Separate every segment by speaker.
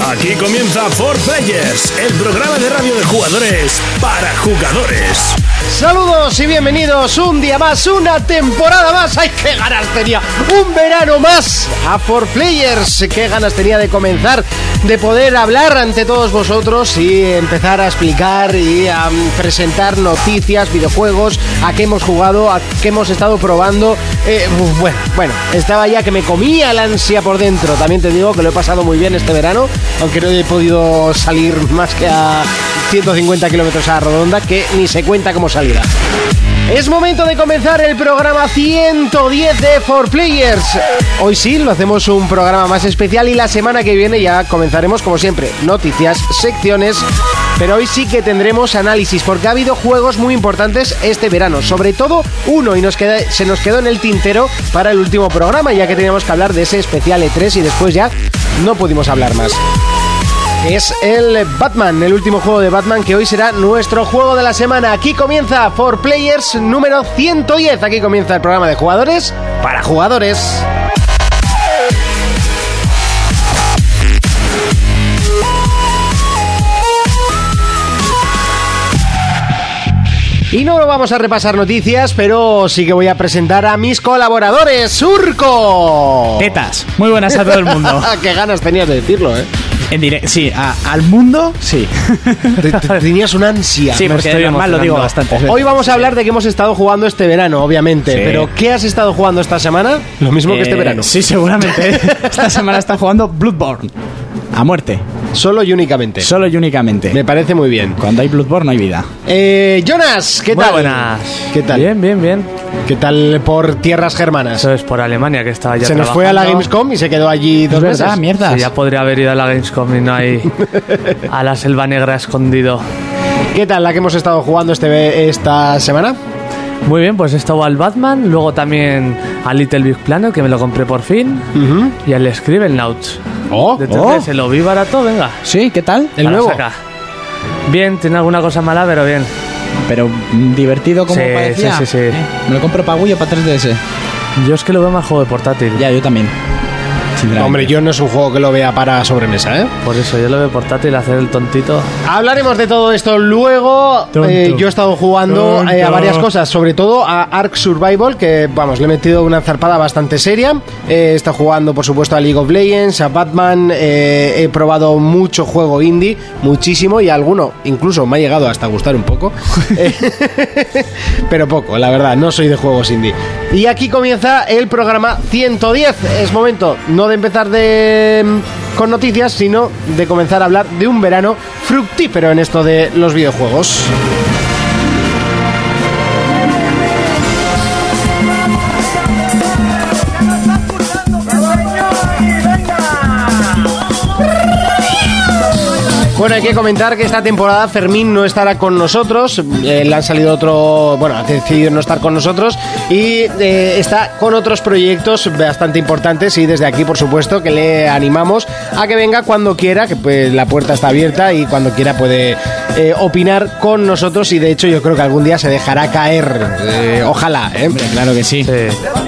Speaker 1: Aquí comienza For Players, el programa de radio de jugadores para jugadores.
Speaker 2: Saludos y bienvenidos un día más, una temporada más. ¡Ay, qué ganas tenía! Un verano más a For Players. ¡Qué ganas tenía de comenzar, de poder hablar ante todos vosotros y empezar a explicar y a mm, presentar noticias, videojuegos, a qué hemos jugado, a qué hemos estado probando. Eh, uf, bueno, bueno, estaba ya que me comía el ansia por dentro. También te digo que lo he pasado muy bien este verano, aunque no he podido salir más que a 150 kilómetros a la redonda, que ni se cuenta como salida. Es momento de comenzar el programa 110 de 4Players. Hoy sí, lo hacemos un programa más especial y la semana que viene ya comenzaremos como siempre, noticias, secciones, pero hoy sí que tendremos análisis porque ha habido juegos muy importantes este verano, sobre todo uno y nos queda, se nos quedó en el tintero para el último programa ya que teníamos que hablar de ese especial E3 y después ya no pudimos hablar más. Es el Batman, el último juego de Batman que hoy será nuestro juego de la semana. Aquí comienza For Players número 110. Aquí comienza el programa de jugadores para jugadores. Y no vamos a repasar noticias, pero sí que voy a presentar a mis colaboradores. ¡Surco!
Speaker 3: Tetas. Muy buenas a todo el mundo.
Speaker 2: Ah, ¡Qué ganas tenías de decirlo, eh!
Speaker 3: En directo, sí, a- al mundo, sí.
Speaker 2: Te- te- Tenías una ansia.
Speaker 3: Sí,
Speaker 4: me
Speaker 3: porque
Speaker 4: estoy
Speaker 3: normal lo digo
Speaker 4: emocionando.
Speaker 3: bastante.
Speaker 2: Hoy vamos a hablar de qué hemos estado jugando este verano, obviamente.
Speaker 4: Sí.
Speaker 2: Pero ¿qué has estado jugando esta semana? Lo mismo que este
Speaker 3: Eh,
Speaker 2: verano.
Speaker 3: Sí, seguramente. Esta semana están jugando Bloodborne. A muerte.
Speaker 2: Solo y únicamente.
Speaker 3: Solo y únicamente.
Speaker 2: Me parece muy bien.
Speaker 3: Cuando hay Bloodborne no hay vida.
Speaker 2: Eh, Jonas, ¿qué
Speaker 4: Muy
Speaker 2: tal?
Speaker 4: buenas.
Speaker 2: ¿Qué tal?
Speaker 4: Bien, bien, bien.
Speaker 2: ¿Qué tal por tierras germanas?
Speaker 4: Eso es por Alemania que estaba ya
Speaker 2: Se nos fue a la
Speaker 4: trabajando.
Speaker 2: Gamescom y se quedó allí dos
Speaker 3: verdad,
Speaker 2: meses.
Speaker 3: mierdas.
Speaker 4: Sí, ya podría haber ido a la Gamescom y no hay a la selva negra escondido.
Speaker 2: ¿Qué tal la que hemos estado jugando este ve- esta semana?
Speaker 4: Muy bien, pues he estado al Batman, luego también al Little Big Planet, que me lo compré por fin, y al Scribblenauts.
Speaker 2: Oh,
Speaker 4: De
Speaker 2: oh.
Speaker 4: 3D, se lo vi barato, venga.
Speaker 3: Sí, ¿qué tal?
Speaker 2: El
Speaker 4: a la
Speaker 2: nuevo.
Speaker 4: saca. Bien, tiene alguna cosa mala, pero bien.
Speaker 3: Pero mm, divertido como
Speaker 4: Sí,
Speaker 3: parecía.
Speaker 4: sí, sí, sí.
Speaker 3: Eh, Me lo compro para Wii o para 3DS.
Speaker 4: Yo es que lo veo más juego de portátil.
Speaker 3: Ya, yo también. Sinceramente.
Speaker 2: Hombre, yo no es un juego que lo vea para sobremesa, ¿eh?
Speaker 4: Por eso, yo lo veo portátil, hacer el tontito.
Speaker 2: Pues, Hablaremos de todo esto luego.
Speaker 4: Tonto.
Speaker 2: Eh, yo he estado jugando
Speaker 4: Tonto.
Speaker 2: eh, a varias cosas, sobre todo a Ark Survival, que vamos, le he metido una zarpada bastante seria. Eh, he estado jugando, por supuesto, a League of Legends, a Batman. eh, he probado mucho juego indie, muchísimo, y alguno incluso me ha llegado hasta a gustar un poco. Eh, pero poco, la verdad, no soy de juegos indie. Y aquí comienza el programa 110. Es momento no de empezar de mm, con noticias, sino de comenzar a hablar de un verano fructífero en esto de los videojuegos. Bueno, hay que comentar que esta temporada Fermín no estará con nosotros. eh, le han salido otro. Bueno, ha decidido no estar con nosotros. Y eh, está con otros proyectos bastante importantes. Y desde aquí, por supuesto, que le animamos a que venga cuando quiera. Que pues, la puerta está abierta y cuando quiera puede eh, opinar con nosotros. Y de hecho, yo creo que algún día se dejará caer. eh, ojalá, ¿eh?
Speaker 3: Claro que sí.
Speaker 4: Sí.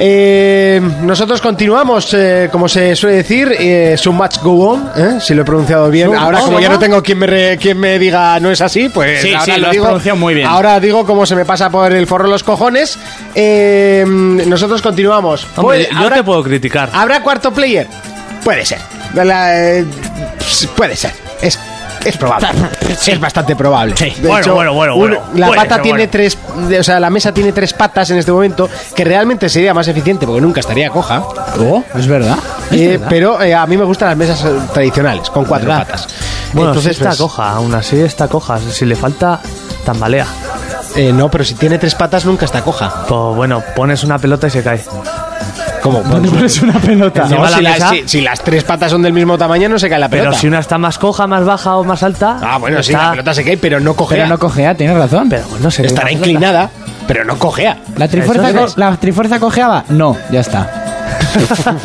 Speaker 2: Eh, nosotros continuamos, eh, como se suele decir, eh, su match go on, ¿eh? si lo he pronunciado bien.
Speaker 3: Su
Speaker 2: ahora,
Speaker 3: match
Speaker 2: como
Speaker 3: go
Speaker 2: ya no
Speaker 3: on.
Speaker 2: tengo quien me, re- quien me diga no es así, pues
Speaker 3: Sí,
Speaker 2: ahora
Speaker 3: sí, lo has pronunciado muy bien.
Speaker 2: Ahora digo como se me pasa por el forro los cojones. Eh, nosotros continuamos.
Speaker 4: Hombre,
Speaker 2: Pues,
Speaker 4: yo
Speaker 2: ¿habrá,
Speaker 4: te puedo criticar.
Speaker 2: habrá cuarto player? Puede ser. De la, eh, ps- puede ser. Es, es probable. Es bastante probable.
Speaker 3: Sí.
Speaker 2: De
Speaker 4: Bueno, bueno, bueno, bueno.
Speaker 2: uno- la
Speaker 4: Puede
Speaker 2: pata
Speaker 4: ser,
Speaker 2: tiene
Speaker 4: bueno.
Speaker 2: tres, o sea, la mesa tiene tres patas en este momento, que realmente sería más eficiente porque nunca estaría coja.
Speaker 3: Oh, es verdad. Es
Speaker 2: Eh,
Speaker 3: verdad.
Speaker 2: pero eh, a mí me gustan las mesas eh, tradicionales, con cuatro
Speaker 3: ¿Verdad?
Speaker 2: patas.
Speaker 4: Bueno,
Speaker 2: Entonces,
Speaker 4: sí está
Speaker 2: pues,
Speaker 4: coja, aún así está coja. Si le falta, tambalea.
Speaker 2: eh, no, pero si tiene tres patas nunca está coja.
Speaker 4: Pues bueno, pones una pelota y se cae.
Speaker 2: ¿Cómo?
Speaker 3: ¿Dónde pones una pelota?
Speaker 2: pues, No,
Speaker 4: Encima
Speaker 2: si,
Speaker 4: la
Speaker 2: las-
Speaker 4: mesa.
Speaker 2: si- si las tres patas son del mismo tamaño, no se cae la
Speaker 4: Pero
Speaker 2: pelota.
Speaker 4: si una está más coja, más baja o más alta.
Speaker 2: Ah, bueno, sí,
Speaker 4: está-
Speaker 2: la pelota se cae, pero no
Speaker 3: Pero
Speaker 2: cogea.
Speaker 3: no cogea, tienes razón.
Speaker 4: Pero bueno, se cae
Speaker 2: Estará
Speaker 4: una pelota.
Speaker 2: inclinada, pero no cogea.
Speaker 3: ¿La trifuerza,
Speaker 4: Eso
Speaker 3: co-
Speaker 4: es.
Speaker 3: ¿La trifuerza cojeaba? No, ya está.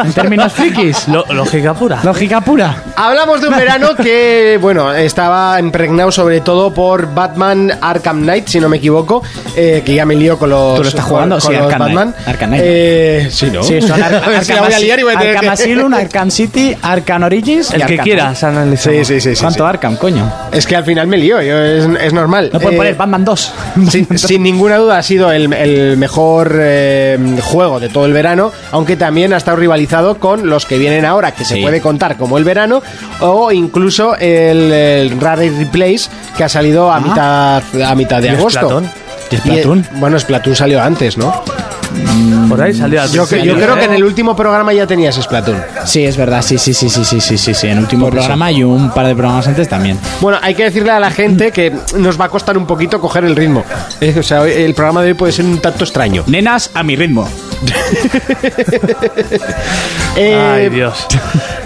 Speaker 3: En términos frikis.
Speaker 4: Lo- lógica pura.
Speaker 3: Lógica pura.
Speaker 2: Hablamos de un verano que, bueno, estaba impregnado sobre todo por Batman Arkham Knight, si no me equivoco, eh, que ya me lío con los.
Speaker 3: ¿Tú lo estás
Speaker 2: con-
Speaker 3: jugando?
Speaker 2: con
Speaker 3: Sí,
Speaker 2: los
Speaker 3: Arkham Knight.
Speaker 2: Batman.
Speaker 3: Arkham Knight.
Speaker 2: Eh, sí, ¿no?
Speaker 3: Sí, son Ar-
Speaker 2: a ver si la
Speaker 3: Arkham
Speaker 2: voy a liar y voy a tener
Speaker 3: Arkham
Speaker 2: que-
Speaker 3: Asylum, Arkham City, Arkham Origins y
Speaker 4: El que
Speaker 3: Arkham.
Speaker 4: quieras, analizamos.
Speaker 2: Sí, sí, sí. sí,
Speaker 3: ¿Cuánto
Speaker 2: sí.
Speaker 3: Arkham, coño?
Speaker 2: Es que al final me lío, yo- es, es normal.
Speaker 3: No puedes
Speaker 2: Eh,
Speaker 3: poner Batman 2.
Speaker 2: sin, sin ninguna duda ha sido el, el mejor eh, juego de todo el verano, aunque también ha estado rivalizado con los que vienen ahora, que se
Speaker 3: Sí.
Speaker 2: puede contar como el verano, o incluso el, el Rare Replace, que ha salido a, mitad, a mitad de
Speaker 4: ¿Y
Speaker 2: agosto.
Speaker 4: Splatoon?
Speaker 3: ¿Y
Speaker 2: Y, eh,
Speaker 3: Splatoon?
Speaker 2: bueno, Splatoon salió antes, ¿no?
Speaker 4: Por ahí salió al
Speaker 2: Yo, que- yo
Speaker 4: principio,
Speaker 2: creo
Speaker 4: ¿eh?
Speaker 2: que en el último programa ya tenías Splatoon.
Speaker 3: Sí, es verdad, sí, sí, sí, sí, sí, sí, sí, sí. En el último programa y un par de programas antes también.
Speaker 2: Bueno, hay que decirle a la gente que nos va a costar un poquito coger el ritmo. Eh, O sea, hoy- el programa de hoy puede ser un tanto extraño.
Speaker 3: Nenas a mi ritmo.
Speaker 2: Eh,
Speaker 4: Ay, Dios.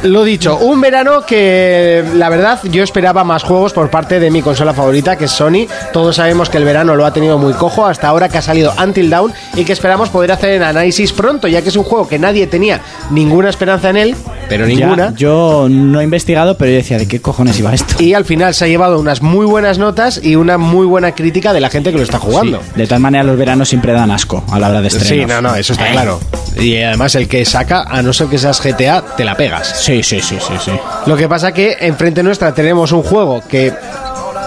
Speaker 2: Lo dicho, un verano que la verdad yo esperaba más juegos por parte de mi consola favorita, que es Sony. Todos sabemos que el verano lo ha tenido muy cojo hasta ahora que ha salido Until Dawn y que esperamos poder hacer el análisis pronto, ya que es un juego que nadie tenía ninguna esperanza en él, pero
Speaker 3: Ya,
Speaker 2: ninguna.
Speaker 3: yo no he investigado, pero yo decía, ¿de qué cojones iba esto?
Speaker 2: Y al final se ha llevado unas muy buenas notas y una muy buena crítica de la gente que lo está jugando.
Speaker 3: Sí. De tal manera, los veranos siempre dan asco a la hora de estrenar.
Speaker 2: Sí, no, no, eso está
Speaker 3: Eh.
Speaker 2: claro. Y además el que saca, a no ser que seas GTA, te la pegas.
Speaker 3: Sí, sí, sí, sí, sí.
Speaker 2: Lo que pasa que enfrente nuestra tenemos un juego que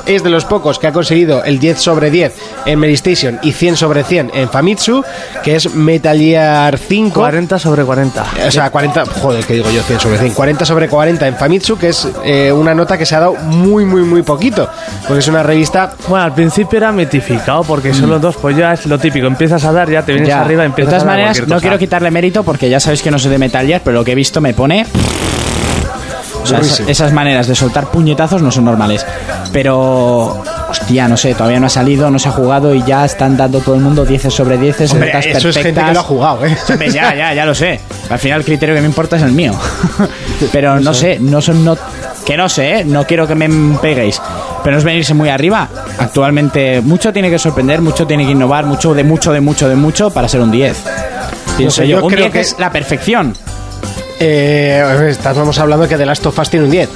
Speaker 2: es de los pocos que ha conseguido el 10 sobre 10 en Mary Station y 100 sobre 100 en Famitsu, que es Metal Gear 5.
Speaker 4: 40 sobre 40.
Speaker 2: O sea, 40, joder, que digo yo 100 sobre 100, 40 sobre 40 en Famitsu, que es eh, una nota que se ha dado muy, muy, muy poquito, porque es una revista...
Speaker 4: Bueno, al principio era mitificado porque son los dos, pues ya es lo típico. Empiezas a dar, ya te vienes
Speaker 3: Ya.
Speaker 4: arriba,
Speaker 3: de
Speaker 4: empiezas
Speaker 3: todas
Speaker 4: a dar
Speaker 3: maneras,
Speaker 4: cualquier
Speaker 3: no
Speaker 4: cosa.
Speaker 3: quiero quitarle mérito porque ya sabéis que no soy de Metal Gear, pero lo que he visto me pone. O sea, esa-
Speaker 2: Durísimo.
Speaker 3: esas maneras de soltar puñetazos no son normales. Pero. Hostia, no sé, todavía no ha salido, no se ha jugado y ya están dando todo el mundo 10 sobre 10, notas
Speaker 2: Hombre,
Speaker 3: perfectas.
Speaker 2: eso es gente que lo ha jugado, ¿eh?
Speaker 3: Hombre, Ya, ya, ya lo sé. Al final el criterio que me importa es el mío. Pero no sé, no son no que no sé, ¿eh? no quiero que me peguéis. Pero no es venirse muy arriba. Actualmente mucho tiene que sorprender, mucho tiene que innovar, mucho de mucho de mucho de mucho para ser un 10. Pienso
Speaker 2: sé,
Speaker 3: yo,
Speaker 2: yo
Speaker 3: un
Speaker 2: creo
Speaker 3: 10
Speaker 2: que-
Speaker 3: es la perfección,
Speaker 2: Eh, estamos hablando que The Last of Us tiene un 10.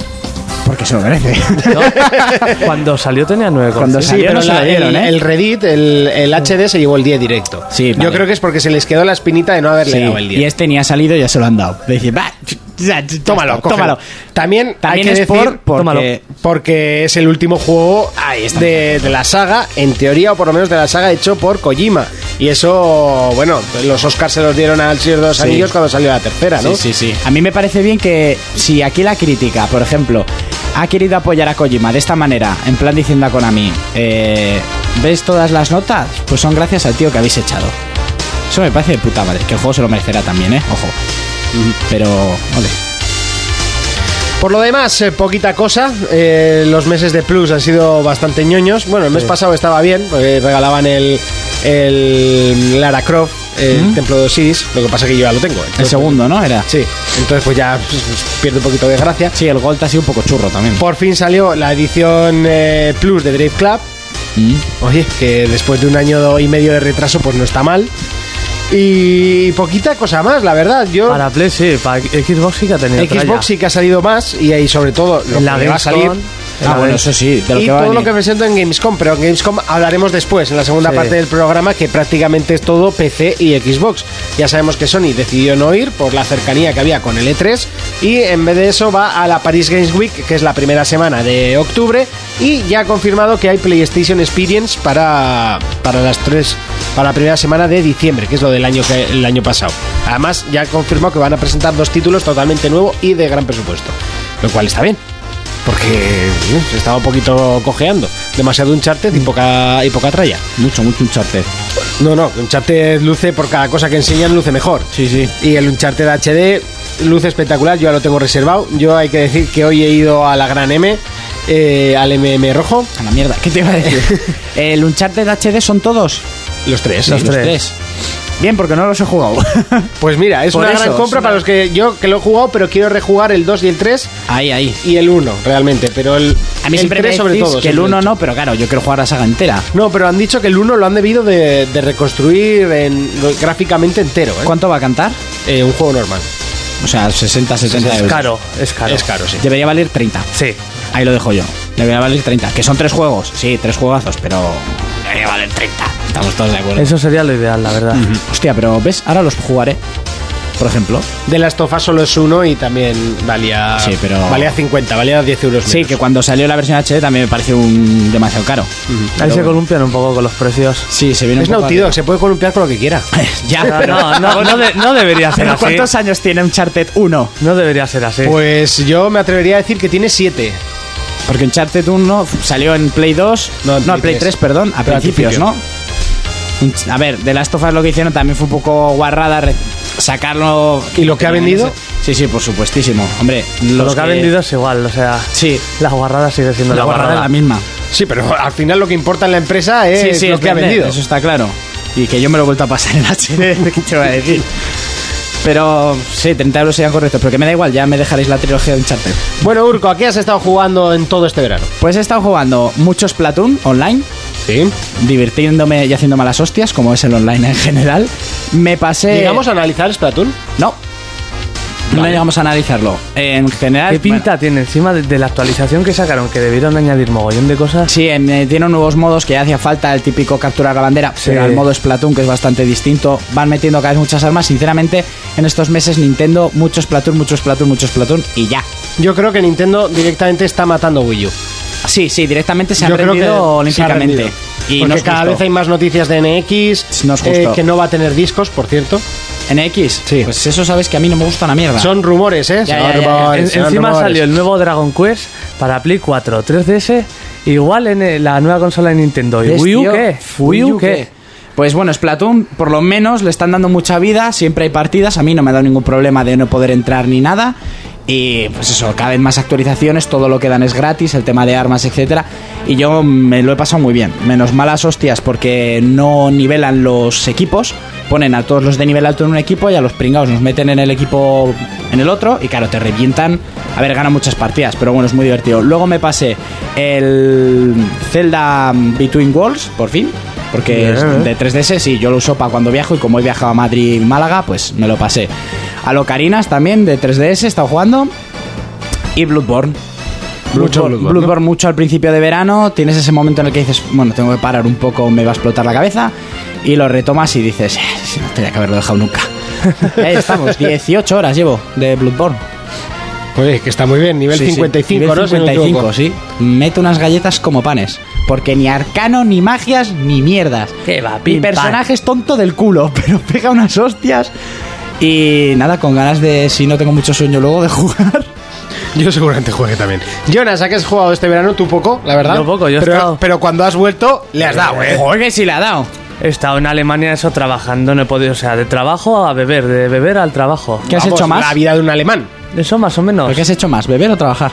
Speaker 3: porque se lo merece.
Speaker 4: No, Cuando salió tenía 9.
Speaker 3: Cuando
Speaker 2: Sí,
Speaker 3: Ayer
Speaker 2: pero
Speaker 3: no se
Speaker 2: la-
Speaker 3: la dieron,
Speaker 2: el,
Speaker 3: ¿eh?
Speaker 2: el Reddit, el, el HD se llevó el 10 directo.
Speaker 3: Sí,
Speaker 2: Yo
Speaker 3: vale.
Speaker 2: creo que es porque se les quedó la espinita de no haberle
Speaker 3: Sí,
Speaker 2: dado el 10.
Speaker 3: y este ni ha salido y ya se lo han dado. Le dice, "Va, ya, ya,
Speaker 2: Tómalo,
Speaker 3: tómalo.
Speaker 2: cógelo. También,
Speaker 3: También
Speaker 2: hay que
Speaker 3: es
Speaker 2: decir,
Speaker 3: por porque-
Speaker 4: tómalo.
Speaker 2: porque es el último juego de, de la saga, en teoría, o por lo menos de la saga hecho por Kojima. Y eso, bueno, los Oscars se los dieron al Señor de los
Speaker 3: Sí.
Speaker 2: Anillos cuando salió la tercera, ¿no?
Speaker 3: Sí, sí, sí. A mí me parece bien que si aquí la crítica, por ejemplo, ha querido apoyar a Kojima de esta manera, en plan diciendo a Konami, eh, ¿ves todas las notas? Pues son gracias al tío que habéis echado. Eso me parece de puta madre, que el juego se lo merecerá también, ¿eh? Ojo. Pero, ole.
Speaker 2: Por lo demás, eh, poquita cosa. Eh, los meses de Plus han sido bastante ñoños. Bueno, el mes pasado estaba bien, porque regalaban el, el Lara Croft, el Templo de Osiris. Lo que pasa es que yo ya lo tengo.
Speaker 3: ¿Mm?
Speaker 2: eh.
Speaker 3: El
Speaker 2: Entonces,
Speaker 3: segundo, ¿no? Era.
Speaker 2: Sí, entonces pues ya pues, pues, pierde un poquito de gracia.
Speaker 3: Sí, el Gold ha sido un poco churro también.
Speaker 2: Por fin salió la edición eh, Plus de Drive Club.
Speaker 3: Mm.
Speaker 2: Oye, que después de un año y medio de retraso, pues no está mal. Y poquita cosa más, la verdad. Yo.
Speaker 4: Para Play sí, para Xbox sí que ha tenido
Speaker 2: Xbox sí
Speaker 4: sí.
Speaker 2: que ha salido más y ahí sobre todo lo
Speaker 4: La
Speaker 2: que va a salir.
Speaker 4: Gamescom.
Speaker 3: Ah, bueno, eso sí, de lo
Speaker 2: y
Speaker 3: que va a
Speaker 2: todo lo que
Speaker 3: venir.
Speaker 2: presento en Gamescom, pero en Gamescom hablaremos después, en la segunda
Speaker 4: Sí.
Speaker 2: parte del programa, que prácticamente es todo PC y Xbox. Ya sabemos que Sony decidió no ir por la cercanía que había con el E3 y en vez de eso va a la Paris Games Week, que es la primera semana de octubre, y ya ha confirmado que hay PlayStation Experience para, para las tres, para la primera semana de diciembre, que es lo del año, que, el año pasado. Además, ya confirmó que van a presentar dos títulos totalmente nuevos y de gran presupuesto, lo cual está bien porque eh, estaba un poquito cojeando. Demasiado Uncharted
Speaker 4: Mm.
Speaker 2: y poca, y poca tralla.
Speaker 3: Mucho, mucho un charter.
Speaker 2: No, no, Uncharted luce por cada cosa que enseñan, luce mejor.
Speaker 3: Sí, sí.
Speaker 2: Y el Uncharted HD luce espectacular, yo ya lo tengo reservado. Yo hay que decir que hoy he ido a la gran M, eh, al MM rojo,
Speaker 3: A la mierda. ¿Qué te iba a decir? ¿El Uncharted HD son todos?
Speaker 2: los tres.
Speaker 4: Los tres.
Speaker 3: Bien, porque no los he jugado.
Speaker 2: Pues mira, es
Speaker 4: Por
Speaker 2: una
Speaker 4: eso,
Speaker 2: gran
Speaker 4: es
Speaker 2: compra
Speaker 4: una-
Speaker 2: para los que yo que lo he jugado, pero quiero rejugar el 2 y el 3
Speaker 3: ahí, ahí.
Speaker 2: y el 1, realmente. Pero el,
Speaker 3: A mí
Speaker 2: el
Speaker 3: siempre
Speaker 2: 3
Speaker 3: me
Speaker 2: sobre
Speaker 3: decís
Speaker 2: todo.
Speaker 3: que el
Speaker 2: siempre.
Speaker 3: 1 no, pero claro, yo quiero jugar la saga entera.
Speaker 2: No, pero han dicho que el 1 lo han debido de, de reconstruir en- gráficamente entero. ¿eh?
Speaker 3: ¿Cuánto va a cantar?
Speaker 2: eh, un juego normal.
Speaker 3: O sea, 60, 70
Speaker 4: Es
Speaker 3: euros.
Speaker 4: caro, es caro.
Speaker 2: Es caro, sí.
Speaker 3: Debería valer 30.
Speaker 4: Sí.
Speaker 3: Ahí lo dejo yo. Debería valer 30. Que son tres juegos. Sí, tres juegazos, pero. Debería valer 30. Estamos todos de acuerdo.
Speaker 4: Eso sería lo ideal, la
Speaker 3: Mm.
Speaker 4: verdad.
Speaker 3: Hostia, pero ¿ves? Ahora los jugaré. Por ejemplo.
Speaker 2: De las tofas solo es uno y también valía.
Speaker 3: Sí, pero-
Speaker 2: Valía 50, valía 10 euros.
Speaker 3: Sí,
Speaker 2: menos.
Speaker 3: que cuando salió la versión HD también me pareció un demasiado caro.
Speaker 4: Ahí se columpian un poco con los precios.
Speaker 3: Sí, se viene
Speaker 2: Es
Speaker 3: un poco
Speaker 2: Naughty Dog, se puede columpiar con lo que quiera.
Speaker 3: arriba. ya,
Speaker 4: No,
Speaker 3: pero,
Speaker 4: no, no, no, de- no debería ser
Speaker 3: pero
Speaker 4: así.
Speaker 3: ¿cuántos años tiene Uncharted 1?
Speaker 4: No debería ser así.
Speaker 2: Pues yo me atrevería a decir que tiene 7.
Speaker 3: Porque Uncharted 1 salió en Play 2,
Speaker 2: No,
Speaker 3: no,
Speaker 2: en Play
Speaker 3: en Play
Speaker 2: 3,
Speaker 3: 3, perdón, a
Speaker 2: pero al
Speaker 3: principios,
Speaker 2: principio.
Speaker 3: ¿no? Unch- A ver, de las tofas lo que hicieron también fue un poco guarrada re- sacarlo.
Speaker 2: ¿Y lo que ha vendido?
Speaker 3: Sí, sí, por supuestísimo. Hombre, los
Speaker 4: lo que ha
Speaker 3: que-
Speaker 4: vendido es igual, o sea.
Speaker 3: Sí,
Speaker 4: La guarrada sigue siendo la,
Speaker 3: la guarrada es la misma.
Speaker 2: Sí, pero al final lo que importa en la empresa es
Speaker 3: sí, sí,
Speaker 2: Eh, lo
Speaker 3: es
Speaker 2: que ha
Speaker 3: vender,
Speaker 2: vendido.
Speaker 3: Eso está claro. Y que yo me lo he vuelto a pasar en HD, ¿qué te voy a decir? Pero sí, 30 euros serían correctos, pero que me da igual, ya me dejaréis la trilogía de Uncharted.
Speaker 2: Bueno, Urco, ¿a qué has estado jugando en todo este verano?
Speaker 3: Pues he estado jugando muchos Platoon online,
Speaker 2: Sí.
Speaker 3: divirtiéndome y haciendo malas hostias, como es el online en general. Me pasé.
Speaker 2: ¿Llegamos a analizar Splatoon?
Speaker 3: No. No llegamos a analizarlo. En general.
Speaker 4: ¿Qué pinta tiene encima de, de la actualización que sacaron? Que debieron añadir mogollón de cosas.
Speaker 3: Sí, en, eh, tienen nuevos modos que ya hacía falta el típico capturar la bandera,
Speaker 4: Sí.
Speaker 3: pero el modo Splatoon que es bastante distinto. Van metiendo cada vez muchas armas. Sinceramente, en estos meses Nintendo, muchos Splatoon, muchos Splatoon, muchos Splatoon y ya.
Speaker 2: Yo creo que Nintendo directamente está matando Wii U.
Speaker 3: Sí, sí, directamente se han
Speaker 2: Yo creo que
Speaker 3: rendido
Speaker 2: se ha
Speaker 3: olímpicamente.
Speaker 2: rendido.
Speaker 3: Y
Speaker 2: Porque
Speaker 3: no es
Speaker 2: cada
Speaker 3: justo.
Speaker 2: vez hay más noticias de NX,
Speaker 3: No es
Speaker 2: eh,
Speaker 3: justo.
Speaker 2: que no va a tener discos, por cierto.
Speaker 3: en X,
Speaker 2: Sí.
Speaker 3: pues eso sabes que a mí no me gusta una mierda.
Speaker 2: Son rumores, ¿eh? Son
Speaker 3: Ya, ya, ya, ya.
Speaker 2: rumores,
Speaker 4: En-
Speaker 2: son
Speaker 4: encima
Speaker 2: rumores.
Speaker 4: salió el nuevo Dragon Quest para Play 4, 3DS, igual en eh, la nueva consola de Nintendo. ¿Y
Speaker 3: ¿Ves,
Speaker 4: Wii U
Speaker 3: tío?
Speaker 4: qué? ¿Wii U qué?
Speaker 3: Pues bueno, Splatoon, por lo menos le están dando mucha vida, siempre hay partidas, a mí no me ha dado ningún problema de no poder entrar ni nada. Y pues eso, cada vez más actualizaciones, todo lo que dan es gratis, el tema de armas, etcétera. Y yo me lo he pasado muy bien. Menos malas hostias porque no nivelan los equipos. Ponen a todos los de nivel alto en un equipo y a los pringados nos meten en el equipo en el otro. Y claro, te revientan. A ver, gana muchas partidas, pero bueno, es muy divertido. Luego me pasé el Zelda Between Worlds, por fin. Porque
Speaker 4: Bien,
Speaker 3: es
Speaker 4: ¿eh?
Speaker 3: de 3DS, sí, yo lo uso para cuando viajo y como he viajado a Madrid y Málaga, pues me lo pasé. A Locarinas también de 3DS he estado jugando. Y Bloodborne.
Speaker 2: Mucho
Speaker 3: Bloodborne,
Speaker 2: Bloodborne,
Speaker 3: Bloodborne mucho al principio de verano. Tienes ese momento en el que dices, bueno, tengo que parar un poco, me va a explotar la cabeza. Y lo retomas y dices, "Eh, no tenía que haberlo dejado nunca. Ahí estamos, 18 horas llevo de Bloodborne.
Speaker 2: Pues que está muy bien, nivel
Speaker 3: Sí, sí.
Speaker 2: 55,
Speaker 3: Nivel
Speaker 2: ¿no? Si no me
Speaker 3: 55,
Speaker 2: equivoco.
Speaker 3: sí. Meto unas galletas como panes. Porque ni arcano, ni magias, ni mierdas.
Speaker 4: ¿Qué va,
Speaker 3: Mi
Speaker 4: pim,
Speaker 3: personaje es tonto del culo, pero pega unas hostias. Y nada, con ganas de, si no tengo mucho sueño luego, de jugar.
Speaker 2: Yo seguramente juegue también. Jonas, ¿a qué has jugado este verano? Tú poco, la verdad.
Speaker 4: Yo poco, yo he
Speaker 2: pero,
Speaker 4: estado-
Speaker 2: pero cuando has vuelto, le has
Speaker 4: Ah,
Speaker 2: dado, ¿eh?
Speaker 3: Joder, que si le ha dado.
Speaker 4: He estado en Alemania eso trabajando, no he podido, o sea, de trabajo a beber, de beber al trabajo.
Speaker 3: ¿Qué has
Speaker 2: Vamos,
Speaker 3: hecho más?
Speaker 2: La vida de un alemán.
Speaker 4: Eso más o menos.
Speaker 3: ¿Pero qué has hecho más? ¿Beber o trabajar?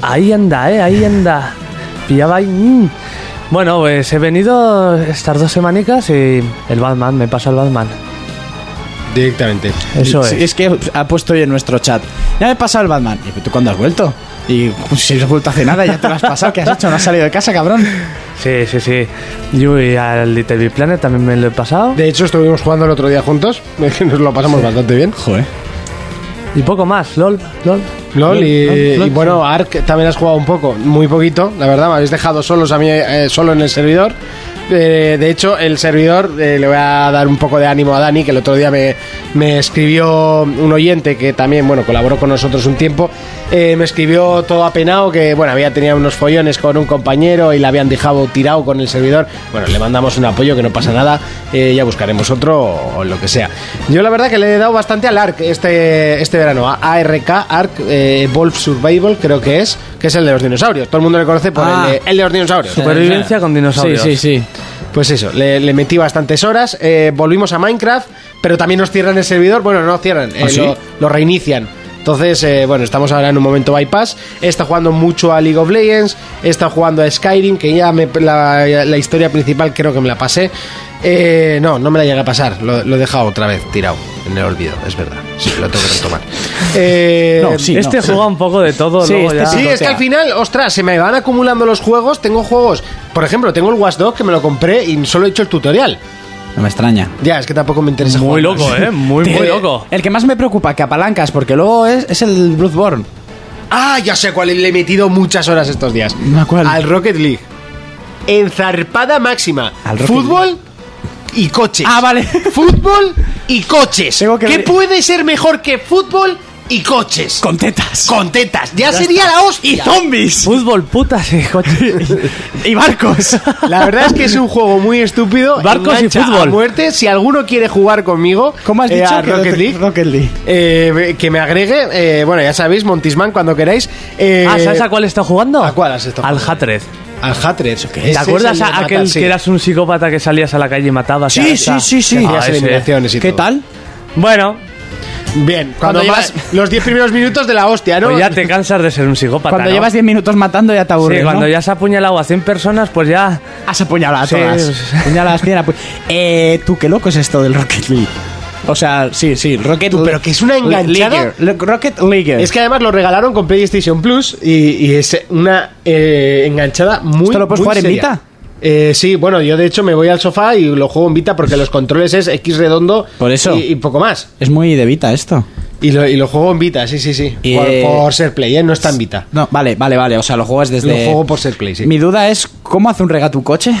Speaker 4: Ahí anda, eh, ahí anda. Pillaba ahí. mm. Bueno, pues he venido estas dos semanicas y el Batman, me pasa el Batman.
Speaker 2: Directamente.
Speaker 4: Eso
Speaker 3: Sí,
Speaker 4: es.
Speaker 3: Es que ha puesto hoy en nuestro chat. Ya me he pasado el Batman. ¿Y tú cuándo has vuelto? Y pues, si has vuelto hace nada, ya te lo has pasado. ¿Qué has hecho? No has salido de casa, cabrón.
Speaker 4: Sí, sí, sí. Yo y al Little Big Planet también me lo he pasado.
Speaker 2: De hecho, estuvimos jugando el otro día juntos. que Nos lo pasamos bastante bien.
Speaker 3: Joder.
Speaker 4: Y poco más, LOL, LOL.
Speaker 2: LOL, y,
Speaker 3: LOL, LOL,
Speaker 2: y bueno, Ark también has jugado un poco, muy poquito, la verdad, me habéis dejado solos a mí, eh, solo en el servidor. Eh, de hecho, el servidor, eh, le voy a dar un poco de ánimo a Dani, que el otro día me, me escribió un oyente que también, bueno, colaboró con nosotros un tiempo, eh, me escribió todo apenado, que bueno, había tenido unos follones con un compañero y la habían dejado tirado con el servidor. Bueno, le mandamos un apoyo, que no pasa nada, eh, ya buscaremos otro o, o lo que sea. Yo la verdad que le he dado bastante al ARC este, este verano, a ARK, ARC, eh, Wolf Survival creo que es, que es el de los dinosaurios. Todo el mundo le conoce por
Speaker 3: Ah.
Speaker 2: el, de, el de los dinosaurios.
Speaker 4: Supervivencia con dinosaurios.
Speaker 3: Sí, sí, sí.
Speaker 2: Pues eso, le, le metí bastantes horas, eh, volvimos a Minecraft, pero también nos cierran el servidor, bueno, no nos cierran, eh,
Speaker 3: ¿Ah, sí?
Speaker 2: lo, lo reinician. Entonces, eh, bueno, estamos ahora en un momento bypass. He estado jugando mucho a League of Legends, he estado jugando a Skyrim, que ya me- la, la historia principal creo que me la pasé. Eh, no, no me la llegué a pasar, lo, lo he dejado otra vez tirado en el olvido, es verdad. Sí, lo tengo que retomar. Eh,
Speaker 3: No, sí,
Speaker 4: este juega un poco de todo,
Speaker 3: Sí,
Speaker 4: luego
Speaker 3: este
Speaker 4: ya-
Speaker 3: sí.
Speaker 2: Sí, es que al final, ostras, se me van acumulando los juegos. Tengo juegos, por ejemplo, tengo el Watch Dogs que me lo compré y solo he hecho el tutorial.
Speaker 3: No me extraña.
Speaker 2: Ya, es que tampoco me interesa jugar
Speaker 4: Muy
Speaker 2: más.
Speaker 4: loco, ¿eh? Muy, muy
Speaker 3: Eh,
Speaker 4: loco.
Speaker 3: El que más me preocupa que apalancas, porque luego es, es el Bloodborne.
Speaker 2: Ah, ya sé cuál le he metido muchas horas estos días.
Speaker 3: ¿A cuál?
Speaker 2: Al Rocket League. Enzarpada máxima.
Speaker 3: Al Rocket
Speaker 2: Fútbol y coches.
Speaker 3: Ah, vale.
Speaker 2: Fútbol y coches.
Speaker 3: Tengo que
Speaker 2: ¿Qué
Speaker 3: ver-
Speaker 2: puede ser mejor que fútbol y coches?
Speaker 3: Con tetas.
Speaker 2: Con tetas. Ya, sería la hostia.
Speaker 3: y zombies.
Speaker 4: Fútbol, putas y coches.
Speaker 3: y barcos.
Speaker 2: La verdad es que es un juego muy estúpido.
Speaker 4: Barcos y
Speaker 2: engancha
Speaker 4: fútbol.
Speaker 2: A muerte. Si alguno quiere jugar conmigo,
Speaker 3: ¿Cómo has
Speaker 2: eh,
Speaker 3: dicho?
Speaker 2: a
Speaker 3: que
Speaker 2: Rocket
Speaker 3: lo-
Speaker 2: League.
Speaker 3: Rocket League.
Speaker 2: eh, que me agregue, eh, bueno, ya sabéis, Montisman, cuando queráis. eh,
Speaker 4: ah, ¿sabes a cuál está jugando?
Speaker 2: ¿A cuál has estado
Speaker 4: Al
Speaker 2: jugando?
Speaker 4: Hatred.
Speaker 2: Al Hatred.
Speaker 4: ¿Te acuerdas a aquel que eras un psicópata que salías a la calle y matabas? a
Speaker 3: Sí,
Speaker 4: esa?
Speaker 3: sí, sí, sí.
Speaker 2: Que
Speaker 4: Ah,
Speaker 2: hacías
Speaker 4: ese.
Speaker 2: eliminaciones y
Speaker 3: ¿Qué
Speaker 2: todo.
Speaker 3: tal?
Speaker 4: Bueno,
Speaker 2: Bien,
Speaker 3: Cuando
Speaker 2: cuando,
Speaker 3: llevas-
Speaker 2: más los 10 primeros minutos de la hostia, ¿no?
Speaker 4: pues ya te cansas de ser un psicópata.
Speaker 3: Cuando
Speaker 4: ¿no?
Speaker 3: llevas 10 minutos matando ya te aburres,
Speaker 4: Sí, cuando
Speaker 3: ¿no?
Speaker 4: ya has apuñalado a 100 personas, pues ya.
Speaker 3: Has apuñalado a
Speaker 4: Sí,
Speaker 3: todas.
Speaker 4: pues-
Speaker 3: Apuñaladas bien, apu- Eh, tú, qué loco es esto del Rocket League. O sea, sí, sí, Rocket
Speaker 2: Tú, pero que es una
Speaker 3: Le-
Speaker 2: enganchada.
Speaker 3: Leaguer. Lo- Rocket League.
Speaker 2: Es que además lo regalaron con PlayStation Plus y, y es una eh, enganchada muy.
Speaker 3: ¿Esto lo puedes
Speaker 2: muy
Speaker 3: jugar en
Speaker 2: seria.
Speaker 3: Vita?
Speaker 2: Eh, sí, bueno, yo de hecho me voy al sofá y lo juego en Vita porque los controles es X redondo
Speaker 3: Por eso.
Speaker 2: Y, y poco más.
Speaker 3: Es muy de Vita esto.
Speaker 2: Y lo, y lo juego en Vita, sí, sí, sí.
Speaker 3: Y,
Speaker 2: Por,
Speaker 3: eh,
Speaker 2: por ser play, ¿eh? no está en Vita.
Speaker 3: No, vale, vale, vale. O sea, lo juegas desde.
Speaker 2: Lo juego por ser play, sí.
Speaker 3: Mi duda es: ¿cómo hace un rega tu coche?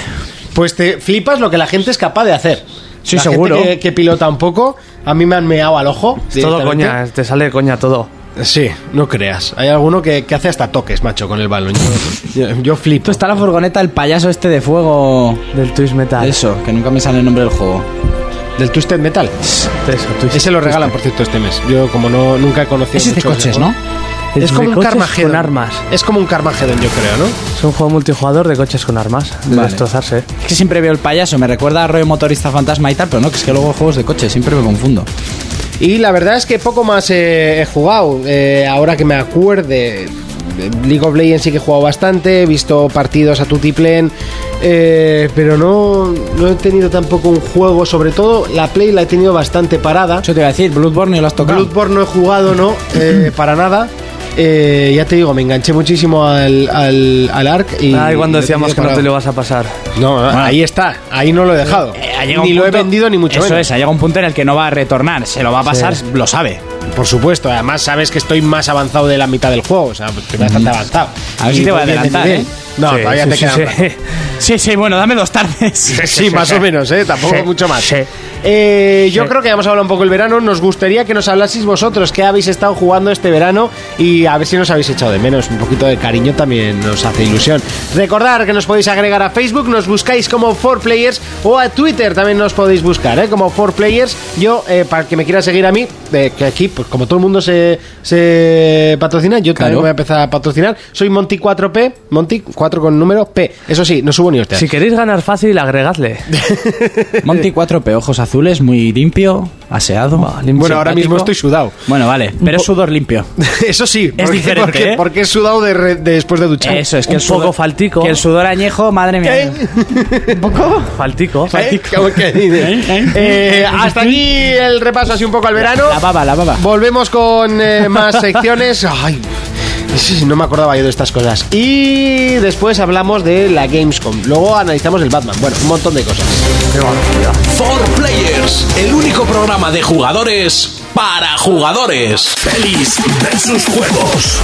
Speaker 2: Pues te flipas lo que la gente es capaz de hacer.
Speaker 3: Sí,
Speaker 2: La gente
Speaker 3: seguro.
Speaker 2: que, que pilota un poco, a mí me han meado al ojo.
Speaker 4: Es todo
Speaker 2: directamente.
Speaker 4: coña, te sale de coña todo.
Speaker 2: Sí, no creas. Hay alguno que, que hace hasta toques, macho, con el balón. Yo, yo- yo
Speaker 3: Tú
Speaker 2: flipo.
Speaker 3: está la furgoneta, el payaso este de fuego.
Speaker 4: Del Twist Metal.
Speaker 3: Eso, que nunca me sale el nombre del juego.
Speaker 2: Del Twisted Metal.
Speaker 4: Eso, Twist-
Speaker 2: Ese lo regalan, por cierto, este mes. Yo, como no nunca he conocido.
Speaker 3: Ese es de
Speaker 2: mucho
Speaker 3: coches,
Speaker 2: juego-
Speaker 3: ¿no?
Speaker 4: Es
Speaker 2: Es
Speaker 4: de
Speaker 2: como un
Speaker 4: coches
Speaker 2: Carmageddon.
Speaker 4: con armas.
Speaker 2: Es como un Carmageddon, yo creo, ¿no?
Speaker 4: Es un juego multijugador de coches con armas. De
Speaker 3: Vale.
Speaker 4: destrozarse.
Speaker 3: Es que siempre veo el payaso, me recuerda a rollo motorista fantasma y tal, pero no, que es que luego juegos de coche, siempre me confundo.
Speaker 2: Y la verdad es que poco más eh, he jugado. Eh, ahora que me acuerde, League of Legends sí que he jugado bastante. He visto partidos a Tutiplen. Eh, pero no, no he tenido tampoco un juego. Sobre todo la Play la he tenido bastante parada.
Speaker 3: Eso te iba a decir, Bloodborne y lo has tocado.
Speaker 2: Bloodborne no he jugado, no, eh, para nada. Eh, ya te digo, me enganché muchísimo al, al, al Ark. Y
Speaker 3: Ah,
Speaker 4: Ay, Ah,
Speaker 2: lo
Speaker 4: cuando
Speaker 2: he
Speaker 4: decíamos que
Speaker 2: tenido
Speaker 4: no te lo
Speaker 2: parado.
Speaker 4: ibas a pasar.
Speaker 2: No, ahí está, ahí no lo he dejado.
Speaker 3: Eh, ha llegado
Speaker 2: ni
Speaker 3: un
Speaker 2: lo he
Speaker 3: punto-
Speaker 2: vendido ni mucho
Speaker 3: Eso
Speaker 2: menos.
Speaker 3: es, ha llegado un punto en el que no va a retornar, se lo va a pasar, lo sabe.
Speaker 2: Por supuesto, además sabes que estoy más avanzado de la mitad del juego, o sea, estoy bastante avanzado.
Speaker 3: Mm. A ver si
Speaker 2: Y
Speaker 3: te voy a
Speaker 2: voy de
Speaker 3: adelantar,
Speaker 2: nivel.
Speaker 3: ¿eh?
Speaker 2: No,
Speaker 4: Sí,
Speaker 2: todavía
Speaker 4: sí,
Speaker 2: te
Speaker 4: sí,
Speaker 2: quedan
Speaker 4: sí.
Speaker 3: Sí, sí, bueno, dame dos tardes.
Speaker 2: Sí, más o menos, ¿eh? Tampoco
Speaker 4: Sí,
Speaker 2: mucho más.
Speaker 4: sí.
Speaker 2: Eh, yo
Speaker 4: Sí.
Speaker 2: creo que ya hemos hablado un poco el verano. Nos gustaría que nos hablaseis vosotros qué habéis estado jugando este verano y a ver si nos habéis echado de menos. Un poquito de cariño también nos hace ilusión. Recordar que nos podéis agregar a Facebook, nos buscáis como 4Players o a Twitter también nos podéis buscar, ¿eh? Como 4Players. Yo, eh, para el que me quiera seguir a mí, eh, que aquí, pues como todo el mundo se, se patrocina, yo
Speaker 3: Claro.
Speaker 2: también voy a empezar a patrocinar. Soy Monty4P, Monty 4 con número P. Eso sí, no subo ni hostia.
Speaker 4: Si queréis ganar fácil, agregadle.
Speaker 3: Monty 4 peojos azules, muy limpio, aseado.
Speaker 2: Bueno, ahora mismo estoy sudado.
Speaker 3: Bueno, vale, pero es sudor limpio.
Speaker 2: Eso sí, porque,
Speaker 3: diferente,
Speaker 2: porque,
Speaker 3: ¿eh?
Speaker 2: porque he sudado de re- de después de duchar.
Speaker 3: Eso, es que
Speaker 4: Un
Speaker 3: el sudor,
Speaker 4: poco faltico.
Speaker 3: Que el sudor añejo, madre mía.
Speaker 2: ¿Eh?
Speaker 3: ¿Un poco?
Speaker 4: Faltico.
Speaker 2: ¿Eh? ¿Cómo que dices?
Speaker 3: ¿Eh?
Speaker 2: Eh, hasta aquí el repaso así un poco al verano.
Speaker 3: La baba, la baba.
Speaker 2: Volvemos con eh, más secciones. Ay, sí, no me acordaba yo de estas cosas. Y después hablamos de la Gamescom. Luego analizamos el Batman. Bueno, un montón de cosas.
Speaker 1: 4 Players, el único programa de jugadores para jugadores. Feliz versus juegos.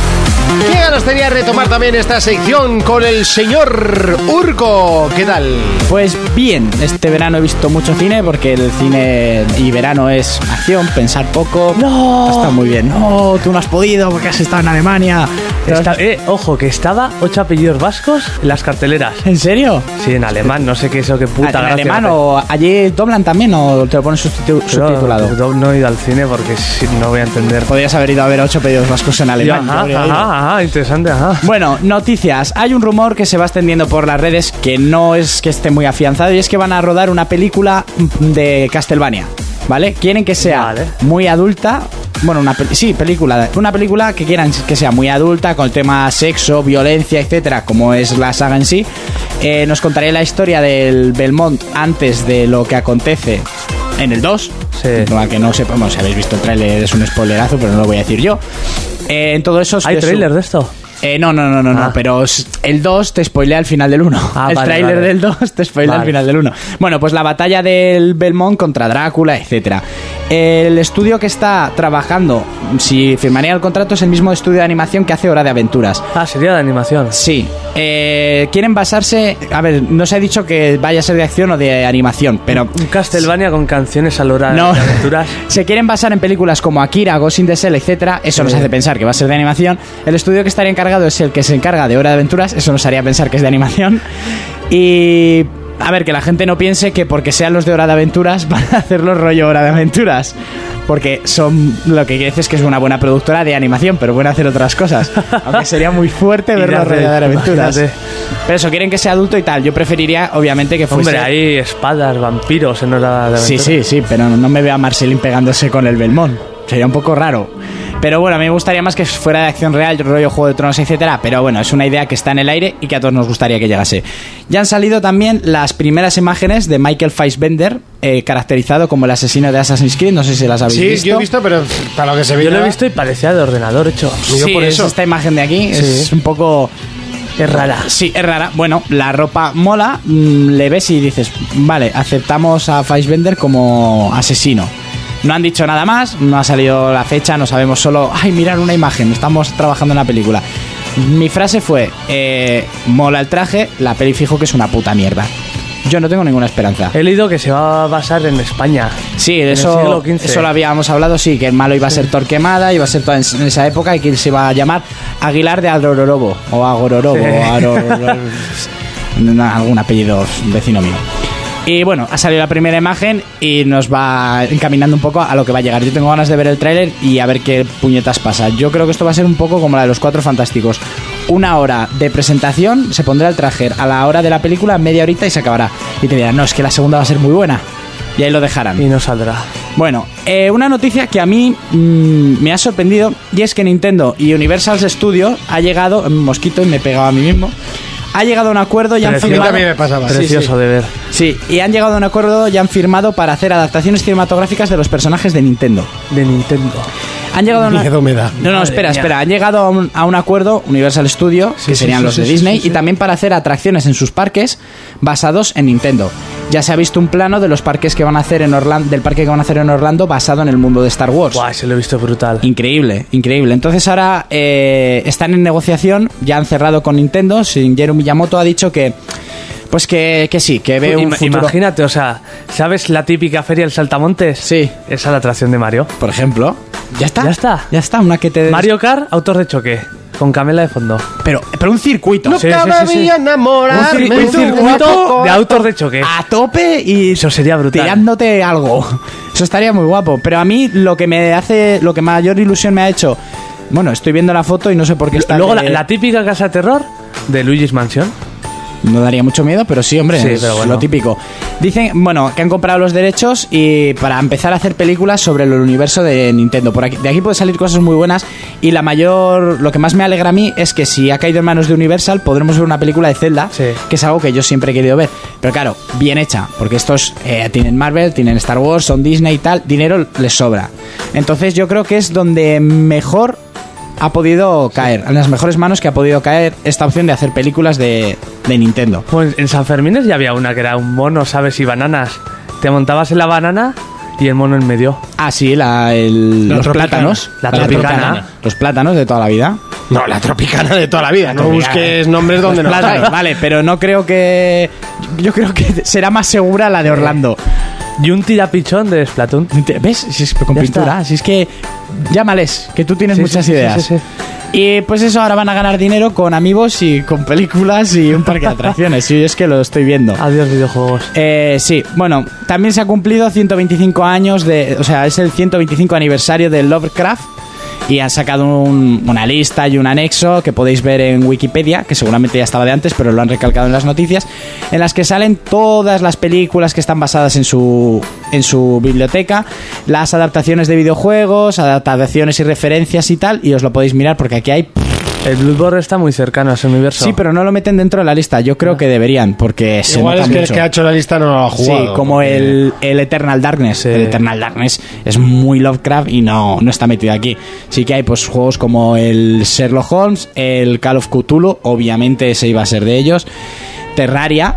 Speaker 2: ¿Qué ganas tenía de retomar también esta sección con el señor Urco? ¿Qué tal?
Speaker 3: Pues bien, este verano he visto mucho cine porque el cine y verano es acción, pensar poco. No, está muy bien. No, tú no has podido porque has estado en Alemania.
Speaker 4: Está- eh, ojo, que estaba ocho apellidos vascos en las carteleras.
Speaker 3: ¿En serio? Ah,
Speaker 4: Sí, en alemán, no sé qué eso, qué puta
Speaker 3: ¿En
Speaker 4: gracia.
Speaker 3: alemán
Speaker 4: me hace.
Speaker 3: o allí doblan también o te lo ponen sustitu-
Speaker 4: Yo
Speaker 3: subtitulado?
Speaker 4: no- No he ido al cine porque si no voy a entender.
Speaker 3: Podrías haber ido a ver ocho pedidos vascos en
Speaker 4: Yo,
Speaker 3: alemán.
Speaker 4: ajá,
Speaker 3: no habría ido.
Speaker 4: ajá, ajá, interesante, ajá.
Speaker 3: Bueno, noticias. Hay un rumor que se va extendiendo por las redes que no es que esté muy afianzado y es que van a rodar una película de Castlevania. ¿Vale? Quieren que sea
Speaker 4: Vale.
Speaker 3: muy adulta. Bueno, una pel- sí, película. Una película que quieran que sea muy adulta, con el tema sexo, violencia, etcétera, como es la saga en sí. Eh, nos contaré la historia del Belmont antes de lo que acontece en el 2.
Speaker 4: Sí.
Speaker 3: Para que no sepamos, si habéis visto el tráiler es un spoilerazo, pero no lo voy a decir yo. Eh, en todo eso...
Speaker 4: ¿Hay
Speaker 3: es un-
Speaker 4: trailer de esto?
Speaker 3: Eh, no, no, no, no,
Speaker 4: Ah.
Speaker 3: no, pero s- el 2 te spoilea al final del 1.
Speaker 4: Ah,
Speaker 3: el
Speaker 4: vale,
Speaker 3: tráiler
Speaker 4: vale.
Speaker 3: del 2 te spoilea al
Speaker 4: Vale.
Speaker 3: final del 1. Bueno, pues la batalla del Belmont contra Drácula, etcétera. El estudio que está trabajando, si firmaría el contrato, es el mismo estudio de animación que hace Hora de Aventuras.
Speaker 4: Ah, sería de animación.
Speaker 3: Sí, eh, quieren basarse. A ver, no se ha dicho que vaya a ser de acción o de animación, pero
Speaker 4: Un Castlevania con canciones a la hora
Speaker 3: No. Pues
Speaker 4: de aventuras.
Speaker 3: se quieren basar en películas como Akira, Ghost in the Shell, etcétera. Eso nos hace pensar que va a ser de animación. El estudio que estaría encargado es el que se encarga de Hora de Aventuras. Eso nos haría pensar que es de animación. Y. A ver, que la gente no piense que porque sean los de Hora de Aventuras van a hacerlo rollo Hora de Aventuras. Porque son. Lo que quiere decir es que es una buena productora de animación, pero pueden hacer otras cosas. Aunque sería muy fuerte
Speaker 4: Y
Speaker 3: verlo
Speaker 4: hace-
Speaker 3: rollo de Hora de Aventuras.
Speaker 4: imagínate.
Speaker 3: Pero eso, quieren que sea adulto y tal. Yo preferiría, obviamente, que fuese.
Speaker 4: Hombre, hay espadas, vampiros en hora de aventuras.
Speaker 3: Sí, sí, sí, pero no me veo a Marcelín pegándose con el Belmont. Sería un poco raro. Pero bueno, a mí me gustaría más que fuera de acción real, rollo Juego de Tronos, etcétera. Pero bueno, es una idea que está en el aire y que a todos nos gustaría que llegase. Ya han salido también las primeras imágenes de Michael Fassbender, eh, caracterizado como el asesino de Assassin's Creed. No sé si las habéis
Speaker 2: Sí,
Speaker 3: visto.
Speaker 2: yo he visto, pero para lo que se ve.
Speaker 4: Yo lo he
Speaker 2: nada.
Speaker 4: visto y parecía de ordenador hecho.
Speaker 2: yo
Speaker 3: Sí,
Speaker 2: por
Speaker 3: es este.
Speaker 2: eso.
Speaker 3: esta imagen de aquí es un poco
Speaker 4: Es rara.
Speaker 3: Sí, es rara. Bueno, la ropa mola, mm, le ves y dices, vale, aceptamos a Fassbender como asesino. No han dicho nada más, no ha salido la fecha, no sabemos solo, ay, mirar una imagen, estamos trabajando en la película. Mi frase fue, eh, mola el traje, la peli fijo que es una puta mierda. Yo no tengo ninguna esperanza.
Speaker 4: He leído que se va a basar en España.
Speaker 3: Sí,
Speaker 4: en
Speaker 3: de
Speaker 4: el
Speaker 3: eso,
Speaker 4: siglo XV.
Speaker 3: eso lo habíamos hablado, sí, que el malo iba a ser Torquemada, iba a ser toda en en esa época y que se iba a llamar Aguilar de Agororobo, o Agororobo,
Speaker 4: Sí.
Speaker 3: o Agoror- na- algún apellido vecino mío. Y bueno, ha salido la primera imagen y nos va encaminando un poco a lo que va a llegar. Yo tengo ganas de ver el tráiler y a ver qué puñetas pasa. Yo creo que esto va a ser un poco como la de los Cuatro Fantásticos. Una hora de presentación, se pondrá el traje a la hora de la película, media horita y se acabará. Y te dirán, no, es que la segunda va a ser muy buena. Y ahí lo dejarán.
Speaker 4: Y no saldrá.
Speaker 3: Bueno, eh, una noticia que a mí mm, me ha sorprendido y es que Nintendo y Universal Studios ha llegado, eh, mosquito y me he pegado a mí mismo, ha llegado a un acuerdo y han
Speaker 4: Precioso.
Speaker 2: A mí
Speaker 3: firmado...
Speaker 2: también me pasaba. sí,
Speaker 4: Precioso de ver.
Speaker 3: Sí, y han llegado a un acuerdo y han firmado para hacer adaptaciones cinematográficas de los personajes de Nintendo.
Speaker 4: De Nintendo.
Speaker 3: Han llegado a una...
Speaker 2: Miedo me da.
Speaker 3: No, no,
Speaker 4: Madre
Speaker 3: espera,
Speaker 4: mía.
Speaker 3: espera. Han llegado a un, a un acuerdo Universal Studio,
Speaker 4: Sí,
Speaker 3: que
Speaker 4: sí,
Speaker 3: serían
Speaker 4: sí,
Speaker 3: los
Speaker 4: sí,
Speaker 3: de
Speaker 4: sí,
Speaker 3: Disney,
Speaker 4: sí, sí.
Speaker 3: y también para hacer atracciones en sus parques basados en Nintendo. Ya se ha visto un plano de los parques que van a hacer en Orlando, del parque que van a hacer en Orlando basado en el mundo de Star Wars.
Speaker 4: Buah, se lo he visto brutal.
Speaker 3: Increíble, increíble. Entonces ahora eh, están en negociación, ya han cerrado con Nintendo. Shigeru Miyamoto ha dicho que, pues que, que sí, que ve un
Speaker 4: Ima-
Speaker 3: futuro.
Speaker 4: Imagínate, o sea, ¿sabes la típica feria del Saltamontes?
Speaker 3: Sí.
Speaker 4: Esa es la atracción de Mario.
Speaker 3: Por ejemplo, ya está,
Speaker 4: Ya está.
Speaker 3: ya está. Una que te
Speaker 4: Mario Kart, autos de choque. Con Camela de fondo.
Speaker 3: pero, pero un circuito. Eh,
Speaker 4: No,
Speaker 2: Nunca
Speaker 4: Sí, sí,
Speaker 2: me
Speaker 4: sí, sí.
Speaker 2: había enamorado.
Speaker 4: un, cir- un circuito de autos de choque.
Speaker 3: a tope y
Speaker 4: Eso sería brutal.
Speaker 3: tirándote algo. Eso estaría muy guapo. Pero a mí lo que me hace, lo que mayor ilusión me ha hecho, bueno, estoy viendo la foto y no sé por qué está.
Speaker 4: Luego
Speaker 3: de-
Speaker 4: la, la típica casa de terror de Luigi's Mansion.
Speaker 3: No daría mucho miedo, pero sí, hombre,
Speaker 4: Sí,
Speaker 3: es
Speaker 4: pero bueno.
Speaker 3: lo típico. Dicen, bueno, que han comprado los derechos y para empezar a hacer películas sobre el universo de Nintendo. Por aquí, de aquí pueden salir cosas muy buenas y la mayor, lo que más me alegra a mí es que si ha caído en manos de Universal podremos ver una película de Zelda,
Speaker 4: Sí.
Speaker 3: que es algo que yo siempre he querido ver. Pero claro, bien hecha, porque estos eh, tienen Marvel, tienen Star Wars, son Disney y tal, dinero les sobra. Entonces yo creo que es donde mejor ha podido caer, en las mejores manos que ha podido caer esta opción de hacer películas de, de Nintendo.
Speaker 4: Pues en San Fermín ya había una que era un mono, ¿sabes? Y bananas. Te montabas en la banana y el mono en medio.
Speaker 3: Ah, sí, la- el- los
Speaker 2: tropicana.
Speaker 3: plátanos.
Speaker 4: La tropicana.
Speaker 3: Los plátanos de toda la vida.
Speaker 2: No, la tropicana de toda la vida. No
Speaker 3: tropicana.
Speaker 2: busques nombres donde no
Speaker 3: Los plátanos,
Speaker 2: están.
Speaker 3: vale, pero no creo que... Yo creo que será más segura
Speaker 4: Eh.
Speaker 3: la de Orlando.
Speaker 4: Y un tirapichón de Splatoon.
Speaker 3: Te- ¿Ves? Si es con
Speaker 4: Ya
Speaker 3: pintura.
Speaker 4: está.
Speaker 3: Si es que... Llámales, que tú tienes
Speaker 4: Sí,
Speaker 3: muchas
Speaker 4: sí, sí,
Speaker 3: ideas.
Speaker 4: sí, sí.
Speaker 3: Y pues eso, ahora van a ganar dinero con amigos y con películas y un parque de atracciones. Y es que lo estoy viendo.
Speaker 4: Adiós, videojuegos.
Speaker 3: Eh, sí, bueno, también se ha cumplido 125 años de. O sea, es el 125 aniversario de Lovecraft. Y han sacado un- una lista y un anexo que podéis ver en Wikipedia, que seguramente ya estaba de antes, pero lo han recalcado en las noticias, en las que salen todas las películas que están basadas en su, en su biblioteca, las adaptaciones de videojuegos, adaptaciones y referencias y tal, y os lo podéis mirar porque aquí hay
Speaker 4: El Bloodborne está muy cercano a ese universo.
Speaker 3: Sí, pero no lo meten dentro de la lista. Yo creo que deberían, porque se
Speaker 2: Igual es
Speaker 3: nota
Speaker 2: que el
Speaker 3: mucho.
Speaker 2: que ha hecho la lista no lo ha
Speaker 3: Sí,
Speaker 2: jugado.
Speaker 3: como
Speaker 2: porque-
Speaker 3: el, el Eternal Darkness. El Eternal Darkness es muy Lovecraft y no, no está metido aquí. Sí que hay pues juegos como el Sherlock Holmes, el Call of Cthulhu, obviamente ese iba a ser de ellos. Terraria.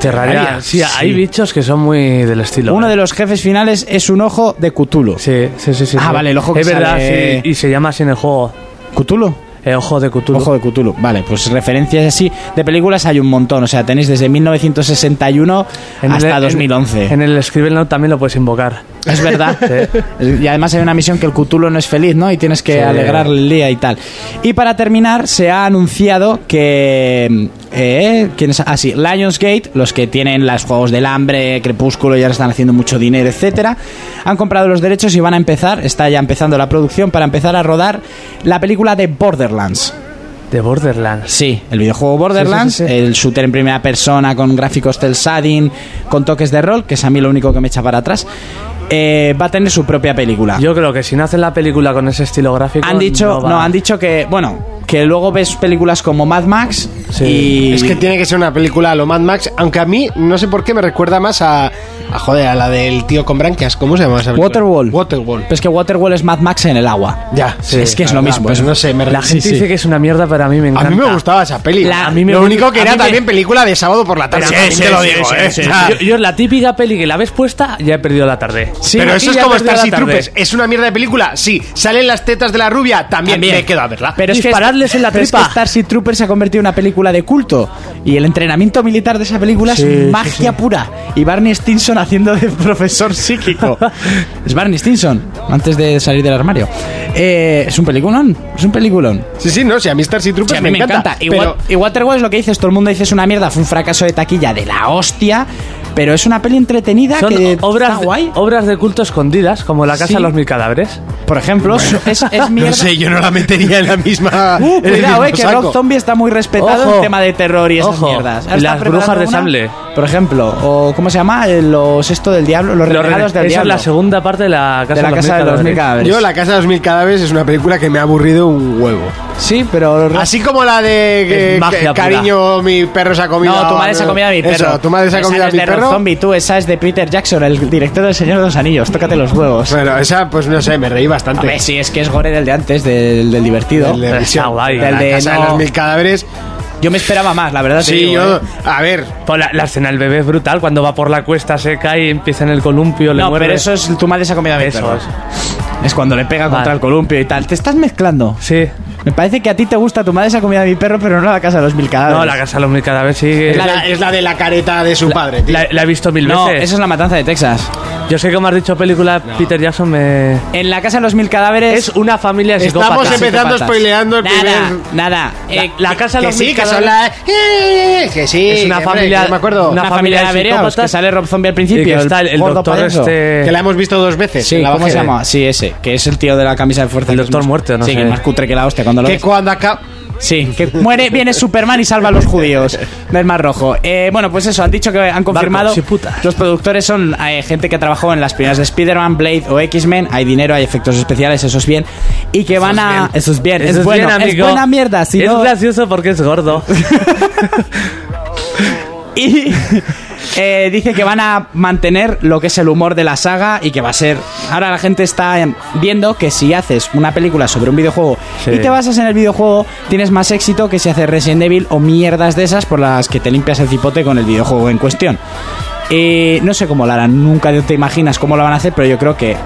Speaker 4: Terraria. Sí, hay
Speaker 3: sí.
Speaker 4: bichos que son muy del estilo.
Speaker 3: Uno
Speaker 4: ¿eh?
Speaker 3: de los jefes finales es un ojo de Cthulhu.
Speaker 4: Sí, sí, sí, sí.
Speaker 3: Ah,
Speaker 4: sí.
Speaker 3: vale, el ojo que
Speaker 4: Es verdad,
Speaker 3: sale-
Speaker 4: sí. Y se llama así en el juego.
Speaker 3: ¿Cthulhu?
Speaker 4: El ojo de Cthulhu.
Speaker 3: Ojo de Cthulhu. Vale, pues referencias así de películas hay un montón. O sea, tenéis desde 1961
Speaker 4: En el-
Speaker 3: hasta
Speaker 4: en-
Speaker 3: 2011.
Speaker 4: En, el Scribblenauts también lo puedes invocar.
Speaker 3: Es verdad. Y además hay una misión que el Cthulhu no es feliz, ¿no? Y tienes que
Speaker 4: Sí.
Speaker 3: alegrarle el día y tal. Y para terminar, se ha anunciado que. Eh, ¿Quiénes? Ah, sí, Lionsgate, los que tienen los juegos del hambre, Crepúsculo, y ahora están haciendo mucho dinero, etcétera, han comprado los derechos y van a empezar, está ya empezando la producción, para empezar a rodar la película de Borderlands.
Speaker 4: De Borderlands.
Speaker 3: Sí, el videojuego Borderlands,
Speaker 4: Sí, sí, sí,
Speaker 3: el shooter en primera persona con gráficos cel shading, con toques de rol, que es a mí lo único que me echa para atrás, eh, va a tener su propia película.
Speaker 4: Yo creo que si no hacen la película con ese estilo gráfico.
Speaker 3: han dicho, no,
Speaker 4: va.
Speaker 3: han dicho que, bueno, que luego ves películas como Mad Max
Speaker 4: Sí.
Speaker 3: y
Speaker 2: Es que tiene que ser una película a lo Mad Max, aunque a mí no sé por qué me recuerda más a, a joder, a la del tío con branquias, ¿cómo se llama esa película?
Speaker 3: Waterwall.
Speaker 2: Waterwall.
Speaker 3: Pues que Waterworld es Mad Max en el agua.
Speaker 2: Ya,
Speaker 4: Sí,
Speaker 3: es que es lo
Speaker 2: verdad,
Speaker 3: mismo.
Speaker 2: Pues
Speaker 3: es-
Speaker 2: no sé, me
Speaker 4: La
Speaker 2: sí,
Speaker 4: gente
Speaker 2: sí.
Speaker 4: dice que es una mierda, pero a mí me
Speaker 2: A
Speaker 4: encanta.
Speaker 2: mí me gustaba esa peli.
Speaker 4: La- a mí me
Speaker 2: lo
Speaker 4: gu-
Speaker 2: único que
Speaker 4: a
Speaker 2: era
Speaker 4: mí me-
Speaker 2: también película de sábado por la tarde.
Speaker 1: Sí,
Speaker 2: También
Speaker 1: sí,
Speaker 2: te lo
Speaker 1: sí,
Speaker 2: digo,
Speaker 1: sí,
Speaker 2: ¿eh?
Speaker 1: sí,
Speaker 2: O sea,
Speaker 4: Yo, yo la típica peli que la ves puesta, ya he perdido la tarde.
Speaker 3: Sí,
Speaker 2: pero
Speaker 3: aquí
Speaker 2: eso es
Speaker 3: ya
Speaker 2: como
Speaker 3: perdí la
Speaker 2: Starship
Speaker 3: tarde.
Speaker 2: Troopers. ¿Es una mierda de película? Sí. ¿Salen las tetas de la rubia? También,
Speaker 3: También.
Speaker 2: me quedo a verla.
Speaker 3: Pero es que-
Speaker 4: Disparadles en la
Speaker 3: pero es que
Speaker 4: tripa.
Speaker 3: Starship Troopers se ha convertido en una película de culto. Y el entrenamiento militar de esa película
Speaker 4: Sí, sí,
Speaker 3: es magia pura. Y Barney Stinson haciendo de profesor psíquico. es Barney Stinson, antes de salir del armario. Eh, es un peliculón, es un peliculón.
Speaker 2: sí, sí, no, sí, a mí Starship Troopers
Speaker 3: Sí, a mí
Speaker 2: Pues me, encanta.
Speaker 3: Y,
Speaker 2: pero-
Speaker 3: Wa- y Waterworld es lo que dices, todo el mundo dice es una mierda, fue un fracaso de taquilla de la hostia. Pero es una peli entretenida
Speaker 4: Son
Speaker 3: que
Speaker 4: obras,
Speaker 3: está guay.
Speaker 4: obras de culto escondidas, como La Casa
Speaker 3: Sí.
Speaker 4: de los Mil Cadáveres.
Speaker 3: Por ejemplo, es, es mierda.
Speaker 2: No sé, yo no la metería en la misma.
Speaker 3: Uh,
Speaker 2: en el
Speaker 3: cuidado, eh,
Speaker 2: mismo
Speaker 3: que
Speaker 2: saco.
Speaker 3: Rob Zombie está muy respetado
Speaker 4: Ojo.
Speaker 3: en tema de terror y esas
Speaker 4: Ojo.
Speaker 3: mierdas. Ahora
Speaker 4: Y
Speaker 3: está
Speaker 4: las
Speaker 3: preparando
Speaker 4: brujas de
Speaker 3: una,
Speaker 4: sable.
Speaker 3: Por ejemplo, o ¿cómo se llama? Eh, Los esto del diablo, los
Speaker 4: Los
Speaker 3: renegados
Speaker 4: rene-
Speaker 3: del
Speaker 4: Esa es
Speaker 3: diablo.
Speaker 4: la segunda parte de La Casa
Speaker 3: de
Speaker 4: de,
Speaker 3: la
Speaker 4: los,
Speaker 3: casa de
Speaker 4: mil
Speaker 3: los mil
Speaker 4: Cadáveres.
Speaker 3: cadáveres.
Speaker 2: Yo, La Casa de los Mil Cadáveres es una película que me ha aburrido un huevo.
Speaker 3: Sí, pero los re-
Speaker 2: Así como la de que-
Speaker 4: Es magia
Speaker 2: que-
Speaker 4: pura.
Speaker 2: cariño, mi perro se ha comido.
Speaker 3: no, tu madre se ha comido a mi perro.
Speaker 2: Eso, tu madre se ha
Speaker 3: Esa
Speaker 2: comido
Speaker 3: no
Speaker 2: a
Speaker 3: es
Speaker 2: mi
Speaker 3: de Rob
Speaker 2: perro.
Speaker 3: Zombie, tú, esa es de Peter Jackson, el director del Señor de los Anillos. Tócate los huevos.
Speaker 2: Bueno, esa, pues no sé, me reí
Speaker 3: A
Speaker 2: bastante.
Speaker 3: ver, sí, es que es gore del de antes, del, del divertido.
Speaker 2: El de
Speaker 4: Está
Speaker 2: Visión.
Speaker 4: guay.
Speaker 2: La
Speaker 3: El de
Speaker 2: casa
Speaker 3: no-
Speaker 2: de los mil cadáveres.
Speaker 3: Yo me esperaba más, la verdad. te
Speaker 2: Sí,
Speaker 3: digo,
Speaker 2: yo.
Speaker 3: eh.
Speaker 2: A ver,
Speaker 4: Pues la, la escena del bebé es brutal, cuando va por la cuesta, se cae y empieza en el columpio, le
Speaker 3: No,
Speaker 4: muerde.
Speaker 3: pero eso es tu madre se ha comido a mi
Speaker 4: Eso
Speaker 3: perro.
Speaker 4: es.
Speaker 3: Es cuando le pega contra
Speaker 4: Vale.
Speaker 3: el columpio y tal. Te estás mezclando.
Speaker 4: Sí.
Speaker 3: Me parece que a ti te gusta tu madre esa comida de mi perro, pero no la casa de los mil cadáveres.
Speaker 4: No, La Casa de los Mil Cadáveres sí.
Speaker 2: es la, es la de la careta de su padre, tío.
Speaker 4: La, la he visto mil
Speaker 3: No,
Speaker 4: veces.
Speaker 3: esa es la matanza de Texas.
Speaker 4: Yo sé que me has dicho película Peter Jackson me...
Speaker 3: En la casa de los mil cadáveres.
Speaker 4: Es una familia de
Speaker 2: Estamos
Speaker 4: psicópatas.
Speaker 2: empezando
Speaker 3: psicópatas.
Speaker 2: spoileando el
Speaker 3: Nada,
Speaker 2: primer-
Speaker 3: nada.
Speaker 4: La-
Speaker 3: Eh,
Speaker 4: la casa de
Speaker 2: Que
Speaker 4: los
Speaker 2: sí,
Speaker 4: mil
Speaker 2: que son
Speaker 4: cadáveres
Speaker 2: las. eh, Que sí,
Speaker 4: Es una
Speaker 2: que, hombre,
Speaker 4: familia-
Speaker 2: que me acuerdo.
Speaker 4: una-
Speaker 3: una familia de
Speaker 4: familia de
Speaker 3: vereos que
Speaker 4: psicópatas.
Speaker 3: sale Rob Zombie al
Speaker 4: y que
Speaker 3: principio.
Speaker 4: está el, el
Speaker 3: gordo
Speaker 4: doctor
Speaker 3: payaso.
Speaker 4: este...
Speaker 2: Que la hemos visto dos veces.
Speaker 3: Sí,
Speaker 2: en la
Speaker 3: ¿cómo se
Speaker 2: bajera.
Speaker 3: llama? Sí, ese, que es el tío de la camisa de fuerza.
Speaker 4: El
Speaker 3: que es
Speaker 4: doctor
Speaker 3: más-
Speaker 4: muerto, no
Speaker 3: Sí,
Speaker 4: sé.
Speaker 3: que es más cutre que la hostia cuando lo
Speaker 2: Que
Speaker 3: ves.
Speaker 2: cuando acá.
Speaker 3: Sí, que muere, viene Superman y salva a los judíos del Mar Rojo. Eh, bueno, pues eso, han dicho que han confirmado.
Speaker 4: Barcos y putas.
Speaker 3: Los productores son eh, gente que trabajó en las primeras de Spider-Man, Blade o X-Men. Hay dinero, hay efectos especiales, eso es bien. Y que van a. Eso es bien,
Speaker 4: Eso
Speaker 3: es, bueno,
Speaker 4: bien,
Speaker 3: es
Speaker 4: amigo.
Speaker 3: buena mierda. Si
Speaker 4: es
Speaker 3: no-
Speaker 4: gracioso porque es gordo.
Speaker 3: Y eh, dice que van a mantener lo que es el humor de la saga y que va a ser... Ahora la gente está em, viendo que si haces una película sobre un videojuego
Speaker 4: Sí.
Speaker 3: y te basas en el videojuego, tienes más éxito que si haces Resident Evil o mierdas de esas por las que te limpias el cipote con el videojuego en cuestión. Eh, no sé cómo lo harán, nunca te imaginas cómo lo van a hacer, pero yo creo que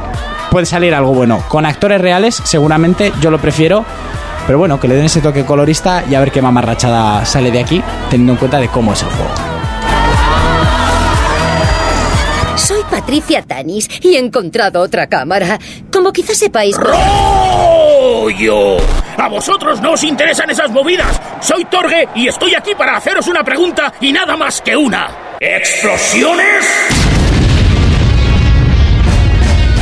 Speaker 3: puede salir algo bueno. Con actores reales, seguramente, yo lo prefiero. Pero bueno, que le den ese toque colorista y a ver qué mamarrachada sale de aquí, teniendo en cuenta de cómo es el juego.
Speaker 5: Soy Patricia Tanis y he encontrado otra cámara. Como quizás sepáis,
Speaker 1: ¡Rollo! A vosotros no os interesan esas movidas. Soy Torge y estoy aquí para haceros una pregunta y nada más que una. ¿Explosiones?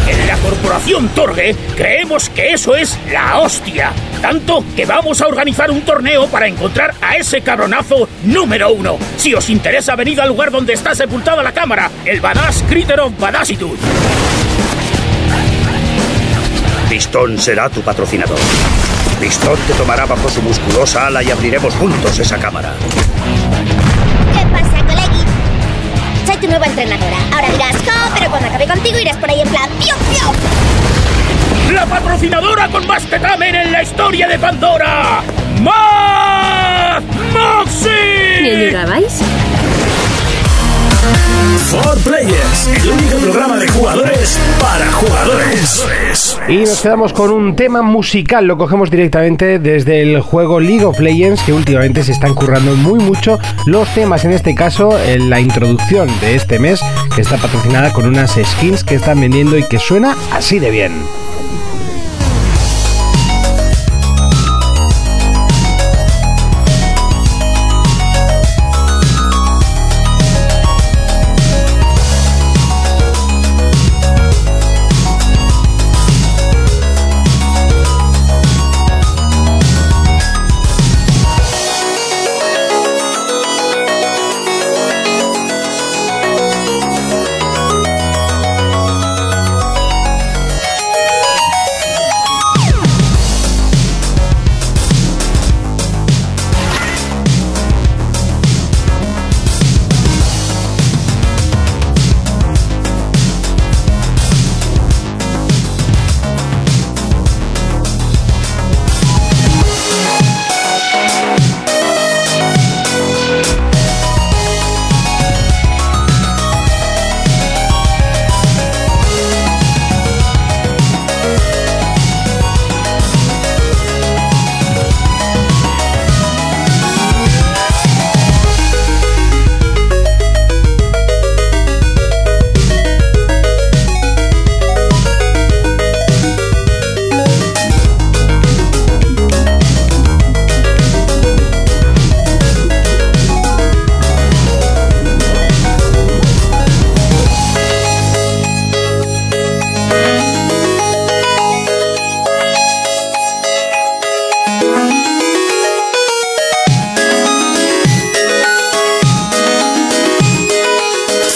Speaker 1: En la corporación Torge creemos que eso es la hostia. Tanto que vamos a organizar un torneo para encontrar a ese cabronazo número uno. Si os interesa, venid al lugar donde está sepultada la cámara, el Badass Critter of Badassitude. Pistón será tu patrocinador. Pistón te tomará bajo su musculosa ala y abriremos juntos esa cámara.
Speaker 6: ¿Qué pasa, colegui? Soy tu nueva entrenadora. Ahora dirás, ja, pero cuando acabe contigo irás por ahí en plan, ¡piu, piu!
Speaker 1: ¡La patrocinadora con más tetamen en la historia de Pandora! ¡Mad Moxie!
Speaker 5: ¿Ni llegabais?
Speaker 7: For Players, el único programa de jugadores para jugadores.
Speaker 2: Y nos quedamos con un tema musical, lo cogemos directamente desde el juego League of Legends, que últimamente se están currando muy mucho los temas, en este caso en la introducción de este mes, que está patrocinada con unas skins que están vendiendo y que suena así de bien.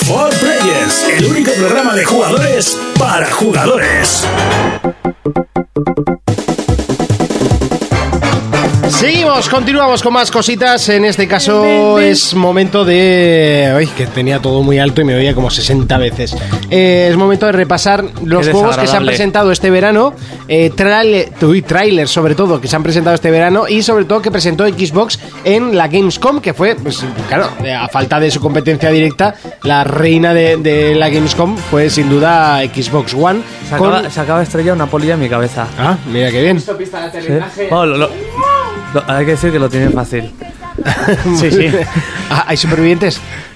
Speaker 7: For Players, el único programa de jugadores para jugadores.
Speaker 2: Seguimos, continuamos con más cositas. En este caso es momento de. Ay, que tenía todo muy alto y me oía como 60 veces. Eh, es momento de repasar los
Speaker 4: Qué
Speaker 2: juegos que se han
Speaker 4: desagradable.
Speaker 2: presentado este verano. Eh, traile- uy, trailers, sobre todo, que se han presentado este verano. Y sobre todo que presentó Xbox en la Gamescom, que fue, pues, claro, eh, a falta de su competencia directa, la reina de, de la Gamescom fue sin duda Xbox One.
Speaker 4: Se
Speaker 2: con-
Speaker 4: acaba, se acaba de estrellar una polilla en mi cabeza.
Speaker 2: Ah, mira qué bien.
Speaker 4: ¿Sí? Bueno, lo- lo- lo- hay que decir que lo tiene fácil.
Speaker 3: Sí, sí.
Speaker 2: Ah, ¿Hay supervivientes?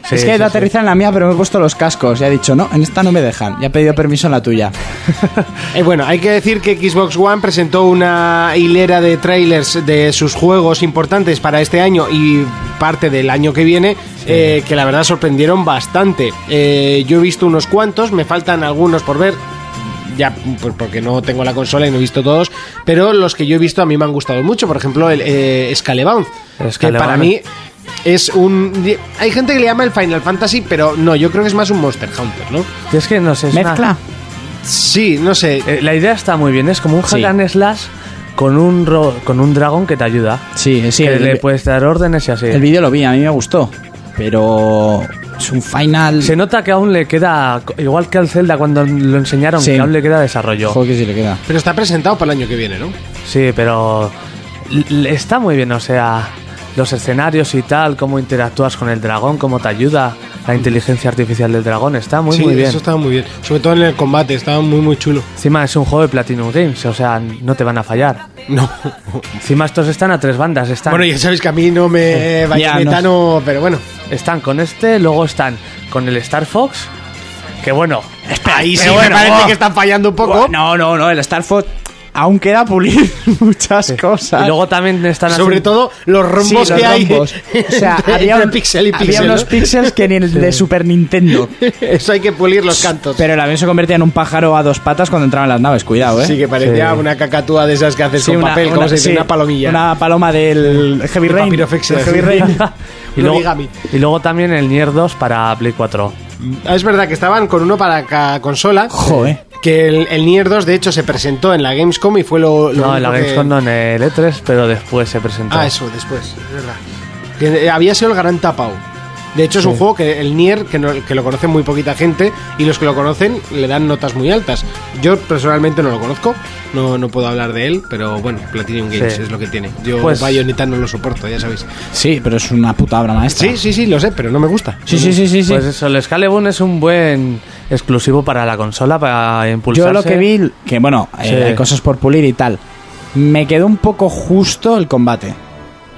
Speaker 4: Sí,
Speaker 3: es que he ido a
Speaker 4: sí,
Speaker 3: aterrizar en la mía, pero me he puesto los cascos. Y he dicho, no, en esta no me dejan. Ya he pedido permiso en la tuya.
Speaker 2: Eh, bueno, hay que decir que Xbox One presentó una hilera de trailers de sus juegos importantes para este año y parte del año que viene, eh, que la verdad sorprendieron bastante. Eh, yo he visto unos cuantos, me faltan algunos por ver. Ya, pues porque no tengo la consola y no he visto todos, pero los que yo he visto a mí me han gustado mucho. Por ejemplo, el eh, Scalebound, que
Speaker 4: Scalebound.
Speaker 2: para mí es un. Hay gente que le llama el Final Fantasy, pero no, yo creo que es más un Monster Hunter, ¿no?
Speaker 4: Y es que no sé. es una-
Speaker 3: Mezcla.
Speaker 2: Sí, no sé.
Speaker 4: Eh, la idea está muy bien. Es como un hack
Speaker 3: Sí.
Speaker 4: and slash con un, ro- con un dragón que te ayuda.
Speaker 3: Sí, sí.
Speaker 4: que
Speaker 3: el-
Speaker 4: le puedes dar órdenes y así.
Speaker 3: El vídeo lo vi, a mí me gustó. Pero es un final.
Speaker 4: Se nota que aún le queda, co- igual que al Zelda cuando lo enseñaron,
Speaker 3: Sí.
Speaker 4: que aún le queda desarrollo.
Speaker 3: Ojo que sí le queda.
Speaker 2: Pero está presentado para el año que viene, ¿no?
Speaker 4: Sí, pero l- l- está muy bien, o sea, los escenarios y tal, cómo interactúas con el dragón, cómo te ayuda la inteligencia artificial del dragón, está muy
Speaker 2: sí,
Speaker 4: muy bien.
Speaker 2: eso estaba muy bien. Sobre todo en el combate, estaba muy, muy chulo.
Speaker 4: Encima es un juego de Platinum Games, o sea, no te van a fallar.
Speaker 2: No.
Speaker 4: Encima estos están a tres bandas, están,
Speaker 2: Bueno, ya sabéis que a mí no me Bayonetta no, pero bueno.
Speaker 4: están con este, luego están con el Star Fox, que bueno,
Speaker 2: Ahí sí
Speaker 3: pero bueno,
Speaker 2: me parece
Speaker 3: oh.
Speaker 2: que están fallando un poco.
Speaker 3: No, no, no, el Star Fox aún queda pulir muchas cosas.
Speaker 4: y luego también están
Speaker 2: Sobre
Speaker 4: haciendo-
Speaker 2: todo los
Speaker 3: Sí,
Speaker 2: rombos
Speaker 3: los
Speaker 2: que hay.
Speaker 3: rombos. O sea,
Speaker 2: entre-
Speaker 3: había,
Speaker 2: entre
Speaker 3: un-
Speaker 2: pixel y
Speaker 3: había
Speaker 2: pixel,
Speaker 3: unos
Speaker 2: ¿no?
Speaker 3: pixels que ni el de Super Nintendo.
Speaker 2: Eso hay que pulir los cantos.
Speaker 3: Pero el avión se convertía en un pájaro a dos patas cuando entraban las naves, cuidado, eh.
Speaker 2: sí que parecía
Speaker 4: Sí.
Speaker 2: una cacatúa de esas que haces
Speaker 3: Sí,
Speaker 2: con
Speaker 3: una-
Speaker 2: papel,
Speaker 3: una-
Speaker 2: como se dice,
Speaker 3: sí,
Speaker 2: una palomilla.
Speaker 3: Una paloma del Heavy
Speaker 2: De
Speaker 3: Rain.
Speaker 2: papiroflexia.
Speaker 3: del Heavy Rain.
Speaker 4: y
Speaker 2: un
Speaker 4: luego,
Speaker 2: origami.
Speaker 4: y luego también el Nier 2 para Play 4.
Speaker 2: Ah, Es verdad que estaban con uno para cada consola.
Speaker 3: Joder.
Speaker 2: Que el, el Nier 2, de hecho, se presentó en la Gamescom y fue lo. lo
Speaker 4: No, en la
Speaker 2: único que-
Speaker 4: Gamescom no, en el E3, pero después se presentó.
Speaker 2: Ah, eso, después, es verdad. Que, eh, había sido el gran tapao. De hecho, es un juego que el Nier, que, no- que lo conoce muy poquita gente, y los que lo conocen le dan notas muy altas. Yo personalmente no lo conozco, no, no puedo hablar de él, pero bueno, Platinum Games
Speaker 4: Sí.
Speaker 2: es lo que tiene. Yo
Speaker 4: Pues-
Speaker 2: Bayonetta no lo soporto, ya sabéis.
Speaker 3: Sí, pero es una puta obra maestra.
Speaker 2: Sí, sí, sí, lo sé, pero no me gusta.
Speaker 3: sí, sí, sí, sí, sí.
Speaker 4: Pues eso, el Excalibur es un buen exclusivo para la consola, para impulsarse.
Speaker 3: Yo lo que vi, que bueno, eh,
Speaker 4: Sí.
Speaker 3: hay cosas por pulir y tal. Me quedó un poco justo el combate.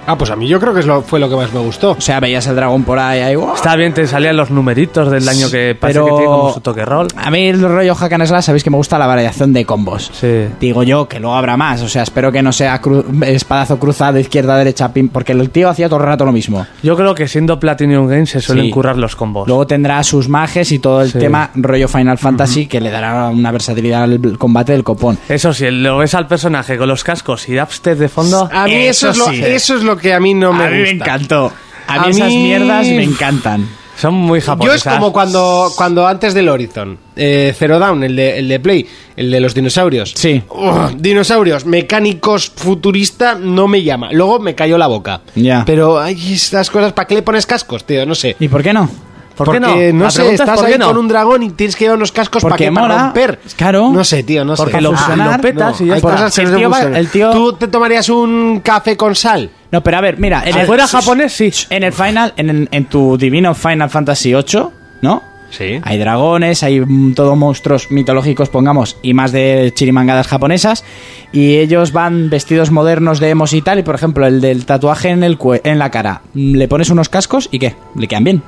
Speaker 2: Ah, pues a mí yo creo que es lo, fue lo que más me gustó.
Speaker 3: O sea, veías el dragón por ahí, ahí ¡guau!
Speaker 4: Está bien, te salían los numeritos del daño que pasa
Speaker 3: Pero-
Speaker 4: que tiene como su toque roll.
Speaker 3: A mí el rollo Hack and Slash, sabéis que me gusta la variación de combos.
Speaker 4: Sí.
Speaker 3: Digo yo que luego habrá más, o sea, espero que no sea cru- espadazo cruzado, izquierda, derecha, pim, porque el tío hacía todo el rato lo mismo.
Speaker 4: Yo creo que siendo Platinum Games se suelen
Speaker 3: Sí.
Speaker 4: currar los combos.
Speaker 3: Luego tendrá sus mages y todo el
Speaker 4: Sí.
Speaker 3: tema rollo Final Fantasy que le dará una versatilidad al combate del copón.
Speaker 4: Eso sí, lo ves al personaje con los cascos y dubstep de fondo.
Speaker 2: A mí eso,
Speaker 3: Eso
Speaker 2: es, lo,
Speaker 3: sí.
Speaker 2: eso es lo que a mí no me
Speaker 3: a mí me
Speaker 2: gusta.
Speaker 3: encantó. A mí
Speaker 2: A
Speaker 3: esas
Speaker 2: mí-
Speaker 3: mierdas me encantan.
Speaker 4: Son
Speaker 2: Yo
Speaker 4: muy
Speaker 2: es
Speaker 4: japonesas.
Speaker 2: como cuando, cuando antes del Horizon, eh, Zero Down, el de, el de Play, el de los dinosaurios.
Speaker 3: Sí.
Speaker 2: Ugh, dinosaurios, mecánicos, futurista, no me llama. Luego me cayó la boca.
Speaker 3: Ya.
Speaker 2: Pero hay estas cosas, ¿para qué le pones cascos, tío? No sé.
Speaker 3: ¿Y por qué no?
Speaker 4: ¿Por qué
Speaker 2: Porque,
Speaker 4: no? La
Speaker 2: sé,
Speaker 4: pregunta es
Speaker 2: estás
Speaker 4: ¿por qué
Speaker 2: ahí
Speaker 4: no?
Speaker 2: con un dragón y tienes que llevar unos cascos para
Speaker 3: Porque
Speaker 2: que para
Speaker 3: mola,
Speaker 2: romper.
Speaker 3: claro.
Speaker 2: No sé, tío, no
Speaker 3: Porque
Speaker 2: sé.
Speaker 3: lo
Speaker 2: Ah,
Speaker 3: fusionar-
Speaker 2: no,
Speaker 4: petas y ya
Speaker 2: hay
Speaker 4: está.
Speaker 2: cosas que
Speaker 3: El
Speaker 2: no se
Speaker 3: tío va-
Speaker 2: fusionan.
Speaker 3: el tío-
Speaker 2: ¿Tú te tomarías un café con sal?
Speaker 3: No, pero a ver, mira, en
Speaker 4: Si
Speaker 3: el,
Speaker 4: fuera japonés, sí.
Speaker 3: en el final, en, el- en tu divino Final Fantasy VIII, ¿no?
Speaker 2: Sí.
Speaker 3: Hay dragones, hay mm, todo monstruos mitológicos, pongamos, y más de chirimangadas japonesas. Y ellos van vestidos modernos de emos y tal. Y por ejemplo, el del tatuaje en, el cue- en la cara. Mm, Le pones unos cascos y ¿qué? Le quedan bien.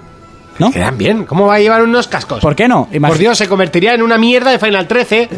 Speaker 3: ¿No?
Speaker 2: Quedan bien. ¿Cómo va a llevar unos cascos?
Speaker 3: ¿Por qué no? Imag-
Speaker 2: Por Dios, se convertiría en una mierda de Final 13.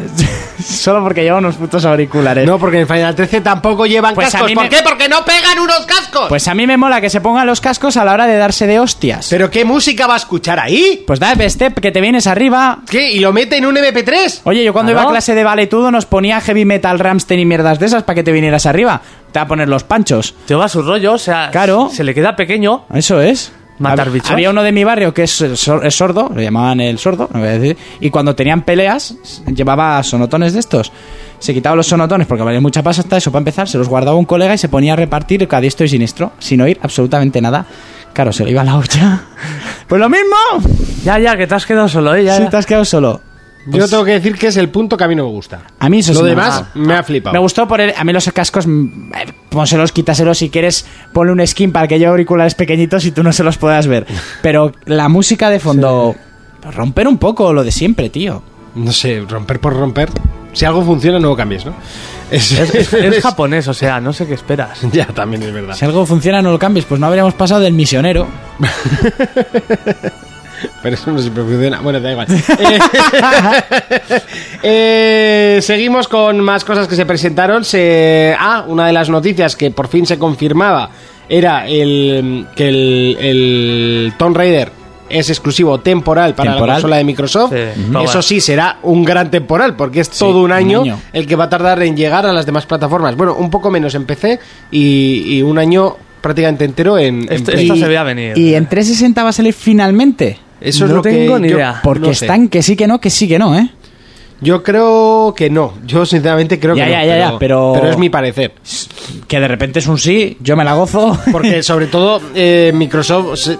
Speaker 3: Solo porque lleva unos putos auriculares.
Speaker 2: No, porque en Final 13 tampoco llevan
Speaker 3: Eh, Pues a
Speaker 2: cascos.
Speaker 3: mí
Speaker 2: ¿Por
Speaker 3: me-
Speaker 2: qué? Porque no pegan unos cascos.
Speaker 3: Pues a mí me mola que se pongan los cascos a la hora de darse de hostias.
Speaker 2: ¿Pero qué música va a escuchar ahí?
Speaker 3: Pues da step que te vienes arriba.
Speaker 2: ¿Qué? ¿Y lo mete en un MP3?
Speaker 3: Oye, yo cuando
Speaker 4: Claro.
Speaker 3: iba a clase de valetudo nos ponía heavy metal, ramstein y mierdas de esas para que te vinieras arriba. Te va a poner los panchos.
Speaker 4: Te va su rollo, o sea,
Speaker 3: Claro.
Speaker 4: se le queda pequeño.
Speaker 3: Eso es.
Speaker 4: Matar
Speaker 3: Hab-
Speaker 4: bichos.
Speaker 3: Había uno de mi barrio que es, eh, sor- es sordo, lo llamaban el sordo, no voy a decir. Y cuando tenían peleas, s- llevaba sonotones de estos. Se quitaba los sonotones porque valía mucha pasta, eso para empezar, se los guardaba un colega y se ponía a repartir a diestro y siniestro, sin oír absolutamente nada. Claro, se le iba la olla. ¡Pues lo mismo!
Speaker 4: Ya, ya, que te has quedado solo, ¿eh? Ya,
Speaker 3: Si
Speaker 4: ya.
Speaker 3: te has quedado solo. Pues
Speaker 2: Yo tengo que decir que es el punto que a mí no me gusta.
Speaker 3: A mí eso
Speaker 2: Lo
Speaker 3: sí me
Speaker 2: demás
Speaker 3: gusta.
Speaker 2: me ha flipado.
Speaker 3: Me gustó por el, a mí los cascos, mm, eh, pónselos, quítaselos si quieres, ponle un skin para que lleve auriculares pequeñitos y tú no se los puedas ver. Pero la música de fondo, romper un poco lo de siempre, tío.
Speaker 2: No sé, romper por romper. Si algo funciona, no lo cambies, ¿no? Es,
Speaker 4: Es, es japonés, o sea, no sé qué esperas.
Speaker 2: Ya, también es verdad.
Speaker 3: Si algo funciona no lo cambies, pues no habríamos pasado del misionero.
Speaker 2: Pero eso no siempre funciona. Bueno, da igual. Eh, eh, seguimos con más cosas que se presentaron. Se... Ah, una de las noticias que por fin se confirmaba era el que el, el Tomb Raider es exclusivo temporal para la
Speaker 3: Temporal.
Speaker 2: consola de Microsoft.
Speaker 4: Sí.
Speaker 2: Ujú. Eso sí, será un gran temporal porque es todo un
Speaker 3: un
Speaker 2: año,
Speaker 3: año.
Speaker 2: el que va a tardar en llegar a las demás plataformas. Bueno, un poco menos en PC y, y un año prácticamente entero en, en
Speaker 3: Este,
Speaker 4: Esto,
Speaker 2: Play.
Speaker 4: esto se veía venir.
Speaker 3: Y en 360 va a salir finalmente.
Speaker 2: Eso es
Speaker 4: no
Speaker 2: lo que
Speaker 4: tengo ni
Speaker 2: yo-
Speaker 4: idea.
Speaker 3: Porque
Speaker 2: no sé.
Speaker 3: están que sí que no, que sí que no, ¿eh?
Speaker 2: Yo creo que no. Yo sinceramente creo
Speaker 3: Ya,
Speaker 2: que
Speaker 3: ya,
Speaker 2: no.
Speaker 3: ya,
Speaker 2: pero,
Speaker 3: ya, pero-
Speaker 2: es mi parecer.
Speaker 3: Que de repente es un sí, yo me la gozo.
Speaker 2: Porque sobre todo eh, Microsoft se-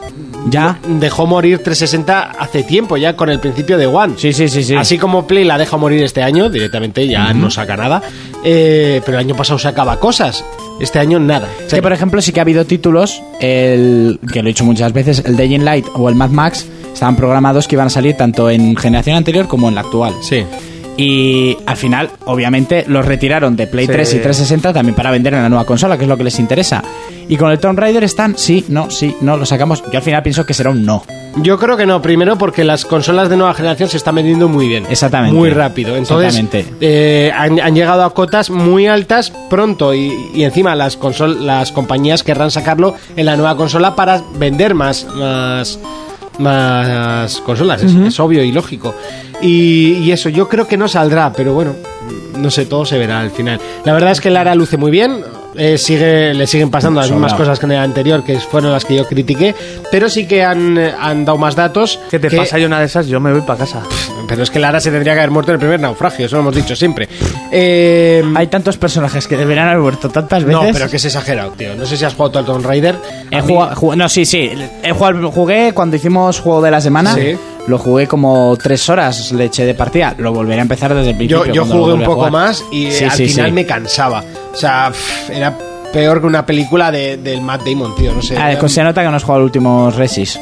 Speaker 3: ya.
Speaker 2: dejó morir 360 hace tiempo ya con el principio de One.
Speaker 3: Sí, sí, sí, sí.
Speaker 2: Así como Play la deja morir este año, directamente ya no saca nada. Eh, pero el año pasado sacaba cosas. Este año nada.
Speaker 3: Es que, por ejemplo, sí que ha habido títulos, el que lo he dicho muchas veces, el Day in Light o el Mad Max, estaban programados que iban a salir tanto en generación anterior como en la actual.
Speaker 2: Sí.
Speaker 3: Y al final, obviamente, los retiraron de Play
Speaker 4: Sí.
Speaker 3: 3 y 360 también para vender en la nueva consola, que es lo que les interesa. Y con el Tomb Raider están, sí, no, sí, no, lo sacamos. Yo al final pienso que será un no.
Speaker 2: Yo creo que no, primero porque las consolas de nueva generación se están vendiendo muy bien.
Speaker 3: Exactamente.
Speaker 2: Muy rápido. Entonces,
Speaker 3: Exactamente.
Speaker 2: eh, han, han llegado a cotas muy altas pronto y, y encima las, consol- las compañías querrán sacarlo en la nueva consola para vender más, más, más consolas. Es- es, obvio y lógico. Y, y eso, yo creo que no saldrá, pero bueno, no sé, todo se verá al final. La verdad es que Lara luce muy bien. eh, sigue, le siguen pasando las
Speaker 3: Sobrado.
Speaker 2: mismas cosas que en el anterior, que fueron las que yo critiqué, pero sí que han, eh, han dado más datos.
Speaker 4: ¿Qué te pasa? Hay una de esas, yo me voy para casa.
Speaker 2: Pero es que Lara se tendría que haber muerto en el primer naufragio, eso lo hemos dicho siempre. Eh,
Speaker 3: Hay tantos personajes que deberían haber muerto tantas veces.
Speaker 2: no, pero que es exagerado, tío. No sé si has jugado tú al Tomb Raider.
Speaker 3: He
Speaker 2: A mí-
Speaker 3: jugado- ju- no, sí, sí. He jugado- jugué cuando hicimos juego de la semana.
Speaker 2: Sí.
Speaker 3: Lo jugué como tres horas, le eché de partida. Lo volveré a empezar desde el
Speaker 2: Yo,
Speaker 3: principio.
Speaker 2: yo
Speaker 3: cuando lo
Speaker 2: jugué un
Speaker 3: vuelva a
Speaker 2: poco
Speaker 3: jugar.
Speaker 2: más y eh,
Speaker 3: Sí,
Speaker 2: al
Speaker 3: sí,
Speaker 2: final
Speaker 3: sí.
Speaker 2: me cansaba. O sea, pff, era peor que una película de, del Matt Damon, tío. No sé.
Speaker 3: Ah,
Speaker 2: Era-
Speaker 3: pues se nota que no has jugado el último Resis.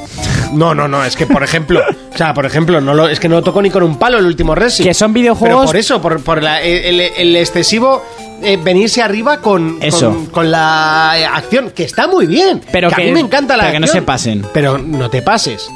Speaker 2: No, no, no, es que por ejemplo, o sea, por ejemplo, no lo, es que no lo tocó ni con un palo el último Resi.
Speaker 3: Que son videojuegos-
Speaker 2: Pero por eso, por, por la- el, el- el excesivo eh, venirse arriba con,
Speaker 3: Eso.
Speaker 2: con con la eh, acción, que está muy bien.
Speaker 3: Pero
Speaker 2: a
Speaker 3: que-
Speaker 2: mí me encanta la
Speaker 3: pero que no
Speaker 2: acción,
Speaker 3: se pasen.
Speaker 2: Pero no te pases.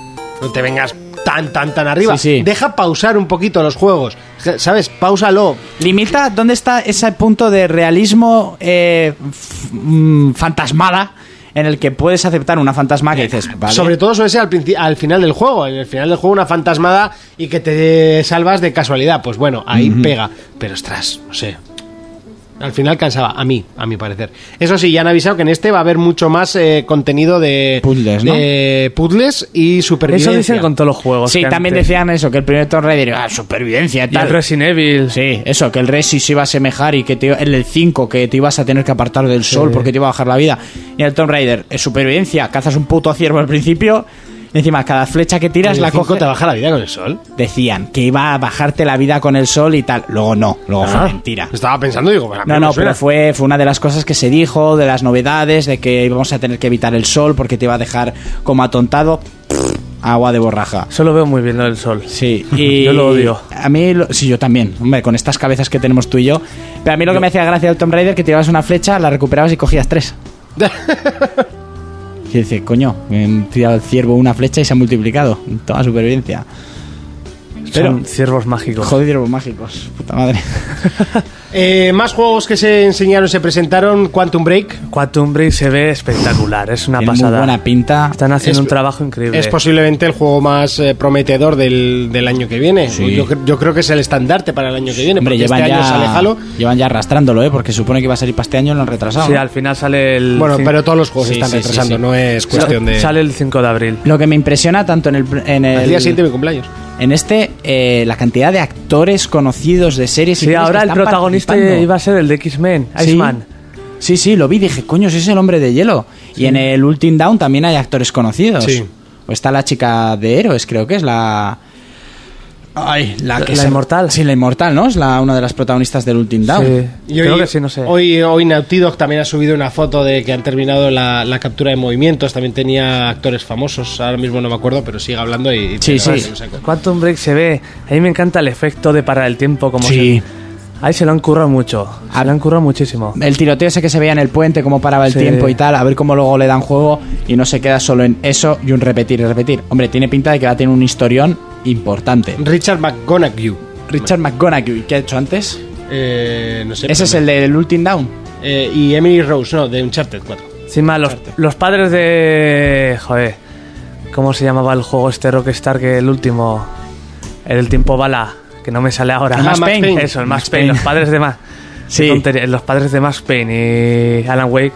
Speaker 2: No te vengas tan, tan, tan arriba.
Speaker 3: Sí, sí.
Speaker 2: Deja pausar un poquito los juegos. ¿Sabes? Pausalo.
Speaker 3: Limita, ¿dónde está ese punto de realismo eh, f- mm, fantasmada en el que puedes aceptar una fantasma que dices, vale,
Speaker 2: Eh, ah, Sobre todo suele ser al, princi- al final del juego. En el final del juego una fantasmada y que te salvas de casualidad. Pues bueno, ahí pega. Pero ostras, no sé. Al final cansaba, a mí, a mi parecer. Eso sí, ya han avisado que en este va a haber mucho más eh, contenido de
Speaker 3: Puzzles, ¿no?
Speaker 2: de puzzles y supervivencia.
Speaker 4: Eso dicen con todos los juegos.
Speaker 3: Sí,
Speaker 4: que
Speaker 3: también
Speaker 4: antes-
Speaker 3: decían eso, que el primer Tomb Raider era "Ah, supervivencia y
Speaker 4: Y
Speaker 3: tal.
Speaker 4: el Resident Evil.
Speaker 3: Sí, eso, que el Resis se iba a asemejar y que te, iba- el del 5, que te ibas a tener que apartar del sol porque te iba a bajar la vida. Y el Tomb Raider, es supervivencia, cazas un puto ciervo al principio y encima cada flecha que tiras
Speaker 2: la
Speaker 3: la coge...
Speaker 2: te baja la vida con el sol.
Speaker 3: Decían que iba a bajarte la vida con el sol y tal. Luego no, luego fue
Speaker 2: Ah,
Speaker 3: mentira.
Speaker 2: Estaba pensando, digo, bueno, a mí
Speaker 3: No,
Speaker 2: me
Speaker 3: no,
Speaker 2: suena.
Speaker 3: pero fue, fue una de las cosas que se dijo, de las novedades, de que íbamos a tener que evitar el sol porque te iba a dejar como atontado. Agua de borraja.
Speaker 4: Solo veo muy bien lo del sol.
Speaker 3: Sí, y
Speaker 4: Yo lo odio.
Speaker 3: A mí, lo- sí, yo también. Hombre, con estas cabezas que tenemos tú y yo. Pero a mí lo que me hacía gracia del Tomb Raider que tirabas una flecha, la recuperabas y cogías tres. y dice, coño, me he tirado el ciervo una flecha y se ha multiplicado. Toma supervivencia. Pero,
Speaker 4: Son ciervos mágicos.
Speaker 3: joder, ciervos mágicos. Puta madre.
Speaker 2: Eh, más juegos que se enseñaron, se presentaron, Quantum Break.
Speaker 4: Quantum Break se ve espectacular, es una
Speaker 3: Tiene muy
Speaker 4: pasada.
Speaker 3: buena pinta.
Speaker 4: Están haciendo
Speaker 2: Es-
Speaker 4: un trabajo increíble.
Speaker 2: Es posiblemente el juego más eh, prometedor del, del año que viene.
Speaker 3: Sí.
Speaker 2: Yo, cre- yo creo que es el estandarte para el año que viene.
Speaker 3: Hombre,
Speaker 2: porque
Speaker 3: llevan,
Speaker 2: este año sale
Speaker 3: ya,
Speaker 2: Halo.
Speaker 3: llevan ya arrastrándolo, ¿eh? Porque supone que iba a salir para este año y lo han retrasado.
Speaker 4: Sí,
Speaker 3: ¿no?
Speaker 4: al final sale el.
Speaker 2: Bueno,
Speaker 4: cin-
Speaker 2: pero todos los juegos
Speaker 3: Sí,
Speaker 2: se están
Speaker 3: sí, sí,
Speaker 2: retrasando,
Speaker 3: sí.
Speaker 2: no es cuestión de.
Speaker 4: Sale el 5 de abril.
Speaker 3: Lo que me impresiona tanto en el... En el
Speaker 2: El día siguiente de mi cumpleaños.
Speaker 3: En este, eh, la cantidad de actores conocidos de series y
Speaker 4: Sí,
Speaker 3: pelis que
Speaker 4: ahora el
Speaker 3: están
Speaker 4: protagonista
Speaker 3: participando.
Speaker 4: iba a ser el de X-Men,
Speaker 3: Sí.
Speaker 4: Iceman.
Speaker 3: Sí, sí, lo vi, dije, coño, si es el hombre de hielo. Y en el Ultim Down también hay actores conocidos.
Speaker 2: Sí.
Speaker 3: O está la chica de héroes, creo que es la. Ay, la que
Speaker 4: La
Speaker 3: se-
Speaker 4: inmortal.
Speaker 3: Sí, la inmortal, ¿no? Es la, una de las protagonistas del Ultim Down.
Speaker 4: Sí.
Speaker 2: Y
Speaker 4: Creo
Speaker 2: hoy,
Speaker 4: que sí, no sé.
Speaker 2: Hoy, hoy Naughty Dog también ha subido una foto de que han terminado la, la captura de movimientos. También tenía actores famosos. Ahora mismo no me acuerdo, pero sigue hablando y. y
Speaker 3: Sí,
Speaker 2: te-
Speaker 3: sí.
Speaker 2: te lo saco.
Speaker 4: Quantum Break se ve. A mí me encanta el efecto de parar el tiempo. Como
Speaker 3: Sí.
Speaker 4: se- Ahí se lo han currado mucho. Se lo han currado muchísimo.
Speaker 3: El tiroteo ese que se veía en el puente, cómo paraba el
Speaker 4: Sí.
Speaker 3: tiempo y tal, a ver cómo luego le dan juego y no se queda solo en eso y un repetir y repetir. Hombre, tiene pinta de que va a tener un historión importante.
Speaker 2: Richard McGonaghy.
Speaker 3: Richard McGonaghy, ¿qué ha hecho antes?
Speaker 2: Eh, no sé.
Speaker 3: Ese es
Speaker 2: pero
Speaker 3: el
Speaker 2: no.
Speaker 3: del Ultim Down.
Speaker 2: Eh, y Emily Rose, no, de Uncharted 4.
Speaker 4: Encima, los, los padres de. Joder. ¿Cómo se llamaba el juego este Rockstar que el último. El tiempo bala. Que no me sale ahora.
Speaker 2: Ah, Max Payne.
Speaker 4: Eso, el Max,
Speaker 3: Max
Speaker 4: Payne.
Speaker 3: Payne.
Speaker 4: Los padres de Max.
Speaker 3: Sí.
Speaker 4: Qué tontería, Los padres de Max Payne y Alan Wake.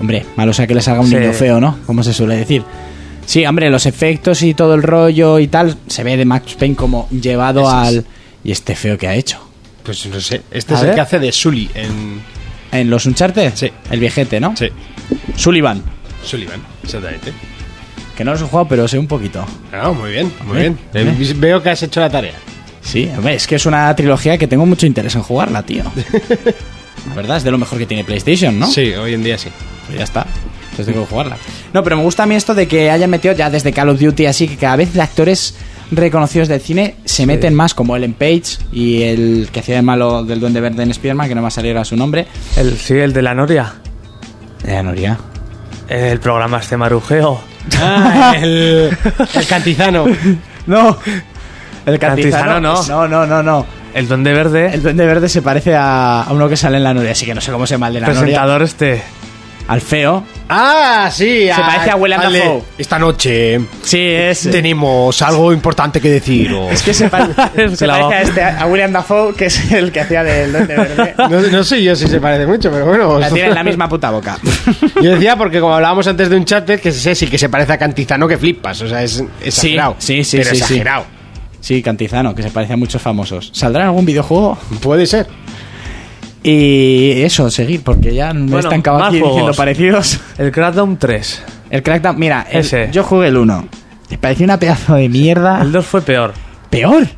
Speaker 3: Hombre, malo sea que le salga un
Speaker 4: Sí.
Speaker 3: niño feo, ¿no? Como se suele decir. Sí, hombre, los efectos y todo el rollo y tal, se ve de Max Payne como llevado al... Y este feo que ha hecho.
Speaker 2: Pues no sé. Este
Speaker 4: A
Speaker 2: es el
Speaker 4: ver.
Speaker 2: que hace de Sully en.
Speaker 3: ¿En los Uncharted?
Speaker 2: Sí.
Speaker 3: El viejete, ¿no?
Speaker 2: Sí,
Speaker 3: Sullivan.
Speaker 2: Sullivan, exactamente.
Speaker 3: Que no los he jugado, pero sé un poquito.
Speaker 2: Ah, muy bien, muy
Speaker 3: Eh,
Speaker 2: bien. Eh, Veo que has hecho la tarea.
Speaker 3: Sí, hombre, es que es una trilogía que tengo mucho interés en jugarla, tío. La verdad, es de lo mejor que tiene PlayStation, ¿no?
Speaker 2: Sí, hoy en día sí.
Speaker 3: Pues ya está. Entonces tengo que jugarla. No, pero me gusta a mí esto de que hayan metido ya desde Call of Duty, así que cada vez de actores reconocidos del cine se meten más, como Ellen Page y el que hacía el malo del Duende Verde en Spiderman, que no me ha salido ahora su nombre.
Speaker 4: El, sí, el de la Noria.
Speaker 3: Eh, Nuria.
Speaker 4: El programa este marujeo.
Speaker 2: Ah, el, el cantizano.
Speaker 3: No. El
Speaker 4: Cantizano, no.
Speaker 3: No, no, no, no.
Speaker 4: El Duende Verde.
Speaker 3: El Duende Verde se parece a, a uno que sale en la Nuria, así que no sé cómo se llama el de la Nuria.
Speaker 4: presentador este.
Speaker 3: Al feo.
Speaker 2: Ah, sí.
Speaker 3: Se parece a Willem
Speaker 2: al de-
Speaker 3: Dafoe.
Speaker 2: Esta noche
Speaker 3: Sí, es.
Speaker 2: tenemos algo importante que deciros.
Speaker 3: Es que se, pa- se
Speaker 4: Se la
Speaker 3: parece
Speaker 4: va.
Speaker 3: a, este, a William Dafoe, que es el que hacía del Duende Verde.
Speaker 2: No, no sé yo si se parece mucho, pero bueno.
Speaker 3: La tienen la misma puta boca.
Speaker 2: Yo decía porque como hablábamos antes de un chat que sí, sí que se parece a Cantizano que flipas, o sea, es exagerado.
Speaker 3: sí, sí,
Speaker 2: pero
Speaker 3: sí, sí.
Speaker 2: exagerado.
Speaker 3: Sí, Cantizano, que se parece a muchos famosos. ¿Saldrá en algún videojuego?
Speaker 2: Puede ser.
Speaker 3: Y eso, seguir, porque ya me he
Speaker 4: Bueno,
Speaker 3: estancado
Speaker 4: más
Speaker 3: aquí diciendo
Speaker 4: juegos.
Speaker 3: parecidos.
Speaker 4: El Crackdown 3.
Speaker 3: El Crackdown, mira, el-
Speaker 4: Ese.
Speaker 3: yo jugué el 1. Me pareció una pedazo de mierda.
Speaker 4: El 2 fue peor.
Speaker 3: Peor.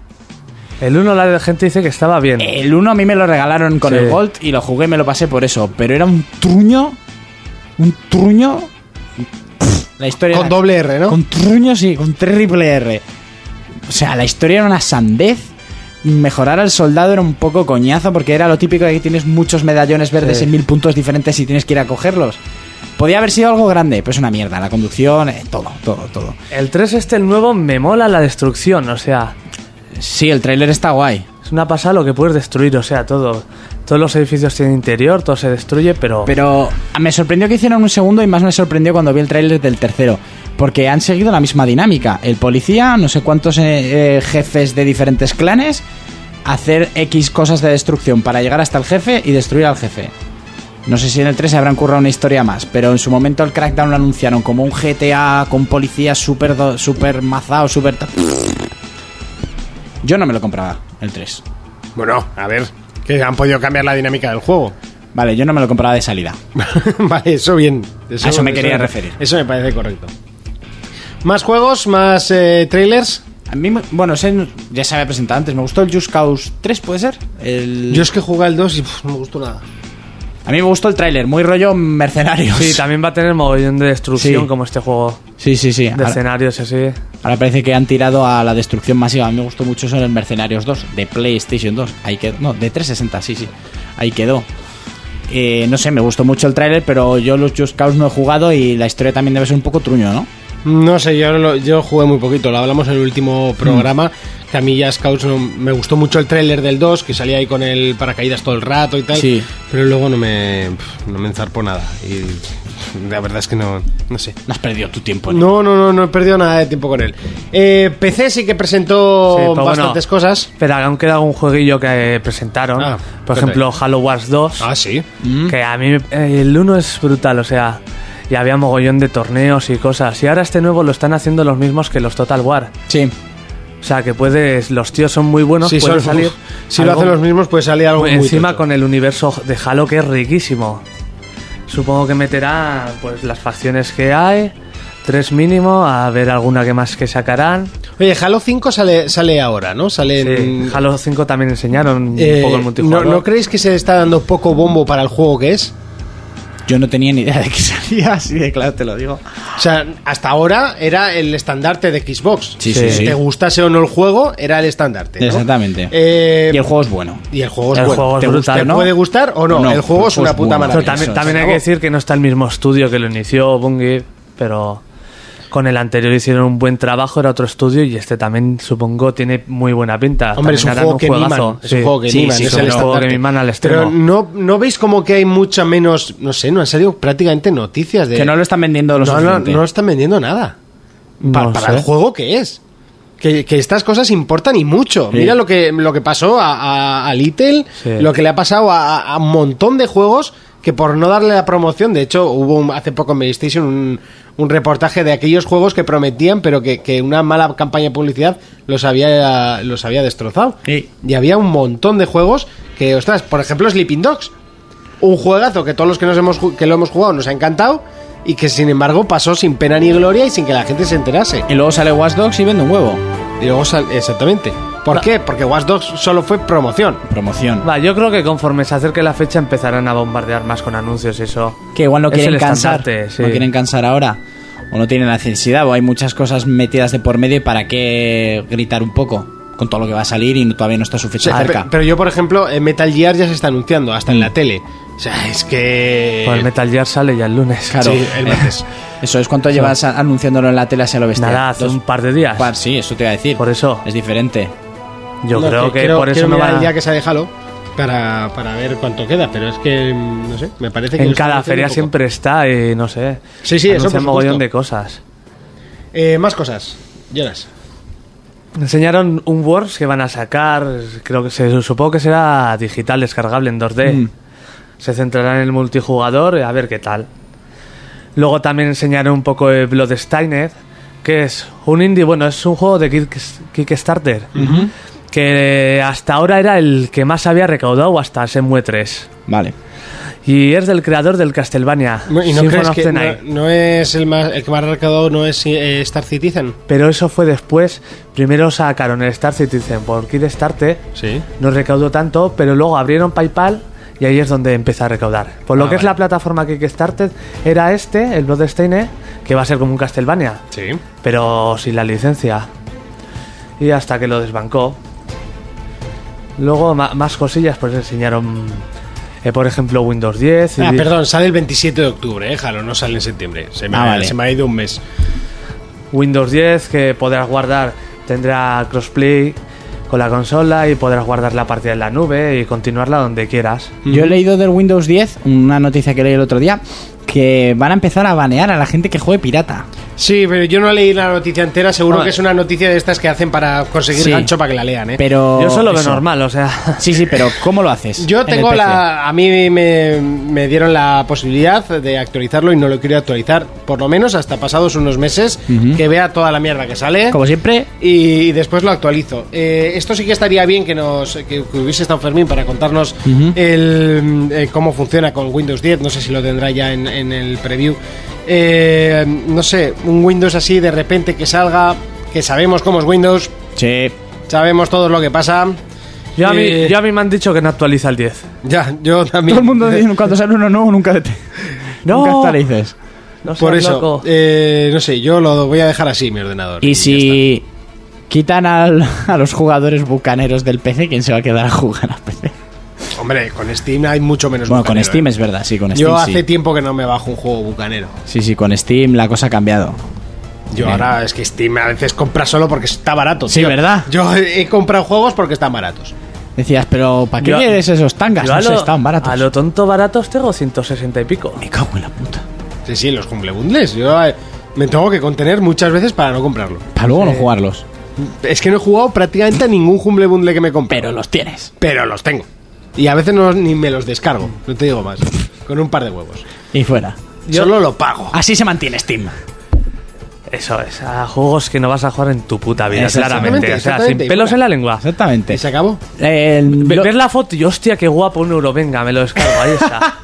Speaker 4: El 1 la gente dice que estaba bien.
Speaker 3: El 1 a mí me lo regalaron con
Speaker 4: Sí.
Speaker 3: el Gold y lo jugué y me lo pasé por eso. Pero era un truño. Un truño. Pff, La historia.
Speaker 2: Con
Speaker 3: era-
Speaker 2: doble R, ¿no?
Speaker 3: Con truño, sí, con triple R. O sea, la historia era una sandez. Mejorar al soldado era un poco coñazo porque era lo típico de que tienes muchos medallones verdes en mil puntos diferentes y tienes que ir a cogerlos. Podía haber sido algo grande, pero es una mierda. La conducción, eh, todo, todo, todo.
Speaker 4: El 3 este, el nuevo, me mola la destrucción, o sea,
Speaker 3: Sí, el tráiler está guay.
Speaker 4: es una pasada lo que puedes destruir, o sea, todo. Todos los edificios tienen interior, todo se destruye, pero...
Speaker 3: Pero me sorprendió que hicieron un segundo y más me sorprendió cuando vi el tráiler del tercero. Porque han seguido la misma dinámica. El policía, no sé cuántos eh, eh, jefes de diferentes clanes, hacer X cosas de destrucción para llegar hasta el jefe y destruir al jefe. No sé si en el 3 se habrán currado una historia más, pero en su momento el Crackdown lo anunciaron como un GTA con policías super, do- super mazao, super... ta- Yo no me lo compraba, el 3.
Speaker 2: Bueno, a ver, que han podido cambiar la dinámica del juego.
Speaker 3: Vale, yo no me lo compraba de salida.
Speaker 2: vale, eso bien.
Speaker 3: A eso me quería referir.
Speaker 2: Eso me parece correcto. Más juegos, más eh, trailers.
Speaker 3: A mí, me- bueno, ese ya se había presentado antes. Me gustó el Just Cause 3, ¿puede ser? El...
Speaker 2: Yo es que jugué al 2 y pff, no me gustó nada.
Speaker 3: A mí me gustó el tráiler, muy rollo mercenarios.
Speaker 4: Sí, también va a tener mogollón de destrucción
Speaker 3: Sí.
Speaker 4: como este juego
Speaker 3: sí, sí. sí.
Speaker 4: de
Speaker 3: Ahora,
Speaker 4: escenarios y así.
Speaker 3: ahora parece que han tirado a la destrucción masiva. A mí me gustó mucho eso en el Mercenarios 2, de PlayStation 2. Ahí quedó. No, de 360, sí, sí. Ahí quedó. Eh, no sé, me gustó mucho el tráiler, pero yo los Just Cause no he jugado y la historia también debe ser un poco truño, ¿no?
Speaker 2: No sé, yo, lo- yo jugué muy poquito, lo hablamos en el
Speaker 3: Mm.
Speaker 2: último programa, que a mí ya Scouts no- me gustó mucho el tráiler del 2, que salía ahí con el paracaídas todo el rato y tal,
Speaker 3: Sí.
Speaker 2: pero luego no me, pf, no me enzarpó nada. Y pf, la verdad es que no, no sé.
Speaker 3: No has perdido tu tiempo.
Speaker 2: No,
Speaker 3: ¿no?
Speaker 2: no, no, no he perdido nada de tiempo con él. Eh, PC sí que presentó
Speaker 4: Sí, pero
Speaker 2: bastantes
Speaker 4: bueno.
Speaker 2: cosas.
Speaker 4: Pero aún queda algún jueguillo que eh, presentaron.
Speaker 2: Ah,
Speaker 4: Por
Speaker 2: ok.
Speaker 4: ejemplo, Halo Wars 2.
Speaker 2: Ah, sí.
Speaker 4: Que a mí eh, el 1 es brutal, o sea, y había mogollón de torneos y cosas. Y ahora este nuevo lo están haciendo los mismos que los Total War.
Speaker 3: Sí.
Speaker 4: O sea, que puedes, los tíos son muy buenos,
Speaker 2: Sí,
Speaker 4: pueden
Speaker 2: son-
Speaker 4: salir.
Speaker 2: si lo
Speaker 4: algo
Speaker 2: hacen los mismos, pues sale algo muy
Speaker 4: encima
Speaker 2: tocho.
Speaker 4: con el universo de Halo que es riquísimo. Supongo que meterá pues las facciones que hay, tres mínimo, a ver alguna que más que sacarán.
Speaker 2: Oye, Halo 5 sale, sale ahora, ¿no? Sale
Speaker 4: Sí,
Speaker 2: en...
Speaker 4: Halo 5 también enseñaron
Speaker 2: Eh,
Speaker 4: un poco el
Speaker 2: ¿no,
Speaker 4: multijugador.
Speaker 2: ¿No creéis que se está dando poco bombo para el juego que es?
Speaker 3: Yo no tenía ni idea de que salía, así de claro te lo digo.
Speaker 2: O sea, hasta ahora era el estandarte de Xbox.
Speaker 3: Sí,
Speaker 2: Si
Speaker 3: sí, sí.
Speaker 2: te gustase o no el juego, era el estandarte. ¿no?
Speaker 3: Exactamente.
Speaker 2: Eh,
Speaker 3: y el juego es bueno.
Speaker 2: y el juego es
Speaker 4: El
Speaker 2: bueno.
Speaker 4: juego es
Speaker 2: ¿Te,
Speaker 4: brutal,
Speaker 2: te
Speaker 4: ¿no?
Speaker 2: puede gustar o no?
Speaker 3: No,
Speaker 2: el juego
Speaker 3: el
Speaker 2: es
Speaker 3: juego
Speaker 2: una
Speaker 3: es
Speaker 2: puta
Speaker 3: bueno.
Speaker 4: Pero
Speaker 2: maravilla.
Speaker 3: Eso
Speaker 4: también
Speaker 3: es,
Speaker 4: también
Speaker 2: se
Speaker 4: hay que
Speaker 2: acabó.
Speaker 4: decir que no está el mismo estudio que lo inició Bungie, pero con el anterior hicieron un buen trabajo, era otro estudio y este también supongo tiene muy buena pinta.
Speaker 2: Hombre,
Speaker 4: También
Speaker 2: es un
Speaker 4: harán
Speaker 2: juego que
Speaker 4: juegazo.
Speaker 2: miman. Es un
Speaker 4: Sí.
Speaker 2: juego que
Speaker 4: Sí,
Speaker 2: miman.
Speaker 4: sí,
Speaker 2: es
Speaker 4: es
Speaker 2: el
Speaker 4: un juego que
Speaker 2: estandarte.
Speaker 4: miman al extremo.
Speaker 2: Pero no, no veis como que hay mucha menos. No sé, no han salido prácticamente noticias de.
Speaker 3: Que no lo están vendiendo los
Speaker 2: no, no, no están vendiendo nada. Pa-
Speaker 4: No
Speaker 2: para
Speaker 4: sé.
Speaker 2: el juego que es. Que, que estas cosas importan y mucho. Mira lo que, lo que pasó a, a, a Little,
Speaker 4: Sí.
Speaker 2: lo que le ha pasado a, a- a un montón de juegos que por no darle la promoción, de hecho hubo un- hace poco en PlayStation un, un reportaje de aquellos juegos que prometían pero que, que una mala campaña de publicidad los había, los había destrozado.
Speaker 3: Sí.
Speaker 2: Y había un montón de juegos que, ostras, por ejemplo Sleeping Dogs, un juegazo que todos los que, nos hemos, ju- que lo hemos jugado nos ha encantado y que sin embargo pasó sin pena ni gloria y sin que la gente se enterase.
Speaker 3: Y luego sale Watch Dogs y vende un huevo.
Speaker 2: Y luego sal- exactamente. ¿Por qué? Porque Watch Dogs solo fue promoción.
Speaker 3: Promoción.
Speaker 4: Va, yo creo que conforme se acerque la fecha empezarán a bombardear más con anuncios y eso.
Speaker 3: Que igual no
Speaker 4: Es
Speaker 3: quieren
Speaker 4: el
Speaker 3: cansar.
Speaker 4: estandarte, sí.
Speaker 3: No quieren cansar ahora. O no tienen la necesidad. O hay muchas cosas metidas de por medio. ¿Y para qué gritar un poco? Con todo lo que va a salir y no- todavía no está su fecha
Speaker 2: Pe-
Speaker 3: cerca.
Speaker 2: Pero yo, por ejemplo, en Metal Gear ya se está anunciando, hasta en la tele. O sea, es que...
Speaker 4: Pues el Metal Gear sale ya el lunes.
Speaker 3: Claro.
Speaker 2: sí, el martes.
Speaker 3: Eso es cuánto llevas a- anunciándolo en la tele hacia lo bestia.
Speaker 4: Nada, hace
Speaker 3: Dos-
Speaker 4: un par de días.
Speaker 3: par, sí, eso te iba a decir.
Speaker 4: Por eso.
Speaker 3: Es diferente.
Speaker 4: Yo
Speaker 2: No,
Speaker 4: creo que
Speaker 2: quiero-
Speaker 4: por eso
Speaker 2: quiero
Speaker 4: no
Speaker 2: mirar
Speaker 4: va
Speaker 2: el día que sale Halo. para, para ver cuánto queda, pero es que, mm, no sé, me parece que...
Speaker 4: En
Speaker 2: lo están
Speaker 4: cada
Speaker 2: haciendo
Speaker 4: feria
Speaker 2: un poco.
Speaker 4: siempre está y no sé.
Speaker 2: Sí, sí, eso
Speaker 4: anuncian
Speaker 2: por
Speaker 4: mogollón
Speaker 2: supuesto.
Speaker 4: de cosas.
Speaker 2: Eh, más cosas, Jonas.
Speaker 4: Enseñaron un Wars que van a sacar, creo que se supongo que será digital, descargable en 2D. Se centrará en el multijugador, a ver qué tal. Luego también enseñaron un poco de Bloodstained, que es un indie, bueno, es un juego de kick- Kickstarter, que hasta ahora era el que más había recaudado hasta Shenmue 3.
Speaker 3: Vale.
Speaker 4: Y es del creador del Castlevania,
Speaker 2: No, ¿Y no
Speaker 4: Symphony
Speaker 2: crees
Speaker 4: of
Speaker 2: que
Speaker 4: the
Speaker 2: no,
Speaker 4: Night.
Speaker 2: no es el, más, el que más ha recaudado no es eh, Star Citizen?
Speaker 4: Pero eso fue después. Primero sacaron el Star Citizen por Kickstarter.
Speaker 2: Sí.
Speaker 4: No recaudó tanto, pero luego abrieron PayPal y ahí es donde empieza a recaudar. Por lo
Speaker 2: Ah,
Speaker 4: que es
Speaker 2: vale.
Speaker 4: la plataforma Kickstarter, era este, el Bloodstained, que va a ser como un Castlevania,
Speaker 2: Sí.
Speaker 4: pero sin la licencia. Y hasta que lo desbancó. Luego ma- más cosillas, pues enseñaron, eh, por ejemplo, Windows 10. y
Speaker 2: Ah, perdón, sale el 27 de octubre, eh, Jalo, no sale en septiembre. Se me,
Speaker 3: Ah,
Speaker 2: ha-
Speaker 3: vale.
Speaker 2: se me ha ido un mes.
Speaker 4: Windows 10 que podrás guardar, tendrá crossplay con la consola y podrás guardar la partida en la nube y continuarla donde quieras.
Speaker 3: Yo he leído del Windows 10 una noticia que leí el otro día que van a empezar a banear a la gente que juegue pirata.
Speaker 2: Sí, pero yo no leí la noticia entera, seguro
Speaker 4: Hombre.
Speaker 2: que es una noticia de estas que hacen para conseguir
Speaker 3: Ah, Sí.
Speaker 2: gancho para que la lean, ¿eh?
Speaker 3: Pero
Speaker 4: Yo eso lo veo
Speaker 3: Oh, eso.
Speaker 4: normal, o sea.
Speaker 3: Sí, sí, pero ¿cómo lo haces?
Speaker 2: Yo
Speaker 3: en el
Speaker 2: tengo
Speaker 3: PC?
Speaker 2: la. A mí me, me dieron la posibilidad de actualizarlo y no lo quiero actualizar, por lo menos hasta pasados unos meses, que vea toda la mierda que sale.
Speaker 3: Como siempre,
Speaker 2: y después lo actualizo. Eh, esto sí que estaría bien que nos que, que hubiese estado Fermín para contarnos el, mm, eh, cómo funciona con Windows 10. No sé si lo tendrá ya en, en el preview. Eh, no sé, un Windows así de repente que salga, que sabemos cómo es Windows,
Speaker 3: sí.
Speaker 2: sabemos todo lo que pasa.
Speaker 4: Yo a, mí,
Speaker 2: Eh,
Speaker 4: yo a mí me han dicho que no actualiza el 10.
Speaker 2: Ya, yo también.
Speaker 3: Todo el mundo dice cuando sale uno no, nunca te
Speaker 4: No.
Speaker 3: nunca actualices.
Speaker 4: No seas
Speaker 2: Por eso,
Speaker 4: loco.
Speaker 2: eh, no sé, yo lo voy a dejar así mi ordenador.
Speaker 3: Y
Speaker 2: ya está.
Speaker 3: si quitan al- a los jugadores bucaneros del PC, ¿quién se va a quedar a jugar a PC?
Speaker 2: Hombre, con Steam hay mucho menos.
Speaker 3: Bueno, con
Speaker 2: bucanero,
Speaker 3: Steam
Speaker 2: ¿eh?
Speaker 3: es verdad, sí, con Steam.
Speaker 2: Yo
Speaker 3: sí.
Speaker 2: hace tiempo que no me bajo un juego bucanero.
Speaker 3: sí, sí, con Steam la cosa ha cambiado.
Speaker 2: Yo
Speaker 3: Bien.
Speaker 2: ahora es que Steam a veces compra solo porque está barato.
Speaker 3: Sí,
Speaker 2: tío.
Speaker 3: ¿verdad?
Speaker 2: Yo he he comprado juegos porque están baratos.
Speaker 3: Decías, pero ¿para qué
Speaker 4: Yo-
Speaker 3: quieres esos tangas?
Speaker 4: Yo
Speaker 3: No
Speaker 4: a
Speaker 3: sé,
Speaker 4: lo-
Speaker 3: están baratos.
Speaker 4: A lo tonto baratos tengo 160 y pico.
Speaker 3: Me cago en la puta.
Speaker 2: Sí, sí, los cumple bundles. Yo eh, me tengo que contener muchas veces para no comprarlo.
Speaker 3: Para luego no jugarlos.
Speaker 2: Es que no he jugado prácticamente a ningún cumple bundle que me compré.
Speaker 3: Pero los tienes.
Speaker 2: Pero los tengo. Y a veces no, ni me los descargo. No te digo más. Con un par de huevos.
Speaker 3: Y fuera.
Speaker 2: Solo lo pago.
Speaker 3: Así se mantiene Steam.
Speaker 4: Eso es, a juegos que no vas a jugar en tu puta vida,
Speaker 3: Exactamente,
Speaker 4: claramente. O sea, sin
Speaker 2: exactamente.
Speaker 4: pelos en la lengua.
Speaker 3: Exactamente.
Speaker 2: ¿Y se acabó?
Speaker 3: El-
Speaker 4: Ve-
Speaker 3: lo-
Speaker 4: Ves la foto y hostia, qué guapo un euro. Venga, me lo descargo, ahí está.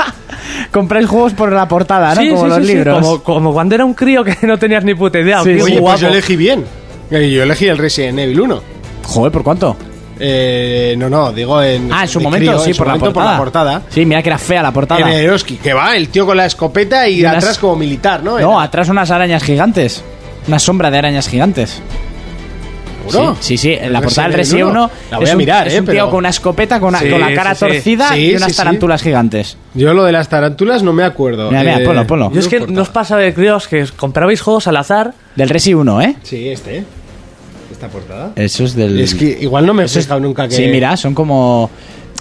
Speaker 3: compráis juegos por la portada, ¿no?
Speaker 4: Sí,
Speaker 3: como
Speaker 4: sí,
Speaker 3: los
Speaker 4: sí, sí,
Speaker 3: libros.
Speaker 4: como, como cuando era un crío que no tenías ni puta idea.
Speaker 3: Sí,
Speaker 4: qué
Speaker 3: sí.
Speaker 2: Oye,
Speaker 4: guapo.
Speaker 2: pues yo elegí bien. Eh, Yo elegí el Resident Evil 1.
Speaker 3: Joder, ¿por cuánto?
Speaker 2: Eh, no, no, digo en.
Speaker 3: Ah, en su
Speaker 2: de
Speaker 3: momento,
Speaker 2: crío,
Speaker 3: sí,
Speaker 2: en su
Speaker 3: por, la
Speaker 2: momento
Speaker 3: portada.
Speaker 2: portada.
Speaker 3: Sí, mira que era fea la portada.
Speaker 2: En el Eroski, que va el tío con la escopeta y,
Speaker 3: Y unas-
Speaker 2: atrás como militar, ¿no?
Speaker 3: No,
Speaker 2: Era-
Speaker 3: atrás unas arañas gigantes. Una sombra de arañas gigantes.
Speaker 2: ¿Seguro? Pues
Speaker 3: Sí, sí, sí, en la
Speaker 2: ¿El
Speaker 3: portada del
Speaker 2: Resident
Speaker 3: Resident
Speaker 2: Evil
Speaker 3: 1
Speaker 2: La voy
Speaker 3: es
Speaker 2: a
Speaker 3: un-
Speaker 2: mirar,
Speaker 3: es
Speaker 2: ¿eh?
Speaker 3: un tío
Speaker 2: Pero
Speaker 3: con una escopeta con, una-
Speaker 4: Sí,
Speaker 3: con la cara
Speaker 4: sí, sí.
Speaker 3: torcida
Speaker 2: Sí,
Speaker 3: y
Speaker 2: sí,
Speaker 3: unas
Speaker 2: sí.
Speaker 3: tarántulas gigantes.
Speaker 2: Yo lo de las tarántulas no me acuerdo. Eh,
Speaker 3: Mira, mira, ponlo, ponlo.
Speaker 4: Yo es que
Speaker 2: importa.
Speaker 4: nos pasa de críos que comprabais juegos al azar.
Speaker 3: Del Resi 1, ¿eh?
Speaker 2: Sí, este, ¿eh? Esta portada.
Speaker 3: Eso es del...
Speaker 2: Es que igual no me he
Speaker 3: eso es-
Speaker 2: fijado nunca que...
Speaker 3: Sí, mira, son como...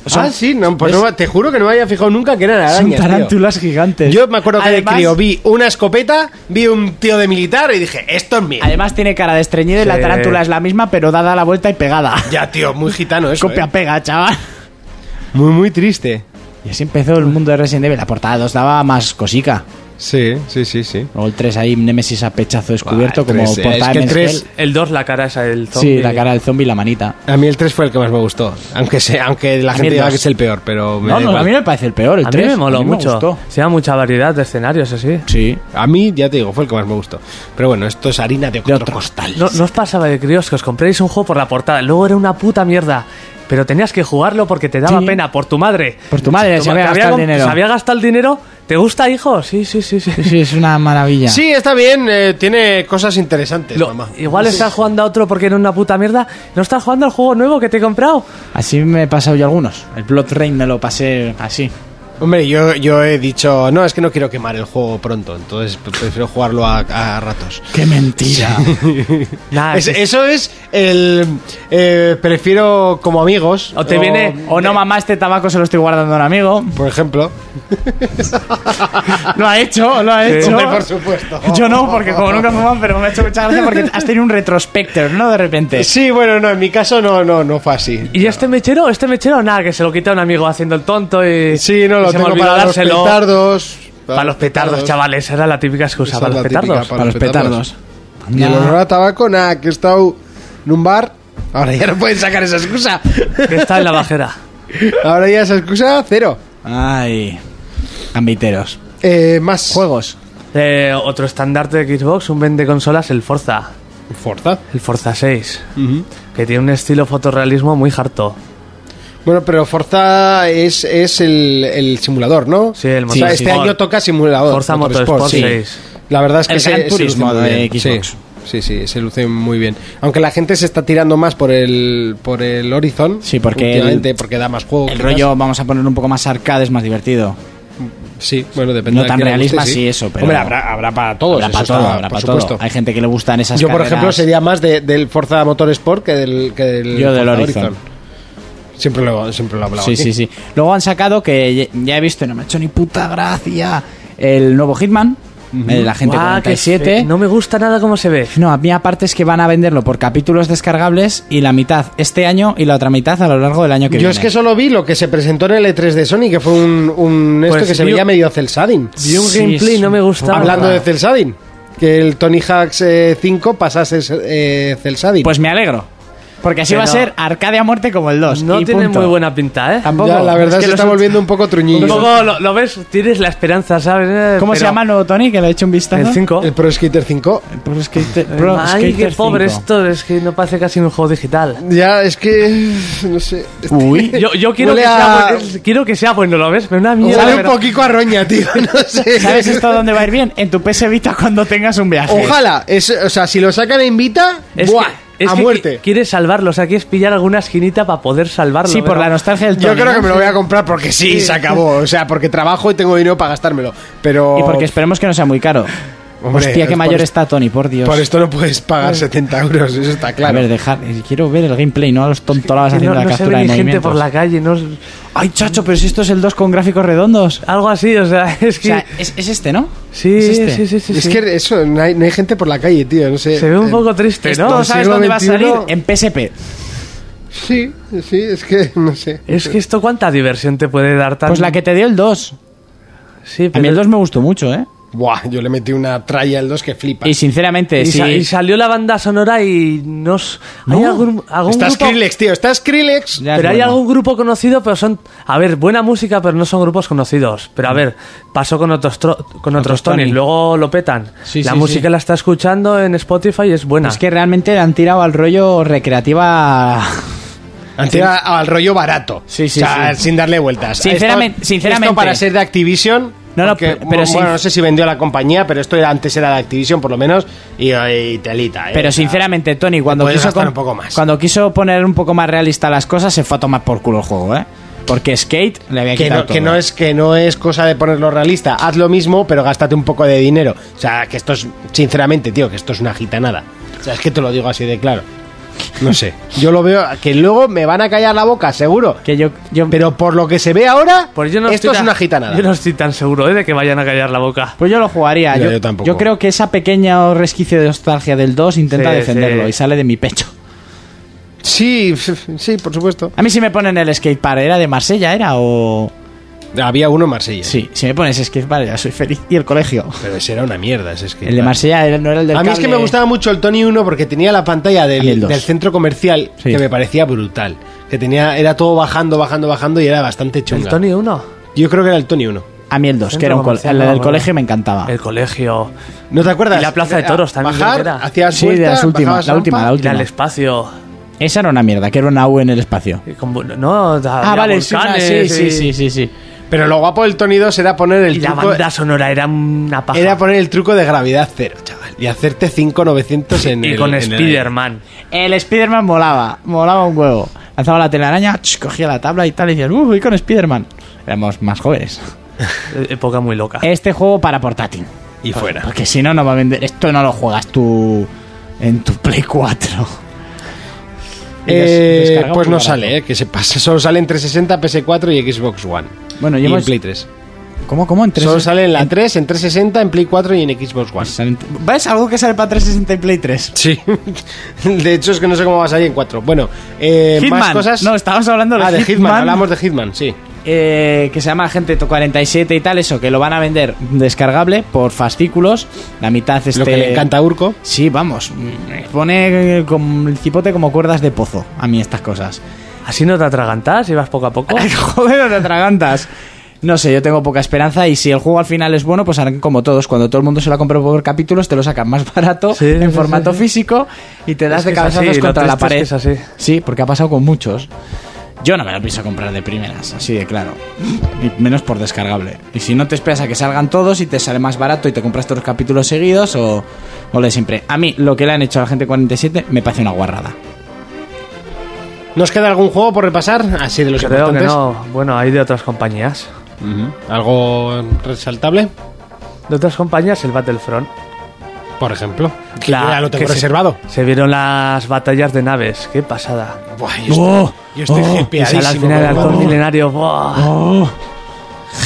Speaker 3: son-
Speaker 2: ah, sí, no, pues
Speaker 3: ¿ves?
Speaker 2: no, te juro que no me había fijado nunca que eran
Speaker 3: Son
Speaker 2: arañas, tío.
Speaker 3: tarántulas gigantes.
Speaker 2: Yo me acuerdo que
Speaker 3: Además-
Speaker 2: de crío vi una escopeta, vi un tío de militar y dije, esto es mío.
Speaker 3: Además tiene cara de estreñido y la
Speaker 4: Sí.
Speaker 3: tarántula es la misma, pero dada la vuelta y pegada.
Speaker 2: Ya, tío, muy gitano eso,
Speaker 3: Copia
Speaker 2: ¿eh?
Speaker 3: pega, chaval.
Speaker 2: Muy, muy triste.
Speaker 3: Y así empezó el mundo de Resident Evil. La portada 2 daba más cosica.
Speaker 2: Sí, sí, sí, sí.
Speaker 3: Luego el 3 ahí, Nemesis a pechazo descubierto
Speaker 2: Buah, el
Speaker 3: como
Speaker 2: tres, eh,
Speaker 3: portada
Speaker 2: es que
Speaker 3: de
Speaker 2: el tres-
Speaker 3: Men's
Speaker 4: El 2, la cara esa del
Speaker 3: Health.
Speaker 4: zombie.
Speaker 3: Sí, la cara del zombie y la manita.
Speaker 2: A mí el 3 fue el que más me gustó. Aunque, sea, aunque la
Speaker 3: mí
Speaker 2: gente
Speaker 3: el
Speaker 2: diga
Speaker 3: dos.
Speaker 2: que es el peor, pero... me
Speaker 3: No,
Speaker 2: da
Speaker 3: no,
Speaker 2: igual.
Speaker 3: a mí me parece el peor, el
Speaker 4: A
Speaker 3: 3.
Speaker 4: mí me moló mucho.
Speaker 3: gustó.
Speaker 4: Se da mucha variedad de escenarios así.
Speaker 3: Sí.
Speaker 2: A mí, ya te digo, fue el que más me gustó. Pero bueno, esto es harina de otro,
Speaker 3: otro.
Speaker 2: costal.
Speaker 4: No, no os pasaba de críos que os compréis un juego por la portada. Luego era una puta mierda. Pero tenías que jugarlo porque te daba
Speaker 3: Sí.
Speaker 4: pena por tu madre.
Speaker 3: Por tu madre, se
Speaker 4: ma-
Speaker 3: había
Speaker 4: que
Speaker 3: gastado el
Speaker 4: com-
Speaker 3: dinero.
Speaker 4: se había gastado el dinero. ¿Te gusta, hijo? Sí, sí, sí, sí.
Speaker 3: Sí, es una maravilla.
Speaker 2: Sí, está bien, eh, tiene cosas interesantes,
Speaker 4: Lo-
Speaker 2: mamá.
Speaker 4: igual estás jugando a otro porque era una puta mierda. No estás jugando al juego nuevo que te he comprado.
Speaker 3: Así me he pasado yo algunos. El Blood Rain me lo pasé así.
Speaker 2: Hombre, yo, yo he dicho, no, es que no quiero quemar el juego pronto, entonces pre- prefiero jugarlo a, a ratos.
Speaker 3: ¡Qué mentira! Ah,
Speaker 4: Nada,
Speaker 2: Es-
Speaker 4: es-
Speaker 2: eso es el. eh, prefiero como amigos.
Speaker 4: O te viene-
Speaker 3: o no mamá, este tabaco se lo estoy guardando a un amigo.
Speaker 2: Por ejemplo.
Speaker 3: Lo ha hecho, lo ha
Speaker 4: Sí.
Speaker 3: hecho.
Speaker 4: Hombre,
Speaker 2: por supuesto.
Speaker 3: Yo no, porque como nunca fuman, pero me ha hecho mucha gracia porque has tenido un retrospector, ¿no? De repente.
Speaker 2: Sí, bueno, no, en mi caso no, no, no fue así.
Speaker 4: ¿Y este mechero? ¿Este mechero? Nada, que se lo quita un amigo haciendo el tonto y.
Speaker 2: Sí, no,
Speaker 4: y
Speaker 2: lo
Speaker 4: se me
Speaker 2: tengo
Speaker 4: olvidó
Speaker 2: para los
Speaker 4: dárselo.
Speaker 2: petardos.
Speaker 4: Para los petardos, chavales. Era la típica excusa.
Speaker 2: Esa
Speaker 4: Para
Speaker 2: es
Speaker 4: los
Speaker 2: la típica,
Speaker 4: petardos.
Speaker 2: para los petardos. Y el
Speaker 3: Nah.
Speaker 2: olor a tabaco, nada, que he estado en un bar. Ahora ya no pueden sacar esa excusa.
Speaker 4: Que está en la bajera.
Speaker 2: Ahora ya esa excusa, cero.
Speaker 3: Ay. Ambiteros.
Speaker 2: Eh, más.
Speaker 3: Juegos.
Speaker 4: Eh, otro estandarte de Xbox, un vende consolas, el Forza.
Speaker 2: Forza.
Speaker 4: El Forza 6. Que tiene un estilo fotorrealismo muy harto.
Speaker 2: Bueno, pero Forza es, es el, el simulador, ¿no?
Speaker 4: Sí, el
Speaker 2: O sea,
Speaker 4: Motorsport.
Speaker 2: este año toca simulador.
Speaker 4: Forza Motorsport 6.
Speaker 2: La verdad es que
Speaker 3: El
Speaker 2: se,
Speaker 3: Gran
Speaker 2: se
Speaker 3: Turismo
Speaker 2: luce muy
Speaker 3: de
Speaker 2: bien.
Speaker 3: Xbox.
Speaker 2: Sí. Sí, sí, se luce muy bien. Aunque la gente se está tirando más por el por el Horizon.
Speaker 3: Sí, porque
Speaker 2: últimamente,
Speaker 3: el-
Speaker 2: porque da más juego.
Speaker 3: El
Speaker 2: quizás.
Speaker 3: rollo, vamos a poner un poco más arcade, es más divertido.
Speaker 2: Sí, bueno, depende.
Speaker 3: No
Speaker 2: de
Speaker 3: tan
Speaker 2: quién le
Speaker 3: realista,
Speaker 2: guste,
Speaker 3: sí, eso, pero-
Speaker 2: Hombre, habrá, habrá para todos.
Speaker 3: habrá
Speaker 2: Pues eso
Speaker 3: para
Speaker 2: está-
Speaker 3: todo, habrá
Speaker 2: por
Speaker 3: para todo.
Speaker 2: supuesto.
Speaker 3: Hay gente que le gustan esas
Speaker 2: Yo, por ejemplo,
Speaker 3: carreras.
Speaker 2: sería más de- del Forza Motorsport que del, que del,
Speaker 3: Yo del
Speaker 2: Forza
Speaker 3: Horizon.
Speaker 2: Siempre lo, siempre lo he hablado.
Speaker 3: Sí,
Speaker 2: aquí.
Speaker 3: sí, sí. Luego han sacado que ya- ya he visto, y no me ha hecho ni puta gracia. El nuevo Hitman, el Agente
Speaker 4: Guau, qué
Speaker 3: 47.
Speaker 4: fe- Ah, No me gusta nada cómo se ve.
Speaker 3: No, a mí aparte es que van a venderlo por capítulos descargables y la mitad este año y la otra mitad a lo largo del año que
Speaker 2: Yo
Speaker 3: viene.
Speaker 2: es que solo vi lo que se presentó en el E3 de Sony, que fue un, un esto
Speaker 4: Pues
Speaker 2: que se
Speaker 4: vi-
Speaker 2: veía medio celsadin.
Speaker 4: Vi un
Speaker 3: Sí,
Speaker 4: gameplay
Speaker 3: es
Speaker 4: no me gustaba.
Speaker 2: Hablando de
Speaker 4: nada.
Speaker 2: celsadin. Que el Tony Hawks eh, 5 pasase eh, celsadin.
Speaker 3: Pues me alegro. Porque así
Speaker 4: Pero-
Speaker 3: va a ser Arcadia Muerte como el 2.
Speaker 4: No
Speaker 3: y
Speaker 4: tiene
Speaker 3: punto.
Speaker 4: muy buena pinta, ¿eh?
Speaker 3: Tampoco.
Speaker 2: Ya, la verdad
Speaker 3: Es que
Speaker 2: se
Speaker 3: los
Speaker 2: está
Speaker 3: ult-
Speaker 2: volviendo un poco truñillo.
Speaker 4: Un poco lo, lo ves, tienes la esperanza, ¿sabes? Eh,
Speaker 3: ¿Cómo se
Speaker 4: pero-
Speaker 3: llama el nuevo Tony? Que le he hecho un
Speaker 4: El
Speaker 3: vistazo.
Speaker 4: 5.
Speaker 2: El Pro Skater 5.
Speaker 3: Pro Skater- Pro
Speaker 4: Ay, qué
Speaker 3: Skater
Speaker 4: pobre
Speaker 3: 5.
Speaker 4: esto, es que no parece casi un juego digital.
Speaker 2: Ya, es que. No sé.
Speaker 3: Uy.
Speaker 4: Yo, yo quiero,
Speaker 2: Huele
Speaker 4: que sea
Speaker 2: a-
Speaker 4: bueno, quiero que sea bueno, ¿lo ves? Pero una mierda.
Speaker 2: Huele un
Speaker 4: pero-
Speaker 2: poquito a roña, tío. No sé.
Speaker 3: ¿Sabes esto dónde va a ir bien? En tu PS Vita cuando tengas un viaje.
Speaker 2: Ojalá. Es, o sea, si lo sacan en Vita.
Speaker 4: Es
Speaker 2: ¡buah!
Speaker 4: que, es
Speaker 2: a
Speaker 4: que
Speaker 2: muerte.
Speaker 4: qui- Quieres salvarlo, o sea, quieres pillar alguna esquinita para poder salvarlo.
Speaker 3: Sí, por
Speaker 4: pero-
Speaker 3: la nostalgia del Tony.
Speaker 2: Yo creo que
Speaker 3: ¿no?
Speaker 2: me lo voy a comprar porque sí, se acabó. O sea, porque trabajo y tengo dinero para gastármelo. Pero.
Speaker 3: Y porque esperemos que no sea muy caro.
Speaker 2: Hombre,
Speaker 3: Hostia, qué
Speaker 2: por
Speaker 3: mayor
Speaker 2: est-
Speaker 3: está Tony, por Dios.
Speaker 2: Por esto no puedes pagar 70 euros, eso está
Speaker 3: A
Speaker 2: claro.
Speaker 3: ver, dejar. eh, Quiero ver el gameplay, no a los tontolabas
Speaker 4: que no,
Speaker 3: haciendo la
Speaker 4: no se
Speaker 3: captura de
Speaker 4: ve ni gente
Speaker 3: movimientos.
Speaker 4: por la calle, no, es-
Speaker 3: Ay, chacho, pero si esto es el 2 con gráficos redondos. O
Speaker 4: algo así, o sea, es que...
Speaker 3: sea, es, es este, ¿no?
Speaker 4: sí,
Speaker 3: ¿es este?
Speaker 4: sí, sí, sí,
Speaker 2: es
Speaker 4: sí.
Speaker 2: que eso, no hay, no hay gente por la calle, tío, no sé.
Speaker 4: se ve un
Speaker 2: Eh,
Speaker 4: poco triste,
Speaker 3: No,
Speaker 4: ¿no?
Speaker 2: es-
Speaker 3: ¿sabes
Speaker 2: siglo
Speaker 3: dónde va a salir?
Speaker 2: XXI.
Speaker 3: En PSP.
Speaker 2: Sí, sí, es que no sé.
Speaker 4: Es que esto cuánta diversión te puede dar tan...
Speaker 3: Pues la que te dio el 2.
Speaker 4: Sí,
Speaker 3: A mí
Speaker 4: pero-
Speaker 3: el 2 me gustó mucho, ¿eh?
Speaker 2: Buah, yo le metí una tralla al 2 que flipa.
Speaker 3: Y sinceramente,
Speaker 4: Y,
Speaker 3: sí.
Speaker 4: sa- y salió la banda sonora y nos... ¿Hay
Speaker 3: No.
Speaker 4: algún, algún
Speaker 2: Está
Speaker 4: grupo...
Speaker 2: Skrillex, tío, está Skrillex.
Speaker 3: Ya es
Speaker 4: Pero hay
Speaker 3: bueno.
Speaker 4: algún grupo conocido, pero son... A ver, buena música, pero no son grupos conocidos. Pero a ver, pasó con otros, tro- con otros
Speaker 3: Otros Tony.
Speaker 4: Tonys, luego lo petan.
Speaker 3: Sí,
Speaker 4: la
Speaker 3: sí, sí.
Speaker 4: música la está escuchando en Spotify y es buena.
Speaker 3: Es que realmente le han tirado al rollo recreativa.
Speaker 2: Antes era al rollo barato.
Speaker 3: Ah, Sí, sí,
Speaker 2: O sea,
Speaker 3: sí.
Speaker 2: sin darle vueltas.
Speaker 3: Sinceramente-
Speaker 2: Esto-
Speaker 3: sinceramente.
Speaker 2: esto para ser de Activision.
Speaker 3: No, no,
Speaker 2: porque,
Speaker 3: pero
Speaker 2: bu-
Speaker 3: sin-
Speaker 2: bueno, no sé si vendió la compañía, pero esto era- antes era de Activision, por lo menos. Y, y telita, eh.
Speaker 3: Pero
Speaker 2: O sea,
Speaker 3: sinceramente, Tony, cuando
Speaker 2: puedes
Speaker 3: quiso,
Speaker 2: gastar
Speaker 3: con-
Speaker 2: un poco más.
Speaker 3: cuando quiso poner un poco más realista las cosas, se fue a tomar por culo el juego, ¿eh? Porque Skate le había
Speaker 2: Que
Speaker 3: quitado
Speaker 2: no, que,
Speaker 3: todo.
Speaker 2: no es, que no es cosa de ponerlo realista. Haz lo mismo, pero gástate un poco de dinero. O sea, que esto es, sinceramente, tío, que esto es una gitanada. O sea, es que te lo digo así de claro. No sé. Yo lo veo, que luego me van a callar la boca, seguro.
Speaker 3: Que yo, yo-
Speaker 2: Pero por lo que se ve ahora,
Speaker 4: Pues yo no
Speaker 2: esto
Speaker 4: estoy
Speaker 2: es
Speaker 4: tan-
Speaker 2: una gitanada.
Speaker 4: Yo no estoy tan seguro ¿eh? de que vayan a callar la boca.
Speaker 3: Pues yo lo jugaría.
Speaker 2: Ya,
Speaker 3: yo,
Speaker 2: yo tampoco.
Speaker 3: yo creo que esa pequeña resquicio de nostalgia del 2 intenta
Speaker 4: Sí,
Speaker 3: defenderlo
Speaker 4: sí.
Speaker 3: y sale de mi pecho.
Speaker 2: Sí, sí, por supuesto.
Speaker 3: A mí si me ponen el skatepark, ¿era de Marsella? ¿Era o...?
Speaker 2: Había uno en Marsella.
Speaker 3: Sí, si me pones skatepark ya soy feliz. Y el colegio.
Speaker 2: Pero ese era una mierda, ese es que.
Speaker 3: El de Marsella era- no era el del
Speaker 2: A mí es que
Speaker 3: cable.
Speaker 2: me gustaba mucho el Tony 1 porque tenía la pantalla
Speaker 3: A mí el
Speaker 2: del,
Speaker 3: dos.
Speaker 2: del centro comercial
Speaker 3: Sí.
Speaker 2: que me parecía brutal. Que tenía, era todo bajando, bajando, bajando y era bastante
Speaker 4: El
Speaker 2: chunga.
Speaker 4: Tony 1.
Speaker 2: Yo creo que era el Tony 1.
Speaker 3: A mí el 2, que era un col-
Speaker 4: Centro
Speaker 3: el del
Speaker 4: comercial,
Speaker 3: colegio
Speaker 4: no,
Speaker 3: me encantaba.
Speaker 4: El colegio.
Speaker 2: ¿No te acuerdas?
Speaker 4: Y la Plaza de Toros también creo
Speaker 2: Bajar,
Speaker 4: que era.
Speaker 2: hacías
Speaker 3: Sí, de
Speaker 2: vuelta,
Speaker 3: las últimas,
Speaker 2: bajabas
Speaker 3: la última,
Speaker 2: rampa.
Speaker 3: la
Speaker 4: Ir
Speaker 3: última.
Speaker 4: al espacio.
Speaker 3: Esa era una mierda, que era una U en el espacio.
Speaker 4: y con bu- no,
Speaker 3: Ah, vale, sí, una- sí, sí, sí, sí, sí.
Speaker 2: Pero lo guapo del Tony 2 era poner
Speaker 4: eh, Y
Speaker 2: el
Speaker 4: la
Speaker 2: truco,
Speaker 4: banda sonora era una paja.
Speaker 2: era poner el truco de gravedad cero, chaval. Y hacerte 5.900 en
Speaker 4: y
Speaker 2: el-
Speaker 4: con
Speaker 2: en el aire.
Speaker 4: Spider-Man.
Speaker 3: El Spider-Man molaba, molaba un huevo. Lanzaba la telaraña, ch, cogía la tabla y tal, y decías, uff, voy con Spider-Man. éramos más jóvenes.
Speaker 4: Eh, Época muy loca.
Speaker 3: Este juego para portátil.
Speaker 8: Y fuera.
Speaker 3: Porque si no, no va a vender. Esto no lo juegas tú en tu Play 4.
Speaker 2: Eh,
Speaker 3: Des- descarga
Speaker 2: pues
Speaker 3: muy
Speaker 2: no
Speaker 3: barato.
Speaker 2: sale, eh, que se pase. Solo sale entre 60, PS4 y Xbox One.
Speaker 3: Bueno,
Speaker 2: y
Speaker 3: yo
Speaker 2: en
Speaker 3: hemos-
Speaker 2: Play 3.
Speaker 3: ¿Cómo, cómo? ¿En tres-
Speaker 2: Solo sale en la 3, en 360, en Play 4 y en Xbox One.
Speaker 3: salen- ¿Ves? Algo que sale para 360 y Play 3.
Speaker 2: Sí. De hecho, es que no sé cómo va a salir en 4. Bueno, eh, más
Speaker 3: Hitman.
Speaker 2: cosas.
Speaker 3: No, estábamos hablando de
Speaker 2: ah, de Hitman.
Speaker 3: Hitman.
Speaker 2: Hablamos de Hitman, sí.
Speaker 3: eh, que se llama Agente 47 y tal, eso, que lo van a vender descargable por fascículos. La mitad este...
Speaker 2: Lo que le encanta a Urco.
Speaker 3: Sí, vamos. me Pone eh, con el cipote como cuerdas de pozo a mí estas cosas.
Speaker 4: Así no te atragantas y vas poco a poco.
Speaker 3: Joder, no te atragantas. No sé, yo tengo poca esperanza y si el juego al final es bueno, pues harán como todos. Cuando todo el mundo se lo compra por capítulos, te lo sacan más barato
Speaker 4: Sí,
Speaker 3: en
Speaker 4: sí,
Speaker 3: formato
Speaker 4: sí, sí.
Speaker 3: físico y te das
Speaker 4: Es
Speaker 3: de
Speaker 4: que es
Speaker 3: cabezazos
Speaker 4: así, lo
Speaker 3: contra la
Speaker 4: triste es
Speaker 3: pared.
Speaker 4: que es así.
Speaker 3: Sí, porque ha pasado con muchos. Yo no me lo pienso comprar de primeras, así de claro. Y menos por descargable. Y si no te esperas a que salgan todos y te sale más barato y te compras todos los capítulos seguidos o, o lo de siempre. A mí, lo que le han hecho a la gente 47 me parece una guarrada.
Speaker 2: ¿Nos queda algún juego por repasar? Así de los
Speaker 4: Creo que
Speaker 2: importantes.
Speaker 4: no. Bueno, hay de otras compañías.
Speaker 2: Ujú. ¿Algo resaltable?
Speaker 4: De otras compañías, el Battlefront.
Speaker 2: Por ejemplo. Que
Speaker 4: La-
Speaker 2: yo ya lo tengo
Speaker 4: que se-
Speaker 2: reservado.
Speaker 4: Se, vieron las batallas de naves. Qué pasada.
Speaker 2: Buah, yo estoy, yo estoy
Speaker 4: Y sale
Speaker 2: hipeadísimo
Speaker 4: al
Speaker 2: con
Speaker 4: final el
Speaker 2: el
Speaker 4: halcón
Speaker 2: juego.
Speaker 4: milenario. Buah.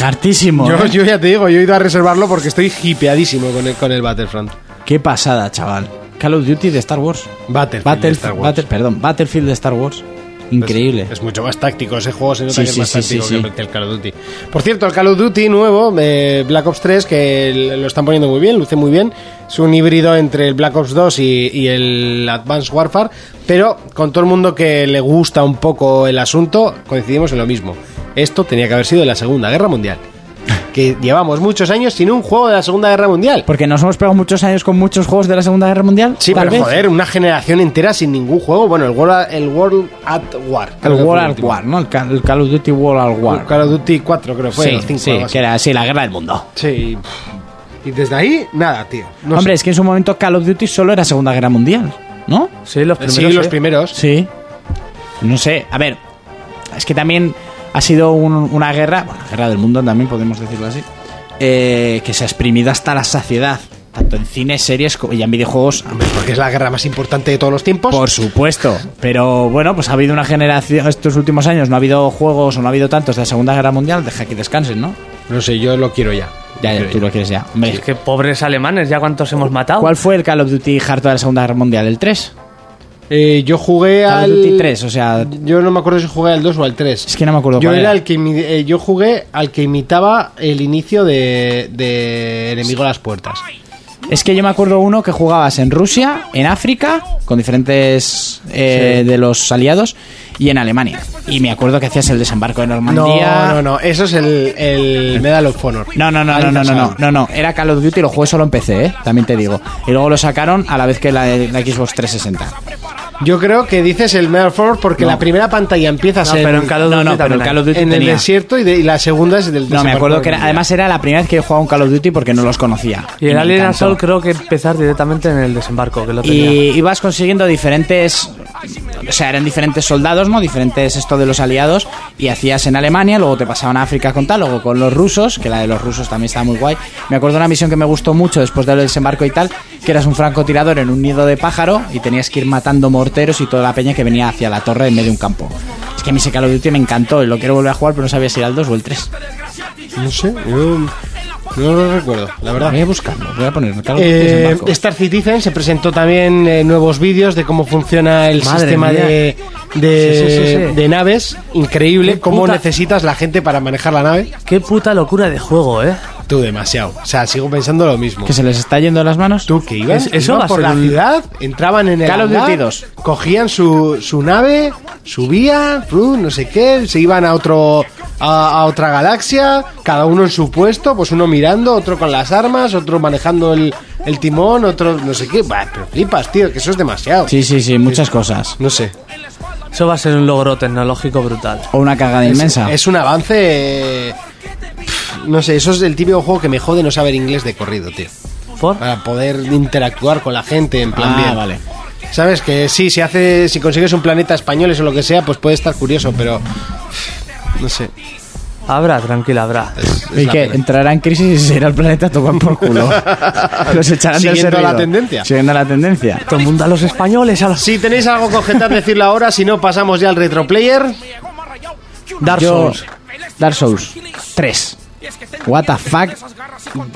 Speaker 3: Hartísimo.
Speaker 2: yo,
Speaker 3: ¿eh?
Speaker 2: yo ya te digo, yo he ido a reservarlo porque estoy hipeadísimo con el, con el Battlefront.
Speaker 3: Qué pasada, chaval. Call of Duty de Star Wars.
Speaker 2: Battlefield.
Speaker 3: Battle,
Speaker 2: de Star Wars.
Speaker 3: Battle- perdón, Battlefield de Star Wars. Increíble.
Speaker 2: Es, es mucho más táctico ese juego, se nota
Speaker 3: Sí,
Speaker 2: que es
Speaker 3: sí,
Speaker 2: más
Speaker 3: sí,
Speaker 2: táctico
Speaker 3: sí,
Speaker 2: que
Speaker 3: sí.
Speaker 2: el- que el Call of Duty. Por cierto, el Call of Duty nuevo, eh, Black Ops 3, que l- lo están poniendo muy bien, luce muy bien. Es un híbrido entre el Black Ops 2 y, y el Advanced Warfare, pero con todo el mundo que le gusta un poco el asunto, coincidimos en lo mismo. Esto tenía que haber sido de la Segunda Guerra Mundial. Que llevamos muchos años sin un juego de la Segunda Guerra Mundial.
Speaker 3: Porque nos hemos pegado muchos años con muchos juegos de la Segunda Guerra Mundial.
Speaker 2: Sí,
Speaker 3: tal
Speaker 2: pero
Speaker 3: vez.
Speaker 2: joder, una generación entera sin ningún juego. Bueno, el World, el World at War. creo
Speaker 3: El
Speaker 2: que fue
Speaker 3: World at
Speaker 2: último.
Speaker 3: War, ¿no? El, Ca- el Call of Duty World at War.
Speaker 2: Call of Duty 4 creo fue,
Speaker 3: sí,
Speaker 2: o 5
Speaker 3: sí,
Speaker 2: algo así.
Speaker 3: que era así, la guerra del mundo.
Speaker 2: Sí, pff. Y desde ahí, nada, tío. No
Speaker 3: Hombre,
Speaker 2: sé.
Speaker 3: es que en su momento Call of Duty solo era Segunda Guerra Mundial, ¿no?
Speaker 4: Sí, los primeros.
Speaker 2: sí, los
Speaker 4: sí.
Speaker 2: primeros.
Speaker 3: Sí. No sé, a ver, es que también ha sido un- una guerra, bueno, guerra del mundo también podemos decirlo así, eh, que se ha exprimido hasta la saciedad, tanto en cine, series co- y en videojuegos.
Speaker 2: Hombre, porque es la guerra más importante de todos los tiempos.
Speaker 3: Por supuesto, pero bueno, pues ha habido una generación, estos últimos años no ha habido juegos o no ha habido tantos de la Segunda Guerra Mundial, deja que descansen, ¿no?
Speaker 2: No sé, yo lo quiero ya.
Speaker 3: Ya, ya,
Speaker 2: Quiero
Speaker 3: tú lo quieres ya. Hombre,
Speaker 4: Es que pobres alemanes, ya cuántos hemos matado.
Speaker 3: ¿Cuál fue el Call of Duty harto de la Segunda Guerra Mundial? ¿El 3?
Speaker 2: Eh, yo jugué
Speaker 3: Call
Speaker 2: al...
Speaker 3: of Duty 3, o sea,
Speaker 2: Yo no me acuerdo si jugué al 2 o al 3.
Speaker 3: Es que no me acuerdo
Speaker 2: yo
Speaker 3: cuál
Speaker 2: era.
Speaker 3: era.
Speaker 2: el que imi- eh, yo jugué al que imitaba el inicio de, de Enemigo a las Puertas.
Speaker 3: Es que yo me acuerdo uno que jugabas en Rusia, en África, con diferentes eh, de los aliados, y en Alemania. Y me acuerdo que hacías el desembarco de Normandía.
Speaker 2: No, no, no. Eso es el, el Medal of Honor.
Speaker 3: No, no, no, no, no, no, no, no, no. Era Call of Duty y lo jugué solo en PC, ¿eh? también te digo. Y luego lo sacaron a la vez que la, la Xbox 360.
Speaker 2: Yo creo que dices el Medal of Honor porque
Speaker 3: No.
Speaker 2: la primera pantalla empieza a
Speaker 4: No,
Speaker 2: ser
Speaker 4: pero en Call of
Speaker 3: No,
Speaker 4: Duty
Speaker 3: no, pero
Speaker 4: también
Speaker 3: el
Speaker 4: hay.
Speaker 3: Call of Duty
Speaker 2: en el
Speaker 3: tenía.
Speaker 2: desierto y, de- y la segunda es del
Speaker 3: No, me
Speaker 2: desembarco
Speaker 3: acuerdo
Speaker 2: de
Speaker 3: que era-
Speaker 2: Normandía.
Speaker 3: además era la primera vez que yo jugaba un Call of Duty porque no los conocía.
Speaker 4: Y el
Speaker 3: me
Speaker 4: Alien
Speaker 3: encantó.
Speaker 4: Assault creo que empezar directamente en el desembarco, que lo tenía.
Speaker 3: Y ibas consiguiendo diferentes. O sea, eran diferentes soldados, ¿no? Diferentes esto de los aliados. Y hacías en Alemania, luego te pasaban a África con tal, luego con los rusos, que la de los rusos también estaba muy guay. Me acuerdo una misión que me gustó mucho después del desembarco y tal, que eras un francotirador en un nido de pájaro y tenías que ir matando morteros y toda la peña que venía hacia la torre en medio de un campo. Es que a mí ese Call of Duty me encantó y lo quiero volver a jugar, pero no sabía si era el 2 o el 3.
Speaker 2: No sé, yo Mm. no lo recuerdo, la verdad.
Speaker 3: Voy a buscarlo, voy a ponerlo. Call of Duty
Speaker 2: Eh,
Speaker 3: desembarco.
Speaker 2: Star Citizen se presentó también eh, nuevos vídeos de cómo funciona el
Speaker 4: Madre
Speaker 2: sistema
Speaker 4: mía.
Speaker 2: de, de,
Speaker 4: Sí, sí, sí, sí.
Speaker 2: de naves. Increíble
Speaker 4: Qué
Speaker 2: cómo
Speaker 4: puta-
Speaker 2: necesitas la gente para manejar la nave.
Speaker 4: Qué puta locura de juego, eh.
Speaker 2: Tú demasiado. O sea, sigo pensando lo mismo.
Speaker 3: ¿Que se les está yendo de las manos?
Speaker 2: Tú que ibas,
Speaker 4: Es- eso
Speaker 2: iban
Speaker 4: va a
Speaker 2: por
Speaker 4: ser
Speaker 2: la
Speaker 4: un-
Speaker 2: ciudad, entraban en el
Speaker 3: Call of
Speaker 2: hangar,
Speaker 3: Duty 2.
Speaker 2: cogían su, su nave, subían, fru, no sé qué, se iban a otro a, a otra galaxia, cada uno en su puesto, pues uno mirando, otro con las armas, otro manejando el, el timón, otro no sé qué, Bah, pero flipas, tío, que eso es demasiado.
Speaker 3: Sí, sí, sí, muchas cosas.
Speaker 2: No sé.
Speaker 4: Eso va a ser un logro tecnológico brutal.
Speaker 3: O una cagada inmensa.
Speaker 2: Es un avance eh, pff, no sé, eso es el típico juego que me jode no saber inglés de corrido, tío.
Speaker 4: ¿Por?
Speaker 2: Para poder interactuar con la gente en plan
Speaker 3: Ah,
Speaker 2: bien.
Speaker 3: vale.
Speaker 2: Sabes que sí, si hace, si consigues un planeta español o lo que sea, pues puede estar curioso, pero no sé.
Speaker 4: Habrá, tranquila, habrá.
Speaker 3: Y que entrará en crisis y se irá al planeta a tomar por culo. Los echarán del
Speaker 2: Siguiendo la
Speaker 3: servidor.
Speaker 2: tendencia.
Speaker 3: Siguiendo la tendencia.
Speaker 4: Todo el mundo a los españoles, a los...
Speaker 2: Si tenéis algo que objetar, decirlo ahora. Si no, pasamos ya al retroplayer.
Speaker 4: Dark
Speaker 3: Yo-
Speaker 4: Souls.
Speaker 3: Dark Souls 3. What the fuck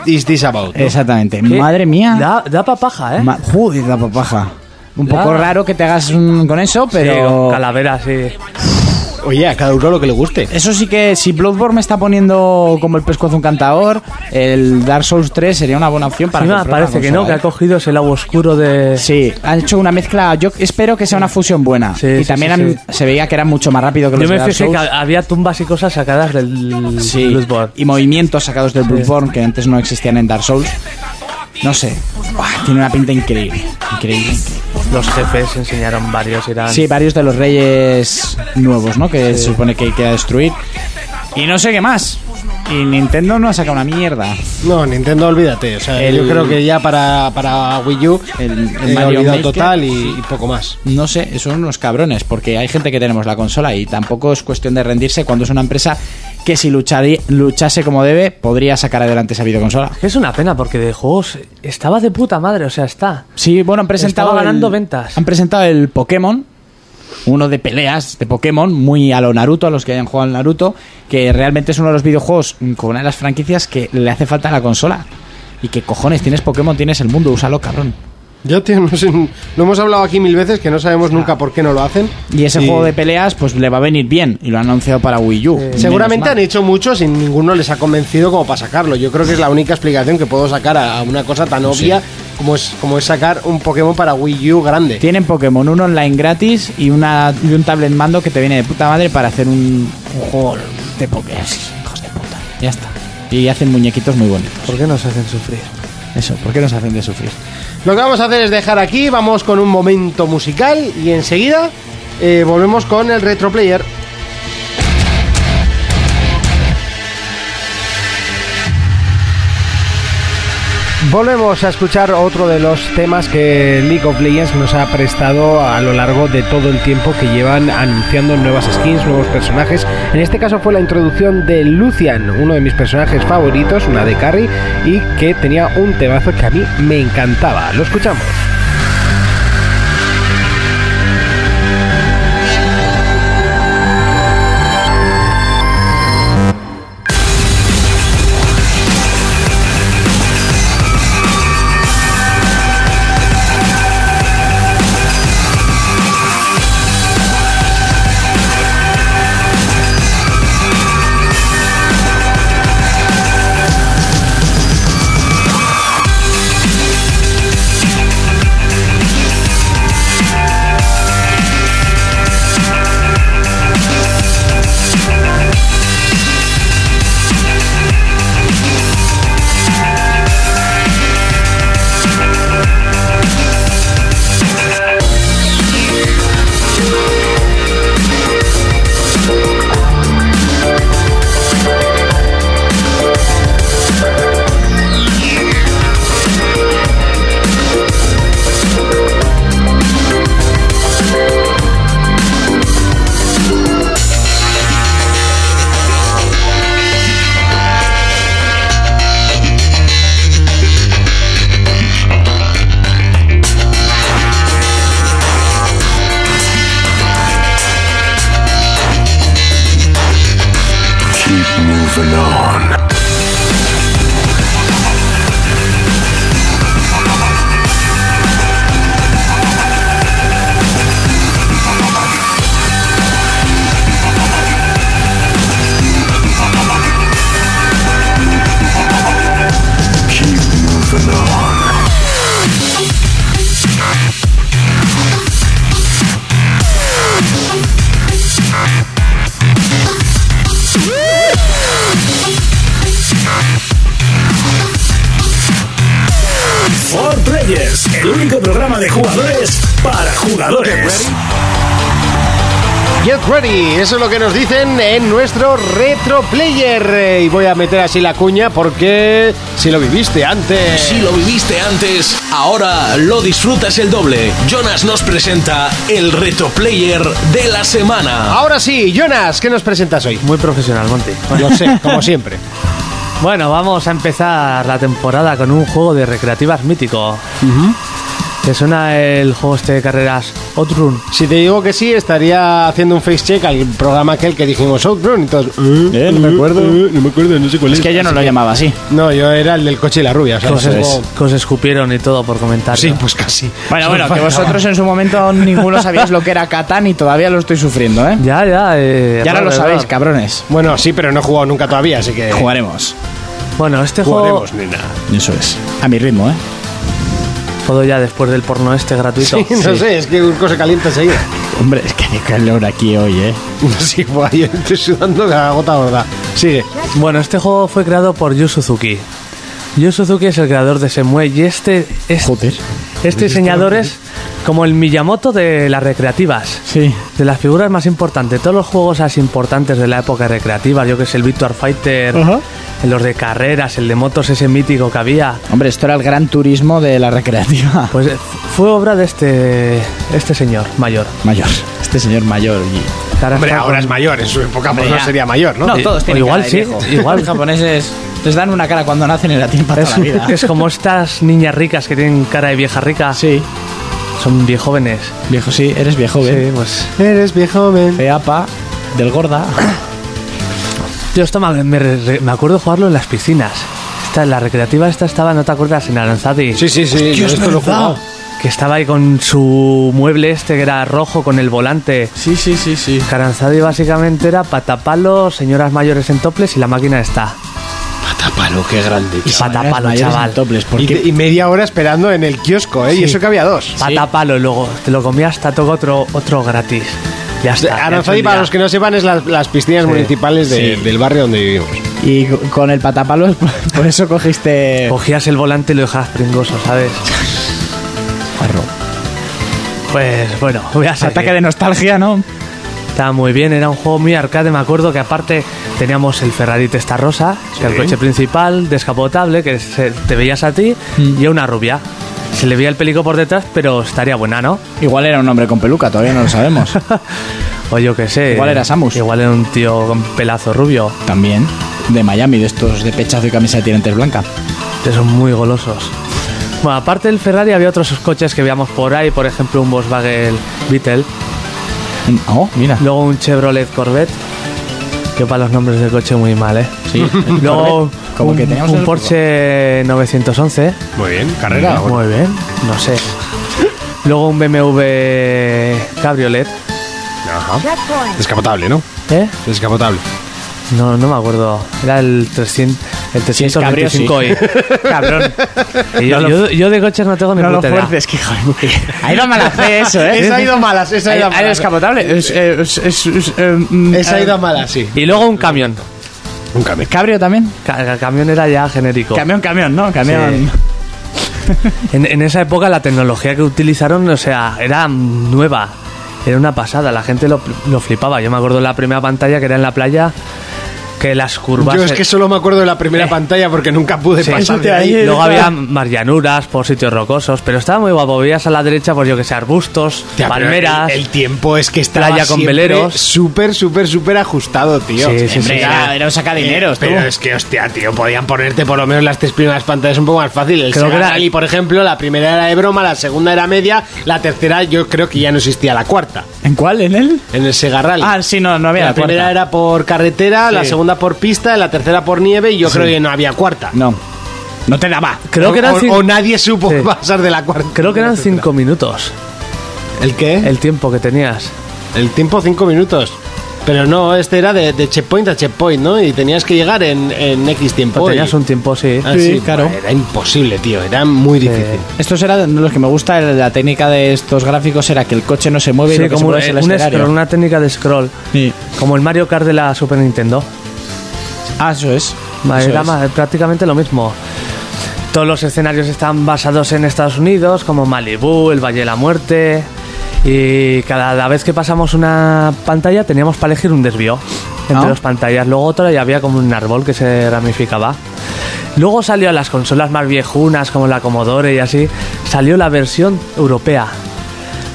Speaker 2: Is this about?
Speaker 3: Exactamente.
Speaker 4: ¿Qué?
Speaker 3: Madre mía.
Speaker 4: Da, da papaja, ¿eh?
Speaker 3: Ma- Joder, la papaja. Un poco
Speaker 4: Da.
Speaker 3: raro que te hagas un- con eso,
Speaker 4: Sí,
Speaker 3: pero...
Speaker 4: con calavera, sí.
Speaker 2: Oye, a cada uno lo que le guste.
Speaker 3: Eso sí que si Bloodborne me está poniendo como el pescuezo un cantador, el Dark Souls 3 sería una buena opción para
Speaker 4: Encima
Speaker 3: comprar una
Speaker 4: parece que
Speaker 3: consola,
Speaker 4: no, que
Speaker 3: ¿eh?
Speaker 4: ha cogido ese lado oscuro de...
Speaker 3: Sí, han hecho una mezcla, yo espero que sea una fusión buena.
Speaker 4: Sí,
Speaker 3: y
Speaker 4: sí,
Speaker 3: también
Speaker 4: sí,
Speaker 3: han-
Speaker 4: sí.
Speaker 3: se veía que era mucho más rápido que
Speaker 4: Yo
Speaker 3: los de
Speaker 4: me
Speaker 3: Dark
Speaker 4: fijé que
Speaker 3: Souls.
Speaker 4: ha- había tumbas y cosas sacadas del
Speaker 3: Sí,
Speaker 4: Bloodborne.
Speaker 3: y movimientos sacados del Bloodborne que antes no existían en Dark Souls. No sé, Buah, tiene una pinta increíble. Increíble. increíble.
Speaker 4: Los jefes enseñaron varios, eran...
Speaker 3: Sí, varios de los reyes nuevos, ¿no? Que se supone que queda destruir. Y no sé qué más. Y Nintendo no ha sacado una mierda.
Speaker 2: No, Nintendo, olvídate. O sea,
Speaker 3: El-
Speaker 2: Eh, yo creo que ya para, para Wii U,
Speaker 3: El- el
Speaker 2: he
Speaker 3: Mario
Speaker 2: olvidado
Speaker 3: Maker,
Speaker 2: total y, y poco más.
Speaker 3: No sé, son unos cabrones, porque hay gente que tenemos la consola y tampoco es cuestión de rendirse cuando es una empresa que si lucharía- luchase como debe, podría sacar adelante esa videoconsola.
Speaker 4: Que Es una pena porque de juegos estaba de puta madre, o sea, está.
Speaker 3: Sí, bueno, han presentado.
Speaker 4: Estaba
Speaker 3: el-
Speaker 4: ganando ventas.
Speaker 3: Han presentado el Pokémon. Uno de peleas de Pokémon, muy a lo Naruto, a los que hayan jugado al Naruto, que realmente es uno de los videojuegos mm, con una de las franquicias que le hace falta a la consola. Y que cojones, tienes Pokémon, tienes el mundo, úsalo, cabrón.
Speaker 2: Yo, tío, no sé, lo hemos hablado aquí mil veces que no sabemos nunca por qué no lo hacen.
Speaker 3: Y ese juego de peleas, pues le va a venir bien, y lo han anunciado para Wii U. Menos
Speaker 2: Seguramente
Speaker 3: mal.
Speaker 2: han hecho muchos y ninguno les ha convencido como para sacarlo. Yo creo que es la única explicación que puedo sacar a a una cosa tan obvia como, es, como es sacar un Pokémon para Wii U grande.
Speaker 3: Tienen Pokémon, un online gratis y, una, y un tablet mando que te viene de puta madre para hacer un, un juego de Pokémon. Hijos de puta. Ya está. Y hacen muñequitos muy bonitos.
Speaker 4: ¿Por qué nos hacen sufrir?
Speaker 3: Eso, ¿por qué nos hacen de sufrir?
Speaker 2: Lo que vamos a hacer es dejar aquí, vamos con un momento musical y enseguida eh, volvemos con el retro player. Volvemos a escuchar otro de los temas que League of Legends nos ha prestado a lo largo de todo el tiempo que llevan anunciando nuevas skins, nuevos personajes. En este caso fue la introducción de Lucian, uno de mis personajes favoritos, una de Carry, y que tenía un temazo que a mí me encantaba. Lo escuchamos.
Speaker 7: Keep moving on. Keep moving on.
Speaker 1: For Players, el único programa de jugadores para jugadores.
Speaker 2: Get ready, eso es lo que nos dicen en nuestro retro player. Eh, Y voy a meter así la cuña porque si lo viviste antes.
Speaker 8: Si lo viviste antes, ahora lo disfrutas el doble. Jonas nos presenta el reto player de la semana.
Speaker 2: Ahora sí, Jonas, ¿qué nos presentas hoy?
Speaker 4: Muy profesional, Monty.
Speaker 2: Lo sé, como siempre.
Speaker 4: Bueno, vamos a empezar la temporada con un juego de recreativas mítico. ¿Te suena el juego este de carreras Outrun?
Speaker 2: Si te digo que sí, estaría haciendo un face check al programa aquel que dijimos Outbrun. Entonces, eh,
Speaker 3: no me acuerdo.
Speaker 2: eh, no me acuerdo, no sé cuál
Speaker 3: Es que yo no lo llamaba así.
Speaker 2: No, yo era el del coche y la rubia. o sea,
Speaker 4: Que os,
Speaker 2: no sé.
Speaker 4: escu- que os escupieron y todo por comentar.
Speaker 2: Sí, pues casi.
Speaker 3: Bueno, bueno, que vosotros en su momento aún ninguno sabíais lo que era Catán y todavía lo estoy sufriendo, ¿eh?
Speaker 4: Ya, ya. eh,
Speaker 3: Ya no
Speaker 4: error,
Speaker 3: lo
Speaker 4: error.
Speaker 3: sabéis, cabrones.
Speaker 2: Bueno, sí, pero no he jugado nunca todavía, así que
Speaker 3: Jugaremos.
Speaker 4: Bueno, este juego.
Speaker 2: jugaremos, nena.
Speaker 3: Eso es. A mi ritmo, ¿eh?
Speaker 4: Todo ya después del porno este gratuito.
Speaker 2: Sí, no sé, es que un cosa caliente enseguida.
Speaker 3: Hombre, es que hay calor aquí hoy, ¿eh?
Speaker 2: Sí, pues yo estoy sudando la gota gorda. Sigue.
Speaker 4: Bueno, este juego fue creado por Yu Suzuki. Yu Suzuki es el creador de Semue y este, es-
Speaker 3: Joder.
Speaker 4: este diseñador es como el Miyamoto de las recreativas.
Speaker 3: Sí.
Speaker 4: De las figuras más importantes, todos los juegos así importantes de la época recreativa, yo que sé, el Victor Fighter,
Speaker 3: Ajá.
Speaker 4: los de carreras, el de motos ese mítico que había,
Speaker 3: Hombre, esto era el gran turismo de la recreativa.
Speaker 4: pues eh, fue obra de este, este señor mayor.
Speaker 3: Mayor. Este señor mayor. y-
Speaker 4: Que ahora
Speaker 2: Hombre,
Speaker 4: está
Speaker 2: ahora
Speaker 4: con-
Speaker 2: es mayor, en su época pues,
Speaker 3: Hombre,
Speaker 2: no
Speaker 3: ya.
Speaker 2: sería mayor, ¿no?
Speaker 3: No,
Speaker 4: Y-
Speaker 3: todos
Speaker 4: o
Speaker 3: tienen
Speaker 4: igual
Speaker 3: cara de
Speaker 4: sí,
Speaker 3: viejo.
Speaker 4: igual.
Speaker 3: Los japoneses les dan una cara cuando nacen y la tienen para
Speaker 4: es,
Speaker 3: toda la vida.
Speaker 4: es como estas niñas ricas que tienen cara de vieja rica,
Speaker 3: Sí,
Speaker 4: son bien jóvenes.
Speaker 3: viejo sí, eres viejo,
Speaker 4: Sí,
Speaker 3: ¿eh?
Speaker 4: pues
Speaker 2: Eres viejo, men.
Speaker 3: Feapa, del gorda.
Speaker 4: Yo esto me, me re- me acuerdo jugarlo en las piscinas. Esta, la recreativa esta estaba, ¿no te acuerdas? En Aranzadi.
Speaker 2: Sí, sí, sí, yo esto lo he jugado.
Speaker 4: Que estaba ahí con su mueble este que era rojo con el volante.
Speaker 3: Sí, sí, sí, sí.
Speaker 4: Caranzadi básicamente era patapalo, señoras mayores en toples y la máquina está.
Speaker 2: Patapalo, qué grande. ¿eh?
Speaker 4: Y patapalo, chaval.
Speaker 3: Toples, ¿por
Speaker 2: Y,
Speaker 3: qué?
Speaker 2: y media hora esperando en el kiosco, ¿eh? Y eso que había dos.
Speaker 4: Patapalo, y luego te lo comías, te toca otro, otro gratis. Ya está. ya
Speaker 2: Aranzadi,
Speaker 4: hecho
Speaker 2: para
Speaker 4: el
Speaker 2: los que
Speaker 4: día.
Speaker 2: no sepan, es las, las piscinas municipales de- del barrio donde vivimos.
Speaker 3: Y co- con el patapalo, por eso cogiste.
Speaker 4: Cogías el volante y lo dejabas pringoso, ¿sabes? Pues bueno, voy a
Speaker 3: Ataque
Speaker 4: seguir.
Speaker 3: de nostalgia, ¿no?
Speaker 4: Estaba muy bien, era un juego muy arcade, me acuerdo que aparte teníamos el Ferrari Testa Rosa, que era el coche principal, descapotable, que se- te veías a ti, y a una rubia. Se le veía el pelico por detrás, pero estaría buena, ¿no?
Speaker 3: Igual era un hombre con peluca, todavía no lo sabemos.
Speaker 4: O yo qué sé.
Speaker 3: Igual era Samus.
Speaker 4: Igual era un tío con pelazo rubio.
Speaker 3: También de Miami, de estos de pechazo y camisa de tirantes blanca.
Speaker 4: Que son muy golosos. Bueno, aparte del Ferrari había otros coches que veíamos por ahí, por ejemplo un Volkswagen Beetle,
Speaker 3: Mm, Oh, mira.
Speaker 4: luego un Chevrolet Corvette, que para los nombres de coche muy mal, ¿eh?
Speaker 3: Sí.
Speaker 4: Luego
Speaker 3: Como
Speaker 4: un,
Speaker 3: que teníamos
Speaker 4: un
Speaker 3: el- Ah,
Speaker 4: Porsche 911,
Speaker 2: Muy bien, carrera. bueno.
Speaker 4: muy bien, no sé. Luego un BMW Cabriolet,
Speaker 2: Ajá. Descapotable, ¿no?
Speaker 4: ¿eh?
Speaker 2: Descapotable.
Speaker 4: No, no me acuerdo. Era el 300, el
Speaker 3: es cabrio, sí.
Speaker 4: 325 y cabrón. Y yo, yo- yo de coches no tengo ni puta idea.
Speaker 3: que joder. Ha ido mala fe eso, ¿eh?
Speaker 2: Esa ha ido malas, esa ha ido
Speaker 3: ¿Hay
Speaker 2: malas.
Speaker 3: descapotable? Es, eh, es- es- es, eh, mm,
Speaker 2: Esa ha
Speaker 3: eh,
Speaker 2: ido malas, sí.
Speaker 4: Y luego un camión.
Speaker 2: Un camión.
Speaker 3: ¿Cabrio también?
Speaker 4: Ca- ca- camión era ya genérico.
Speaker 3: Camión, camión, ¿no? Camión.
Speaker 4: En, en esa época la tecnología que utilizaron, o sea, era nueva. Era una pasada, la gente lo, lo flipaba. Yo me acuerdo la primera pantalla que era en la playa, que las curvas...
Speaker 2: Yo es que solo me acuerdo de la primera pantalla porque nunca pude
Speaker 4: Eh. Sí.
Speaker 2: pasar de
Speaker 4: Y
Speaker 2: ahí.
Speaker 4: Luego había más llanuras por sitios rocosos, pero estaba muy guapo. Veías a la derecha, pues yo que sé, arbustos,
Speaker 2: Tía, pero
Speaker 4: palmeras.
Speaker 2: El, el tiempo es que estaba
Speaker 4: playa con
Speaker 2: siempre
Speaker 4: veleros.
Speaker 2: Súper, súper, súper ajustado, tío.
Speaker 4: Sí, sí,
Speaker 3: Hombre,
Speaker 4: sí, Eh,
Speaker 3: era, era un sacadineros, tú.
Speaker 2: Pero es que, hostia, tío, podían ponerte por lo menos las tres primeras pantallas un poco más fácil. El
Speaker 4: Creo
Speaker 2: Sega
Speaker 4: que era-
Speaker 2: Rally, por ejemplo, la primera era de broma, la segunda era media, la tercera yo creo que ya no existía la cuarta.
Speaker 3: ¿En cuál? ¿En él?
Speaker 2: En el Sega Rally.
Speaker 3: Ah, sí, no, no había
Speaker 2: la,
Speaker 3: la,
Speaker 2: primera
Speaker 3: cuarta.
Speaker 2: era por carretera, la segunda por pista, la tercera por nieve y yo creo que no había cuarta.
Speaker 3: No. No te daba.
Speaker 4: Creo
Speaker 2: O-
Speaker 4: que eran,
Speaker 2: o,
Speaker 4: cin-
Speaker 2: o nadie supo
Speaker 4: Sí.
Speaker 2: pasar de la cuarta.
Speaker 4: creo que eran Eh. cinco minutos
Speaker 2: ¿El qué? El,
Speaker 4: el tiempo que tenías.
Speaker 2: tiempo cinco minutos. Pero no, este era de, de checkpoint a checkpoint, ¿no? Y tenías que llegar en, en X tiempo.
Speaker 4: O
Speaker 2: y-
Speaker 4: tenías un tiempo, sí.
Speaker 2: Ah,
Speaker 3: Sí,
Speaker 2: sí,
Speaker 3: claro.
Speaker 2: Era imposible, tío. Era muy difícil.
Speaker 3: Estos eran los que me gusta. La técnica de estos gráficos era que el coche no se mueve
Speaker 4: Sí,
Speaker 3: y lo que se
Speaker 4: como un,
Speaker 3: mueve es el
Speaker 4: un
Speaker 3: escenario.
Speaker 4: scroll, una técnica de scroll.
Speaker 3: Sí.
Speaker 4: Como el Mario Kart de la Super Nintendo.
Speaker 3: Ah, eso es. Eso
Speaker 4: Era
Speaker 3: es.
Speaker 4: ma- prácticamente lo mismo. Todos los escenarios están basados en Estados Unidos, como Malibu, el Valle de la Muerte. Y cada la vez que pasamos una pantalla teníamos para elegir un desvío entre
Speaker 3: Ah.
Speaker 4: dos pantallas. Luego otra y había como un árbol que se ramificaba. Luego salió a las consolas más viejunas como la Commodore y así. Salió la versión europea.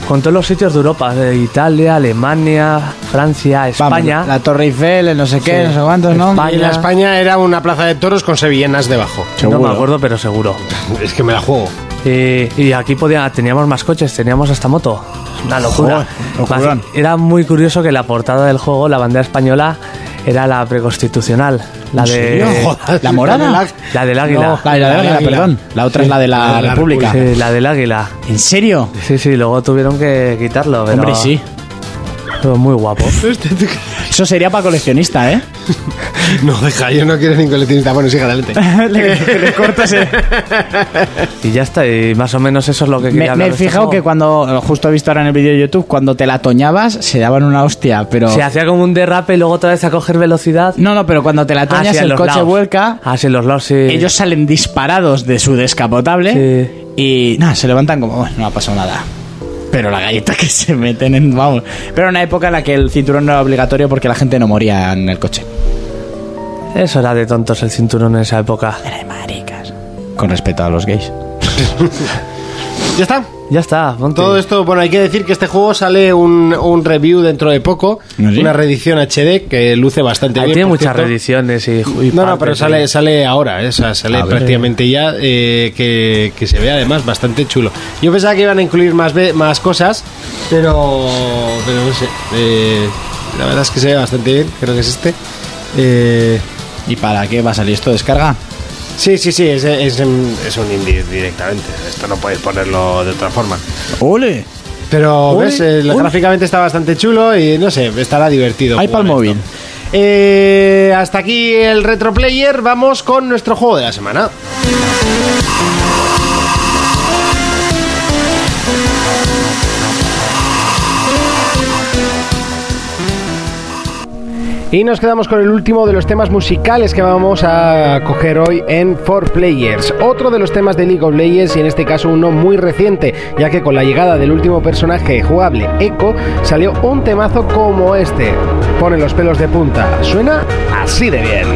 Speaker 4: Con todos los sitios de Europa, de Italia, Alemania, Francia,
Speaker 3: Vamos,
Speaker 4: España.
Speaker 3: La Torre Eiffel, el no sé qué,
Speaker 4: Sí.
Speaker 3: no sé cuántos, ¿no?
Speaker 4: España.
Speaker 2: Y la España era una plaza de toros con sevillanas debajo.
Speaker 4: No me acuerdo, pero seguro.
Speaker 2: Es que me la juego.
Speaker 4: Y, Eh, y aquí podía, teníamos más coches, teníamos hasta moto. Es Una locura.
Speaker 3: Joder, locurón.
Speaker 4: Era muy curioso que la portada del juego, la bandera española, era la preconstitucional. La de.
Speaker 3: ¿La morada?
Speaker 2: La del
Speaker 4: eh, La del águila.
Speaker 3: No, la de la,
Speaker 2: La
Speaker 3: águila,
Speaker 2: águila.
Speaker 3: perdón. La otra es la de la,
Speaker 2: la de la
Speaker 3: República.
Speaker 4: Sí, la del águila.
Speaker 3: ¿En serio?
Speaker 4: Sí, sí, luego tuvieron que quitarlo. Pero
Speaker 3: Hombre, sí.
Speaker 4: Pero muy guapo.
Speaker 3: Eso sería para coleccionista, ¿eh?
Speaker 2: No, deja, yo no quiero ni coleccionista. Bueno, siga adelante.
Speaker 3: le, le cortas el-
Speaker 4: Y ya está, y más o menos eso es lo que quería
Speaker 3: Me, me
Speaker 4: hablar
Speaker 3: he
Speaker 4: de este
Speaker 3: fijado
Speaker 4: juego.
Speaker 3: que cuando, justo he visto ahora en el vídeo de YouTube, cuando te la toñabas se daban una hostia, pero...
Speaker 4: Se hacía como un derrape y luego otra vez a coger velocidad.
Speaker 3: No, no, pero cuando te la toñas
Speaker 4: Hacia
Speaker 3: el
Speaker 4: los
Speaker 3: coche
Speaker 4: lados.
Speaker 3: vuelca,
Speaker 4: Hacia los lados, sí.
Speaker 3: ellos salen disparados de su descapotable y nada, se levantan como, bueno, no ha pasado nada. Pero la galleta que se meten en, vamos. Pero una época en la que el cinturón no era obligatorio porque la gente no moría en el coche.
Speaker 4: Eso era de tontos el cinturón en esa época.
Speaker 3: Era de maricas. Con respeto a los gays.
Speaker 2: ¿Ya está?
Speaker 4: Ya está, ponte.
Speaker 2: Todo esto, bueno, hay que decir que este juego sale un, un review dentro de poco,
Speaker 3: ¿Sí?
Speaker 2: una reedición HD que luce bastante
Speaker 4: Ahí
Speaker 2: bien.
Speaker 4: Ah, tiene
Speaker 2: por
Speaker 4: muchas
Speaker 2: cierto.
Speaker 4: reediciones y, y
Speaker 2: No, no,
Speaker 4: partes
Speaker 2: pero
Speaker 4: y-
Speaker 2: sale, sale ahora, ¿eh? O sea, sale
Speaker 4: A ver.
Speaker 2: prácticamente ya, eh, que, que se ve además bastante chulo. Yo pensaba que iban a incluir más, ve- más cosas, pero, pero no sé. eh, la verdad es que se ve bastante bien, creo que es este. Eh,
Speaker 3: ¿Y para qué va a salir esto? ¿Descarga?
Speaker 2: sí, sí, sí, es, es, es un indie directamente. Esto no podéis ponerlo de otra forma.
Speaker 3: ¡Ole!
Speaker 2: Pero
Speaker 3: Uy,
Speaker 2: ves, Eh, lo-
Speaker 3: uy.
Speaker 2: gráficamente está bastante chulo y no sé, estará divertido.
Speaker 3: Hay
Speaker 2: jugar
Speaker 3: pa'l
Speaker 2: esto.
Speaker 3: móvil.
Speaker 2: Eh, hasta aquí el Retro Player. Vamos con nuestro juego de la semana. Y nos quedamos con el último de los temas musicales que vamos a coger hoy en 4 Players. Otro de los temas de League of Legends y en este caso uno muy reciente, ya que con la llegada del último personaje jugable, Echo, salió un temazo como este. Pone los pelos de punta. Suena así de bien.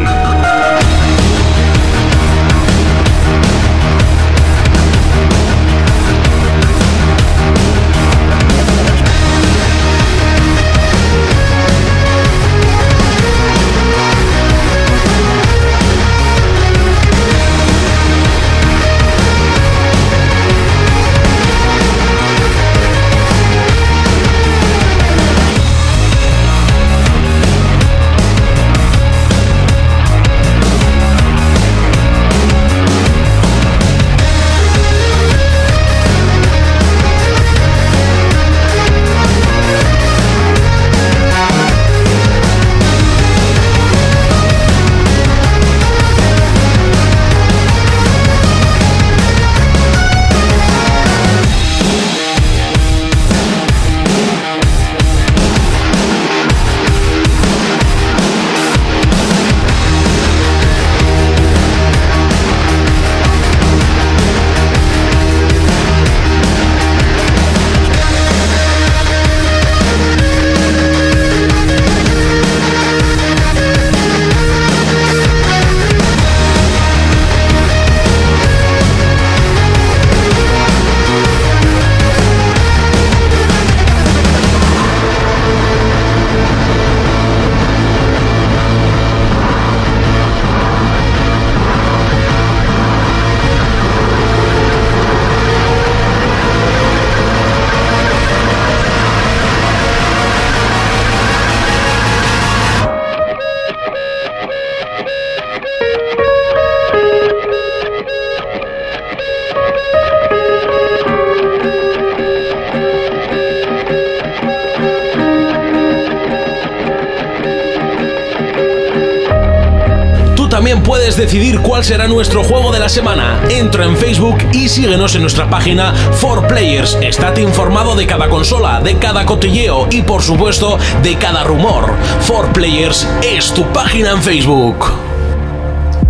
Speaker 8: Tú también puedes decidir cuál será nuestro juego de la semana. Entra en Facebook y síguenos en nuestra página 4Players. Estate informado de cada consola, de cada cotilleo y por supuesto de cada rumor. 4Players es tu página en Facebook.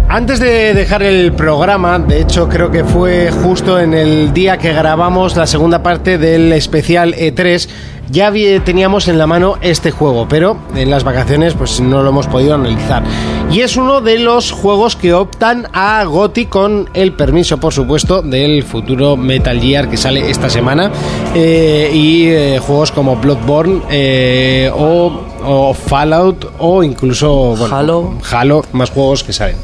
Speaker 2: Antes de dejar el programa, de hecho creo que fue justo en el día que grabamos la segunda parte del especial E3, ya vi- teníamos en la mano este juego, pero en las vacaciones pues no lo hemos podido analizar. Y es uno de los juegos que optan a GOTI con el permiso, por supuesto, del futuro Metal Gear que sale esta semana. eh, y eh, juegos como Bloodborne eh, o, o Fallout o incluso bueno,
Speaker 4: Halo.
Speaker 2: Halo, más juegos que salen.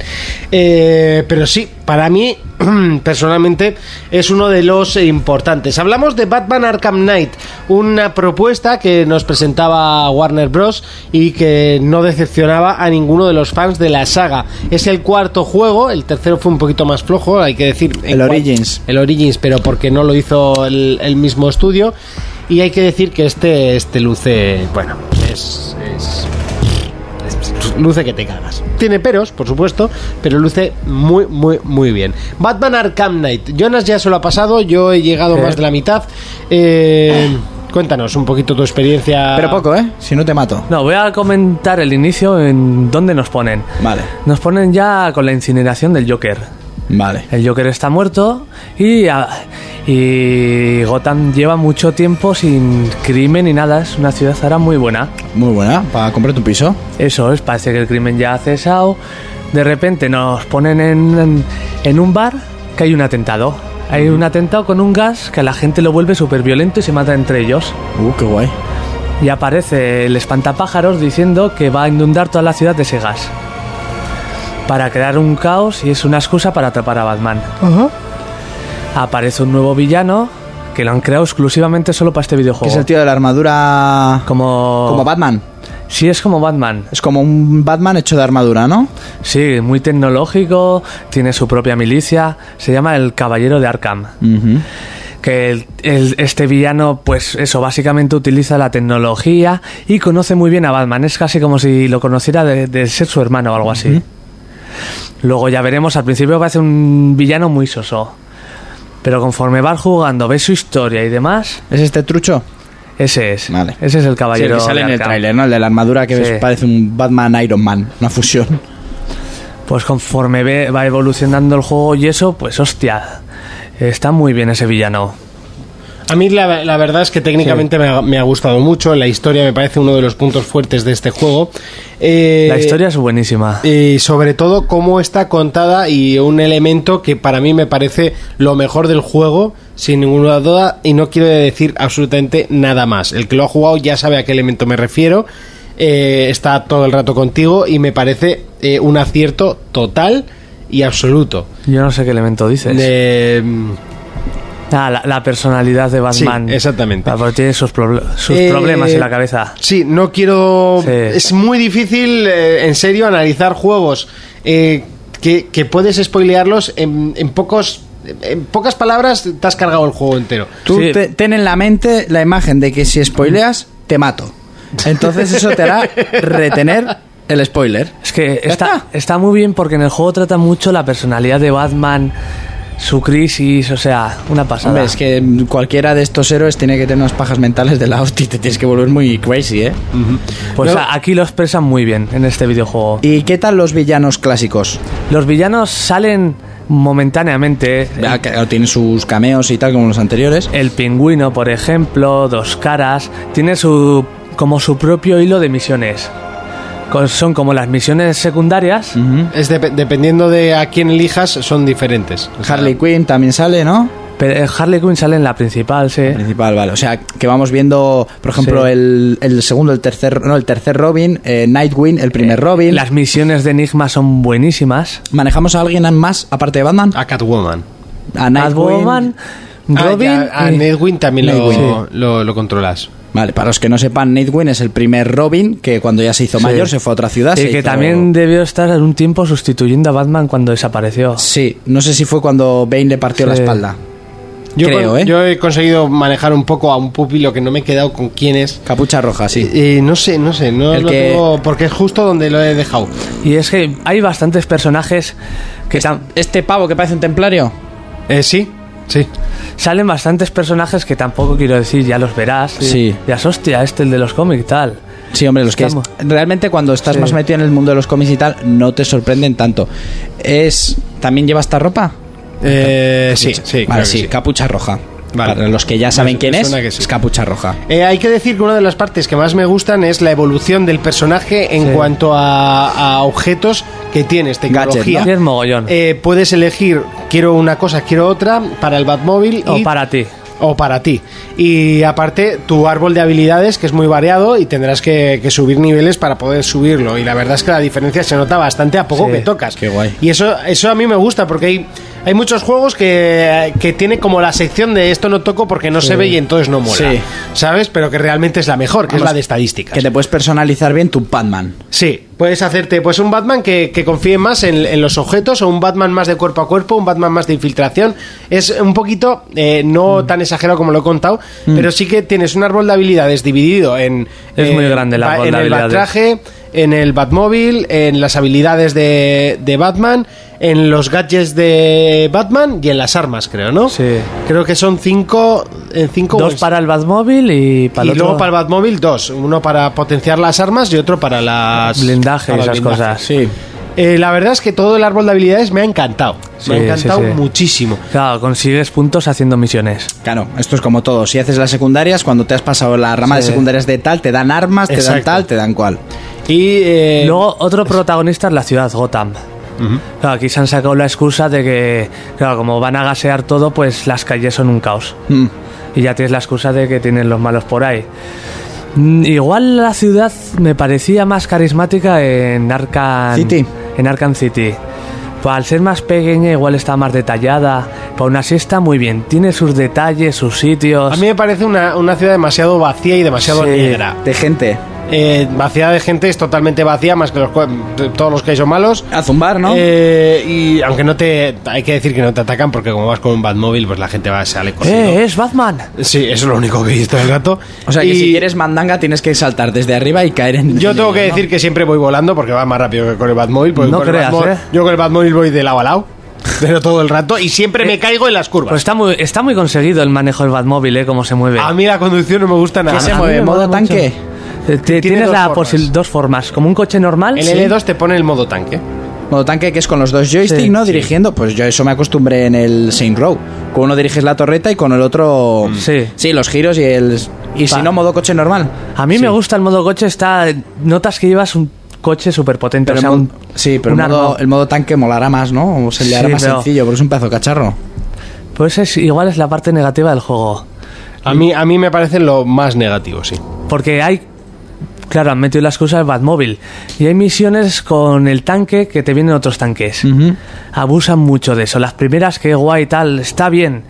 Speaker 2: Eh, pero sí, para mí, personalmente, es uno de los importantes. Hablamos de Batman Arkham Knight, una propuesta que nos presentaba Warner Bros. y que no decepcionaba a ninguno de los fans de la saga. Es el cuarto juego, el tercero fue un poquito más flojo, hay que decir. en
Speaker 3: El
Speaker 2: cuan-
Speaker 3: Origins.
Speaker 2: El Origins, pero porque no lo hizo el, el mismo estudio. Y hay que decir que este, este luce, bueno, es- es luce que te cagas. Tiene peros, por supuesto, pero luce muy, muy, muy bien. Batman Arkham Knight. Jonas ya se lo ha pasado, yo he llegado
Speaker 4: Sí.
Speaker 2: más de la mitad. Eh, cuéntanos un poquito tu experiencia.
Speaker 3: Pero poco, ¿eh? Si no te mato.
Speaker 4: No, voy a comentar el inicio en dónde nos ponen.
Speaker 3: Vale,
Speaker 4: Nos ponen ya con la incineración del Joker.
Speaker 3: vale.
Speaker 4: El Joker está muerto y, ah, y Gotham lleva mucho tiempo sin crimen ni nada. Es una ciudad ahora muy buena.
Speaker 3: Muy buena, para comprar tu piso.
Speaker 4: Eso es, parece que el crimen ya ha cesado. De repente nos ponen en, en- en un bar que hay un atentado. Hay un atentado con un gas que a la gente lo vuelve súper violento y se mata entre ellos.
Speaker 3: Uh, qué guay.
Speaker 4: Y aparece el espantapájaros diciendo que va a inundar toda la ciudad de ese gas. Para crear un caos y es una excusa para atrapar a Batman. Aparece un nuevo villano que lo han creado exclusivamente solo para este
Speaker 3: Que
Speaker 4: videojuego.
Speaker 3: es el tío de la armadura...
Speaker 4: Como...
Speaker 3: Como Batman.
Speaker 4: Sí, es como Batman.
Speaker 3: Es como un Batman hecho de armadura, ¿no?
Speaker 4: Sí, muy tecnológico, tiene su propia milicia, se llama el Caballero de Arkham.
Speaker 3: Ujú.
Speaker 4: Que el- el- este villano, pues eso, básicamente utiliza la tecnología y conoce muy bien a Batman. Es casi como si lo conociera de, de ser su hermano o algo así. Luego ya veremos, al principio parece un villano muy soso. Pero conforme vas jugando, ves su historia y demás,
Speaker 3: ¿Es este trucho?
Speaker 4: ese es.
Speaker 3: Vale.
Speaker 4: Ese es el caballero.
Speaker 3: Sí, que sale
Speaker 4: de
Speaker 3: en el
Speaker 4: Arkham.
Speaker 3: tráiler, ¿no? El de la armadura que
Speaker 4: Sí.
Speaker 3: ves parece un Batman Iron Man, una fusión.
Speaker 4: Pues conforme ve- va evolucionando el juego y eso, pues hostia, está muy bien ese villano.
Speaker 2: A mí la, la verdad es que técnicamente me, ha, me ha gustado mucho. La historia me parece uno de los puntos fuertes de este juego. Eh,
Speaker 4: La historia es buenísima.
Speaker 2: Y sobre todo cómo está contada y un elemento que para mí me parece lo mejor del juego, sin ninguna duda, y no quiero decir absolutamente nada más. El que lo ha jugado ya sabe a qué elemento me refiero, eh, está todo el rato contigo y me parece eh, un acierto total y absoluto.
Speaker 4: Yo no sé qué elemento dices.
Speaker 2: Eh,
Speaker 4: Ah, la, la personalidad de Batman.
Speaker 2: Sí, exactamente.
Speaker 4: Ah, porque tiene sus, proble- sus
Speaker 2: Eh,
Speaker 4: problemas en la cabeza.
Speaker 2: Sí, no quiero.
Speaker 4: Sí.
Speaker 2: Es muy difícil, eh, en serio, analizar juegos eh, que, que puedes spoilearlos en, en pocos. En pocas palabras te has cargado el juego entero.
Speaker 3: Tú
Speaker 4: Sí.
Speaker 3: te- ten en la mente la imagen de que si spoileas, te mato. Entonces eso te hará retener el spoiler.
Speaker 4: Es que
Speaker 3: Ya
Speaker 4: está,
Speaker 3: está.
Speaker 4: está muy bien porque en el juego trata mucho la personalidad de Batman, su crisis, o sea, una pasada.
Speaker 3: Hombre, es que mm, cualquiera de estos héroes tiene que tener unas pajas mentales de la hostia y te tienes que volver muy crazy, ¿eh?
Speaker 4: Pues
Speaker 3: no-
Speaker 4: a- aquí lo expresan muy bien en este videojuego.
Speaker 3: ¿Y qué tal los villanos clásicos?
Speaker 4: Los villanos salen momentáneamente.
Speaker 3: Ah, que- Tienen sus cameos y tal como los anteriores.
Speaker 4: El pingüino, por ejemplo, dos caras, tiene su como su propio hilo de misiones. Con- Son como las misiones secundarias.
Speaker 3: Mm.
Speaker 2: Es depe- dependiendo de a quién elijas, son diferentes.
Speaker 3: Harley Quinn también sale, ¿no?
Speaker 4: Pero eh, Harley Quinn sale en la principal, sí.
Speaker 3: Principal, vale. O sea, que vamos viendo, por ejemplo,
Speaker 4: Sí.
Speaker 3: el, el segundo, el tercer, no, el tercer Robin, eh, Nightwing, el primer Robin.
Speaker 4: Las misiones de Enigma son buenísimas.
Speaker 3: ¿Manejamos a alguien más aparte de Batman?
Speaker 2: A Catwoman.
Speaker 3: A Nightwing.
Speaker 4: Batwoman,
Speaker 2: Ah,
Speaker 4: Robin.
Speaker 2: ya, a
Speaker 4: y-
Speaker 2: Nightwing también lo-
Speaker 3: Nightwing.
Speaker 2: Lo, lo controlas.
Speaker 3: Vale, para los que no sepan, Nightwing es el primer Robin que cuando ya se hizo mayor se fue a otra
Speaker 2: ah,
Speaker 3: ciudad.
Speaker 4: y
Speaker 3: se
Speaker 4: que
Speaker 3: hizo-
Speaker 4: también debió estar un tiempo sustituyendo a Batman cuando desapareció.
Speaker 3: Sí, no sé si fue cuando Bane le partió la
Speaker 4: Sí.
Speaker 3: espalda.
Speaker 2: Yo,
Speaker 3: Creo,
Speaker 2: con-
Speaker 3: ¿eh?
Speaker 2: yo he conseguido manejar un poco a un pupilo que no me he quedado con quién es.
Speaker 3: Capucha roja, sí.
Speaker 2: Eh, no sé, no sé, no
Speaker 3: El
Speaker 2: lo
Speaker 3: que-
Speaker 2: tengo porque es justo donde lo he dejado.
Speaker 4: Y es que hay bastantes personajes que tam-
Speaker 3: Este pavo que parece un templario.
Speaker 2: Eh, sí, sí.
Speaker 4: salen bastantes personajes que tampoco quiero decir, ya los verás.
Speaker 3: Sí.
Speaker 4: Ya hostia, este el de los cómics tal.
Speaker 3: Sí, hombre, los que es-
Speaker 4: Estamos.
Speaker 3: realmente cuando estás
Speaker 4: Sí.
Speaker 3: más metido en el mundo de los cómics y tal, no te sorprenden tanto. Es ¿También lleva esta ropa?
Speaker 2: Eh, sí,
Speaker 3: Capucha.
Speaker 2: sí,
Speaker 3: Vale,
Speaker 2: claro que
Speaker 3: sí,
Speaker 2: sí.
Speaker 3: capucha roja.
Speaker 2: Vale.
Speaker 3: Para los que ya saben
Speaker 2: Me-
Speaker 3: quién
Speaker 2: me
Speaker 3: es,
Speaker 2: suena que sí.
Speaker 3: es capucha roja.
Speaker 2: Eh, hay que decir que una de las partes que más me gustan es la evolución del personaje en
Speaker 4: Sí.
Speaker 2: cuanto a, a objetos que tienes, tecnología.
Speaker 4: Tienes mogollón.
Speaker 2: Eh, puedes elegir, quiero una cosa, quiero otra, para el Batmóvil
Speaker 4: o
Speaker 2: y-
Speaker 4: para ti.
Speaker 2: o para ti. Y aparte, tu árbol de habilidades, que es muy variado y tendrás que, que subir niveles para poder subirlo. Y la verdad es que la diferencia se nota bastante a poco
Speaker 4: Sí,
Speaker 2: que tocas.
Speaker 3: qué guay.
Speaker 2: Y eso, eso a mí me gusta porque hay, hay muchos juegos que, que tiene como la sección de esto no toco porque no se ve y entonces no mola.
Speaker 3: Sí.
Speaker 2: ¿Sabes? Pero que realmente es la mejor, que es
Speaker 3: Vamos,
Speaker 2: la de estadísticas.
Speaker 3: Que te puedes personalizar bien tu Batman.
Speaker 2: Sí, puedes hacerte pues un Batman que, que confíe más en, en los objetos o un Batman más de cuerpo a cuerpo, un Batman más de infiltración. Es un poquito, eh, no
Speaker 4: Mm.
Speaker 2: tan exagerado como lo he contado, pero sí que tienes un árbol de habilidades dividido en...
Speaker 4: Es
Speaker 2: eh,
Speaker 4: muy grande el
Speaker 2: ba-
Speaker 4: árbol
Speaker 2: En
Speaker 4: de
Speaker 2: el
Speaker 4: habilidades.
Speaker 2: batraje, en el Batmóvil, en las habilidades de, de Batman, en los gadgets de Batman y en las armas, creo, ¿no?
Speaker 4: Sí.
Speaker 2: Creo que son cinco... En cinco o
Speaker 4: Dos
Speaker 2: en-
Speaker 4: para el Batmóvil y para
Speaker 2: y
Speaker 4: el otro.
Speaker 2: luego para el Batmóvil dos, uno para potenciar las armas y otro para las
Speaker 4: Blindaje y
Speaker 2: para el
Speaker 4: esas cosas.
Speaker 2: Sí. Eh, la verdad es que todo el árbol de habilidades me ha encantado.
Speaker 4: Sí,
Speaker 2: me ha encantado
Speaker 4: sí, sí.
Speaker 2: muchísimo.
Speaker 4: Claro, consigues puntos haciendo misiones.
Speaker 3: Claro, esto es como todo. Si haces las secundarias, cuando te has pasado la rama de
Speaker 4: Sí.
Speaker 3: secundarias de tal, te dan armas, te dan
Speaker 2: Exacto.
Speaker 3: tal, te dan cual.
Speaker 2: Y eh,
Speaker 4: Luego, otro protagonista es la ciudad, Gotham. Claro, aquí se han sacado la excusa de que, claro, como van a gasear todo, pues las calles son un caos.
Speaker 3: Mm.
Speaker 4: Y ya tienes la excusa de que tienen los malos por ahí. Mm, Igual la ciudad me parecía más carismática en Arkham
Speaker 3: City.
Speaker 4: En Arkham City. Pues al ser más pequeña, igual está más detallada. Pero aún así está muy bien. Tiene sus detalles, sus sitios.
Speaker 2: a mí me parece una, una ciudad demasiado vacía y demasiado
Speaker 4: Sí.
Speaker 2: negra.
Speaker 3: De gente.
Speaker 2: Eh, vacía de gente es totalmente vacía, más que los cua- todos los que son malos.
Speaker 3: A zumbar, ¿no?
Speaker 2: Eh, y aunque no te. Hay que decir que no te atacan porque como vas con un Batmóvil, pues la gente va sale corriendo.
Speaker 4: ¡Eh, es Batman!
Speaker 2: Sí, eso es lo único que he visto del gato.
Speaker 3: o sea que
Speaker 2: Y-
Speaker 3: si quieres mandanga, tienes que saltar desde arriba y caer en.
Speaker 2: Yo tengo que decir que siempre voy volando porque va más rápido que con el Batmóvil. porque
Speaker 4: No
Speaker 2: con el
Speaker 4: creas,
Speaker 2: Batmóvil-
Speaker 4: ¿eh?
Speaker 2: Yo con el Batmóvil voy de lado a lado, pero todo el rato, y siempre me
Speaker 4: Eh,
Speaker 2: caigo en las curvas.
Speaker 4: Pues está muy, está muy conseguido el manejo del Batmóvil, ¿eh? Cómo se mueve.
Speaker 2: a mí la conducción no me gusta nada.
Speaker 3: ¿Qué se
Speaker 4: A mí
Speaker 3: mueve?
Speaker 4: me mola
Speaker 3: ¿Modo
Speaker 4: mucho.
Speaker 3: tanque?
Speaker 4: Eh, te- tienes
Speaker 2: dos
Speaker 4: la
Speaker 2: formas.
Speaker 4: posi- dos formas, como un coche normal.
Speaker 2: El L2 te pone el modo tanque.
Speaker 3: Modo tanque que es con los dos joysticks,
Speaker 4: Sí,
Speaker 3: ¿no?
Speaker 4: sí.
Speaker 3: Dirigiendo. Pues yo eso me acostumbré en el Saint Row. Con uno diriges la torreta y con el otro.
Speaker 4: Sí.
Speaker 3: Sí, los giros y el. Y si
Speaker 4: Pa.
Speaker 3: no, modo coche normal.
Speaker 4: A mí me gusta el modo coche, está notas que llevas un coche súper potente,
Speaker 3: Pero
Speaker 4: o sea,
Speaker 3: el
Speaker 4: un-
Speaker 3: modo- sí, pero
Speaker 4: un
Speaker 3: el modo,
Speaker 4: arma.
Speaker 3: el modo tanque molará más, ¿no? O se le hará
Speaker 4: Sí,
Speaker 3: más
Speaker 4: pero-
Speaker 3: sencillo, porque es un pedazo de cacharro.
Speaker 4: Pues es, igual es la parte negativa del juego,
Speaker 2: A mí, a mí me parece lo más negativo, sí.
Speaker 4: porque hay claro, han metido la excusa del Batmóvil y hay misiones con el tanque que te vienen otros tanques. Abusan mucho de eso. Las primeras que guay tal, está bien,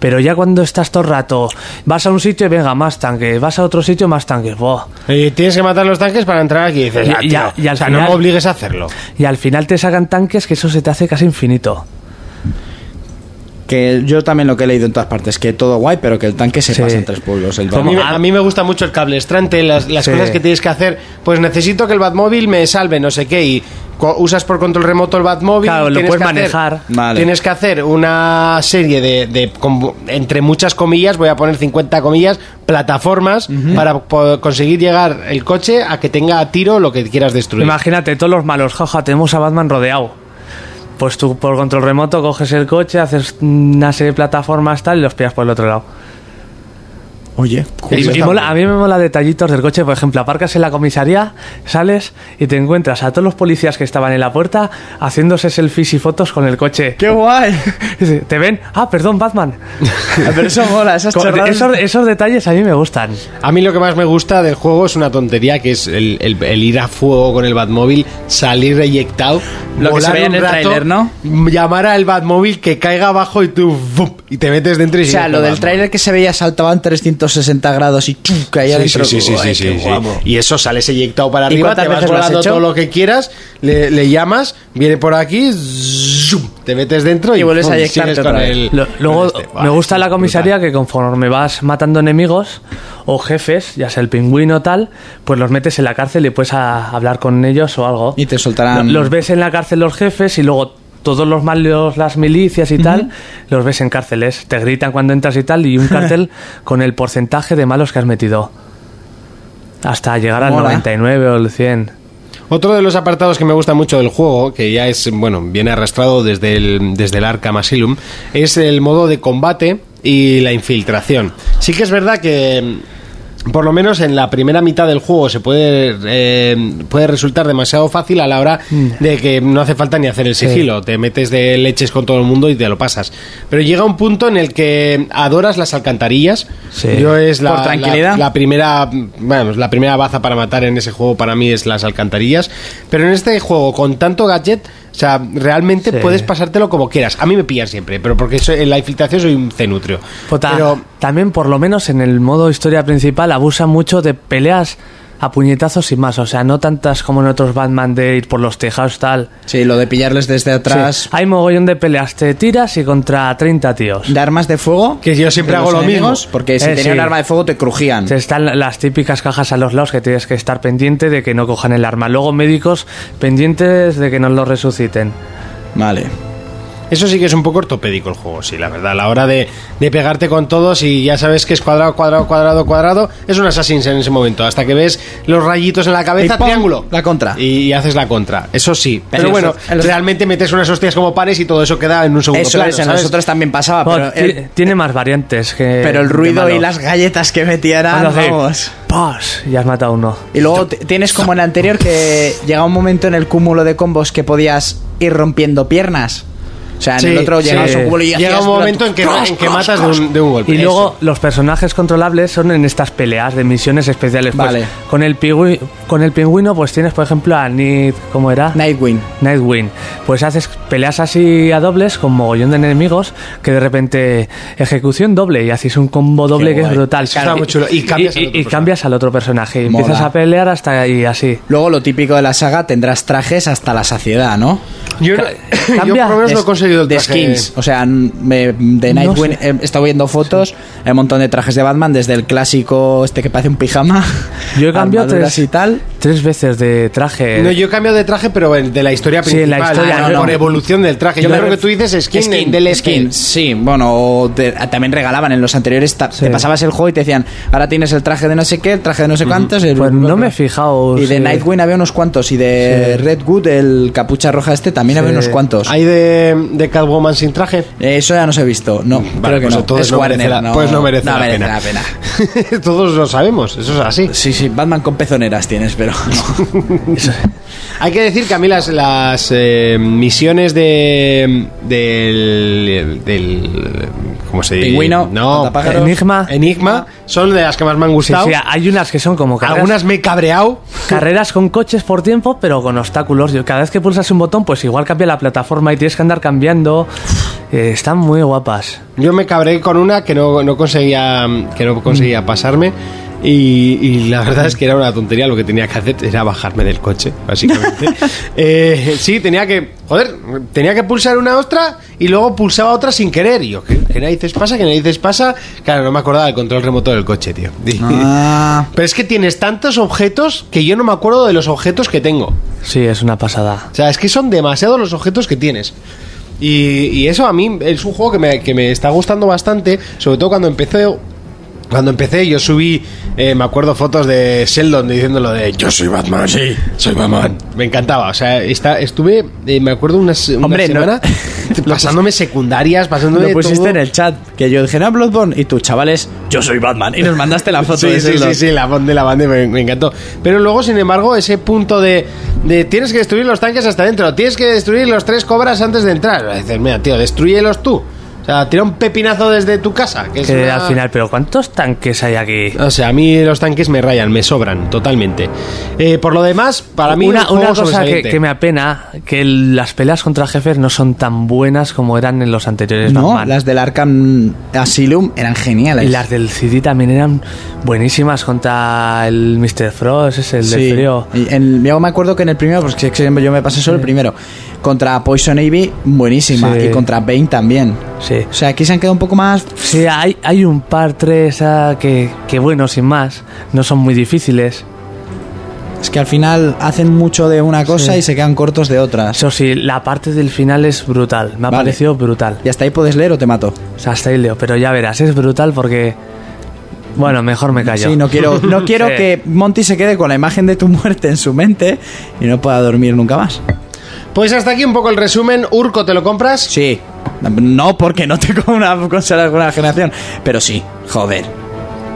Speaker 4: pero ya cuando estás todo el rato, vas a un sitio y venga más tanques, vas a otro sitio más tanques. Buah.
Speaker 2: Y Eh, tienes que matar los tanques para entrar aquí. Y dices,
Speaker 4: Y-
Speaker 2: "Ah,
Speaker 4: y
Speaker 2: tío,
Speaker 4: a- y al
Speaker 2: o sea, no
Speaker 4: final-
Speaker 2: me obligues a hacerlo.
Speaker 4: Y al final te sacan tanques que eso se te hace casi infinito.
Speaker 3: Que yo también lo que he leído en todas partes, que todo guay, pero que el tanque se
Speaker 4: Sí.
Speaker 3: pasa en tres pueblos. El
Speaker 2: A mí,
Speaker 3: Batman.
Speaker 2: me- a mí me gusta mucho el cable estrante, las, las
Speaker 4: Sí.
Speaker 2: cosas que tienes que hacer. Pues necesito que el Batmóvil me salve, no sé qué. Y co- usas por control remoto el Batmóvil.
Speaker 4: Claro, lo
Speaker 2: tienes
Speaker 4: puedes
Speaker 2: que hacer-
Speaker 4: manejar.
Speaker 3: Vale.
Speaker 2: Tienes que hacer una serie de, de com- entre muchas comillas, voy a poner 50 comillas, plataformas para po- conseguir llegar el coche a que tenga a tiro lo que quieras destruir.
Speaker 4: Imagínate, todos los malos, jaja, tenemos a Batman rodeado. Pues tú por control remoto coges el coche, haces una serie de plataformas tal y los pillas por el otro lado.
Speaker 3: Oye,
Speaker 4: Y-
Speaker 2: está
Speaker 4: y mola- a mí me mola detallitos del coche, por ejemplo, aparcas en la comisaría, sales y te encuentras a todos los policías que estaban en la puerta haciéndose selfies y fotos con el coche.
Speaker 3: ¡Qué guay!
Speaker 4: Dice, Te ven, ah, perdón, Batman.
Speaker 3: pero eso mola, esas
Speaker 4: Con-
Speaker 3: charradas.
Speaker 4: esos, esos detalles a mí me gustan.
Speaker 2: A mí lo que más me gusta del juego es una tontería que es el, el- el ir a fuego con el Batmóvil, salir eyectado,
Speaker 3: Lo que se veía en el tráiler, ¿no?
Speaker 2: Llamar al Batmóvil que caiga abajo y tú ¡vup! y te metes dentro y
Speaker 3: O sea,
Speaker 2: sigues
Speaker 3: lo
Speaker 2: con
Speaker 3: del
Speaker 2: Batman.
Speaker 3: tráiler que se veía saltaban 360 grados y ¡chu! caía
Speaker 2: Sí,
Speaker 3: dentro.
Speaker 2: sí, sí, sí,
Speaker 3: Guay,
Speaker 2: sí,
Speaker 3: qué
Speaker 2: sí, sí.
Speaker 3: guapo.
Speaker 2: Y eso sales eyectado para
Speaker 3: ¿Y
Speaker 2: arriba,
Speaker 3: cuántas
Speaker 2: te vas
Speaker 3: veces lo has
Speaker 2: volando
Speaker 3: hecho?
Speaker 2: todo lo que quieras, le, le llamas, viene por aquí, ¡zum! te metes dentro y,
Speaker 3: Y vuelves a
Speaker 2: ¡pum!
Speaker 3: eyectarte
Speaker 2: sigues
Speaker 3: otra
Speaker 2: con
Speaker 3: vez.
Speaker 2: el-
Speaker 4: Lo-
Speaker 2: con
Speaker 4: luego
Speaker 2: este.
Speaker 4: me
Speaker 2: Buah,
Speaker 4: gusta la
Speaker 2: brutal.
Speaker 4: comisaría que conforme vas matando enemigos o jefes, ya sea el pingüino o tal, pues los metes en la cárcel y puedes a- hablar con ellos o algo.
Speaker 3: Y te soltarán-
Speaker 4: Los ves en la cárcel los jefes y luego todos los malos, las milicias y tal, los ves en cárceles. Te gritan cuando entras y tal y un cartel con el porcentaje de malos que has metido. hasta llegar al
Speaker 9: Mola.
Speaker 4: 99 o el 100.
Speaker 2: Otro de los apartados que me gusta mucho del juego, que ya es, bueno, viene arrastrado desde el, desde el Arkham Asylum, es el modo de combate y la infiltración. Sí que es verdad que... mm, Por lo menos en la primera mitad del juego se puede, eh, puede resultar demasiado fácil a la hora de que no hace falta ni hacer el sigilo. Te metes de leches con todo el mundo y te lo pasas. Pero llega un punto en el que adoras las alcantarillas.
Speaker 4: Sí.
Speaker 2: Yo es la,
Speaker 9: Por
Speaker 2: la-
Speaker 9: tranquilidad.
Speaker 2: la primera, bueno, la primera baza para matar en ese juego para mí es las alcantarillas, pero en este juego con tanto gadget, o sea, realmente
Speaker 4: Sí.
Speaker 2: puedes pasártelo como quieras. A mí me pillan siempre, pero porque soy- en la infiltración soy un cenutrio.
Speaker 4: Jota,
Speaker 2: Pero
Speaker 4: también, por lo menos en el modo historia principal, abusa mucho de peleas a puñetazos y más. O sea, no tantas como en otros Batman de ir por los tejados tal.
Speaker 3: Sí, lo de pillarles desde atrás.
Speaker 4: Sí, Hay mogollón de peleas, te tiras y contra 30 tíos.
Speaker 3: De armas de fuego.
Speaker 2: que yo siempre
Speaker 3: de
Speaker 2: hago
Speaker 3: los
Speaker 2: lo mismo.
Speaker 3: enemigos, Porque si
Speaker 4: Eh,
Speaker 3: tenía
Speaker 4: sí.
Speaker 3: un arma de fuego te crujían.
Speaker 4: Se Están las típicas cajas a los lados que tienes que estar pendiente de que no cojan el arma. Luego médicos pendientes de que no lo resuciten.
Speaker 3: Vale.
Speaker 2: Eso sí que es un poco ortopédico el juego, sí, la verdad. A la hora de, de pegarte con todos y ya sabes que es cuadrado, cuadrado, cuadrado, cuadrado, es un Assassin's en ese momento. Hasta que ves los rayitos en la cabeza,
Speaker 3: Y ¡pum!
Speaker 2: triángulo.
Speaker 3: La contra.
Speaker 2: Y, haces la contra. Eso sí. Pero,
Speaker 3: Pero
Speaker 2: bueno,
Speaker 3: eso- en los-
Speaker 2: realmente metes unas hostias como pares y todo eso queda en un segundo
Speaker 3: Eso
Speaker 2: plano,
Speaker 3: es, en
Speaker 2: ¿sabes?
Speaker 3: nosotros también pasaba.
Speaker 4: Bueno,
Speaker 3: Ah, Pero
Speaker 4: ti-
Speaker 3: el,
Speaker 4: tiene más variantes que.
Speaker 3: pero
Speaker 2: Eh,
Speaker 3: el
Speaker 4: que
Speaker 3: ruido y
Speaker 4: malos.
Speaker 3: las galletas que metían
Speaker 4: Cuando hace
Speaker 3: vamos.
Speaker 4: ¡Pas! Ya has matado uno.
Speaker 3: Y luego t- tienes como en el anterior que llega un momento en el cúmulo de combos que podías ir rompiendo piernas. O sea, en
Speaker 2: Sí,
Speaker 3: el otro
Speaker 2: sí.
Speaker 3: llegabas a un cúmulo y
Speaker 2: Llega
Speaker 3: hacías
Speaker 2: un momento en que,
Speaker 3: durante-
Speaker 2: en que matas de un, de un golpe.
Speaker 4: Y luego los personajes controlables son en estas peleas de misiones especiales. Pues,
Speaker 3: Vale.
Speaker 4: Con el, pingüi- con el pingüino, pues tienes, por ejemplo, a Nid. ¿Cómo era?
Speaker 3: Nightwing.
Speaker 4: Nightwing. Pues haces peleas así a dobles con mogollón de enemigos que de repente ejecución doble y haces un combo doble que es
Speaker 3: guay.
Speaker 4: brutal.
Speaker 2: Eso está muy chulo. Y cambias al
Speaker 4: y-
Speaker 2: otro
Speaker 4: y cambias al otro personaje. Y
Speaker 3: Mola.
Speaker 4: empiezas a pelear hasta y así.
Speaker 3: Luego lo típico de la saga tendrás trajes hasta la saciedad, ¿no?
Speaker 2: Yo,
Speaker 4: Ca-
Speaker 2: yo por
Speaker 4: cambia
Speaker 2: lo menos no he
Speaker 3: De-
Speaker 2: conseguido el
Speaker 3: de
Speaker 2: traje.
Speaker 3: skins, o sea, n- me- de
Speaker 4: No
Speaker 3: Nightwing
Speaker 4: sé.
Speaker 3: he estado viendo fotos, hay un montón de trajes de Batman, desde el clásico este que parece un pijama,
Speaker 4: Yo he cambiado
Speaker 3: armaduras
Speaker 4: tres,
Speaker 3: y tal.
Speaker 4: tres veces de traje.
Speaker 2: No, yo he cambiado de traje, pero el de la historia
Speaker 4: Sí,
Speaker 2: principal.
Speaker 4: en la historia,
Speaker 2: no,
Speaker 3: no,
Speaker 2: por
Speaker 3: no.
Speaker 2: evolución del traje. Yo,
Speaker 4: Yo me
Speaker 2: creo que
Speaker 4: ref-
Speaker 2: tú dices skin, este. en DLC.
Speaker 3: skin, sí, bueno, o te- también regalaban en los anteriores, ta- te pasabas el juego y te decían, ahora tienes el traje de no sé qué, el traje de no sé cuántos, el-
Speaker 4: Pues no me he fijado.
Speaker 3: y de
Speaker 4: sí.
Speaker 3: Nightwing había unos cuantos, y de Redwood, el capucha roja este, también había unos cuantos.
Speaker 2: ¿Hay de, de Catwoman sin traje?
Speaker 3: Eh, Eso ya no se ha visto, no, creo que
Speaker 2: pues
Speaker 3: no,
Speaker 2: entonces
Speaker 3: es
Speaker 2: no merece
Speaker 3: Warner,
Speaker 2: la-
Speaker 3: no,
Speaker 2: pues no merece la
Speaker 3: merece
Speaker 2: pena.
Speaker 3: la pena. Pues-
Speaker 2: Todos lo sabemos, eso es así.
Speaker 3: Sí, sí, Batman con pezoneras tienes, pero no.
Speaker 2: Hay que decir que a mí las, las eh, misiones de. del. del. ¿Cómo se dice?
Speaker 3: Pingüino,
Speaker 2: no,
Speaker 3: espantapájaros.
Speaker 4: Enigma.
Speaker 2: Enigma, son de las que más me han
Speaker 4: Sí,
Speaker 2: gustado.
Speaker 4: sí, hay unas que son como carreras,
Speaker 2: Algunas me he cabreado.
Speaker 4: carreras con coches por tiempo, pero con obstáculos. Yo- Cada vez que pulsas un botón, pues igual cambia la plataforma y tienes que andar cambiando. Eh, están muy guapas.
Speaker 2: Yo me cabré con una que no, no conseguía que no conseguía pasarme y, y la verdad es que era una tontería lo que tenía que hacer era bajarme del coche básicamente Eh, sí tenía que joder tenía que pulsar una ostra y luego pulsaba otra sin querer y yo ¿qué, qué narices pasa? ¿qué narices pasa? claro no me acordaba del control remoto del coche tío Y-
Speaker 3: Ah,
Speaker 2: pero es que tienes tantos objetos que yo no me acuerdo de los objetos que tengo
Speaker 4: Sí, es una pasada.
Speaker 2: o sea, es que son demasiados los objetos que tienes. Y, y eso a mí es un juego que me, que me está gustando bastante, sobre todo cuando empecé... Cuando empecé yo subí, eh, me acuerdo fotos de Sheldon diciéndolo de yo soy Batman, sí, soy Batman. Me encantaba, o sea, está, estuve, eh, me acuerdo unas una
Speaker 3: Hombre, no-
Speaker 2: semana pasándome secundarias, pasándome
Speaker 3: lo pusiste
Speaker 2: todo.
Speaker 3: en el chat, que yo dije, no, Bloodborne, y tú, chavales, yo soy Batman, y nos mandaste la foto
Speaker 2: Sí,
Speaker 3: de
Speaker 2: sí,
Speaker 3: Sheldon.
Speaker 2: sí, sí, la banda de la banda me, me encantó. Pero luego, sin embargo, ese punto de, de tienes que destruir los tanques hasta dentro, tienes que destruir los tres cobras antes de entrar. Dices, mira, tío, destruyelos tú. O sea, tira un pepinazo desde tu casa. Que es
Speaker 4: Que
Speaker 2: una-
Speaker 4: al final, pero ¿cuántos tanques hay aquí?
Speaker 2: O sea, a mí los tanques me rayan, me sobran totalmente. Eh, por lo demás, para mí
Speaker 4: una,
Speaker 2: un juego
Speaker 4: una cosa que,
Speaker 2: sobresaliente.
Speaker 4: que me apena, que el- las peleas contra jefes no son tan buenas como eran en los anteriores
Speaker 3: No,
Speaker 4: Batman.
Speaker 3: las del Arkham Asylum eran geniales.
Speaker 4: Y las del CD también eran buenísimas contra el Mr. Frost, ese, el
Speaker 3: Sí.
Speaker 4: del frío.
Speaker 3: Y en- yo me acuerdo que en el primero, porque es que siempre yo me pasé solo el primero, contra Poison Ivy, buenísima,
Speaker 4: Sí.
Speaker 3: y contra Bane también.
Speaker 4: Sí.
Speaker 3: O sea, aquí se han quedado un poco más...
Speaker 4: Sí, hay, hay un par, tres ah, que, que, bueno, sin más, no son muy difíciles.
Speaker 3: Es que al final hacen mucho de una cosa
Speaker 4: Sí.
Speaker 3: y se quedan cortos de otras.
Speaker 4: Eso sí, la parte del final es brutal, me ha
Speaker 3: Vale.
Speaker 4: parecido brutal.
Speaker 3: ¿Y hasta ahí puedes leer o te mato?
Speaker 4: O sea, hasta ahí leo, pero ya verás, es brutal porque Bueno, mejor me callo.
Speaker 3: Sí, no quiero, no quiero
Speaker 4: Sí.
Speaker 3: que Monty se quede con la imagen de tu muerte en su mente y no pueda dormir nunca más.
Speaker 2: Pues hasta aquí un poco el resumen. Urco, ¿te lo compras?
Speaker 3: Sí. No porque no tengo una consola de nueva generación, pero sí, joder.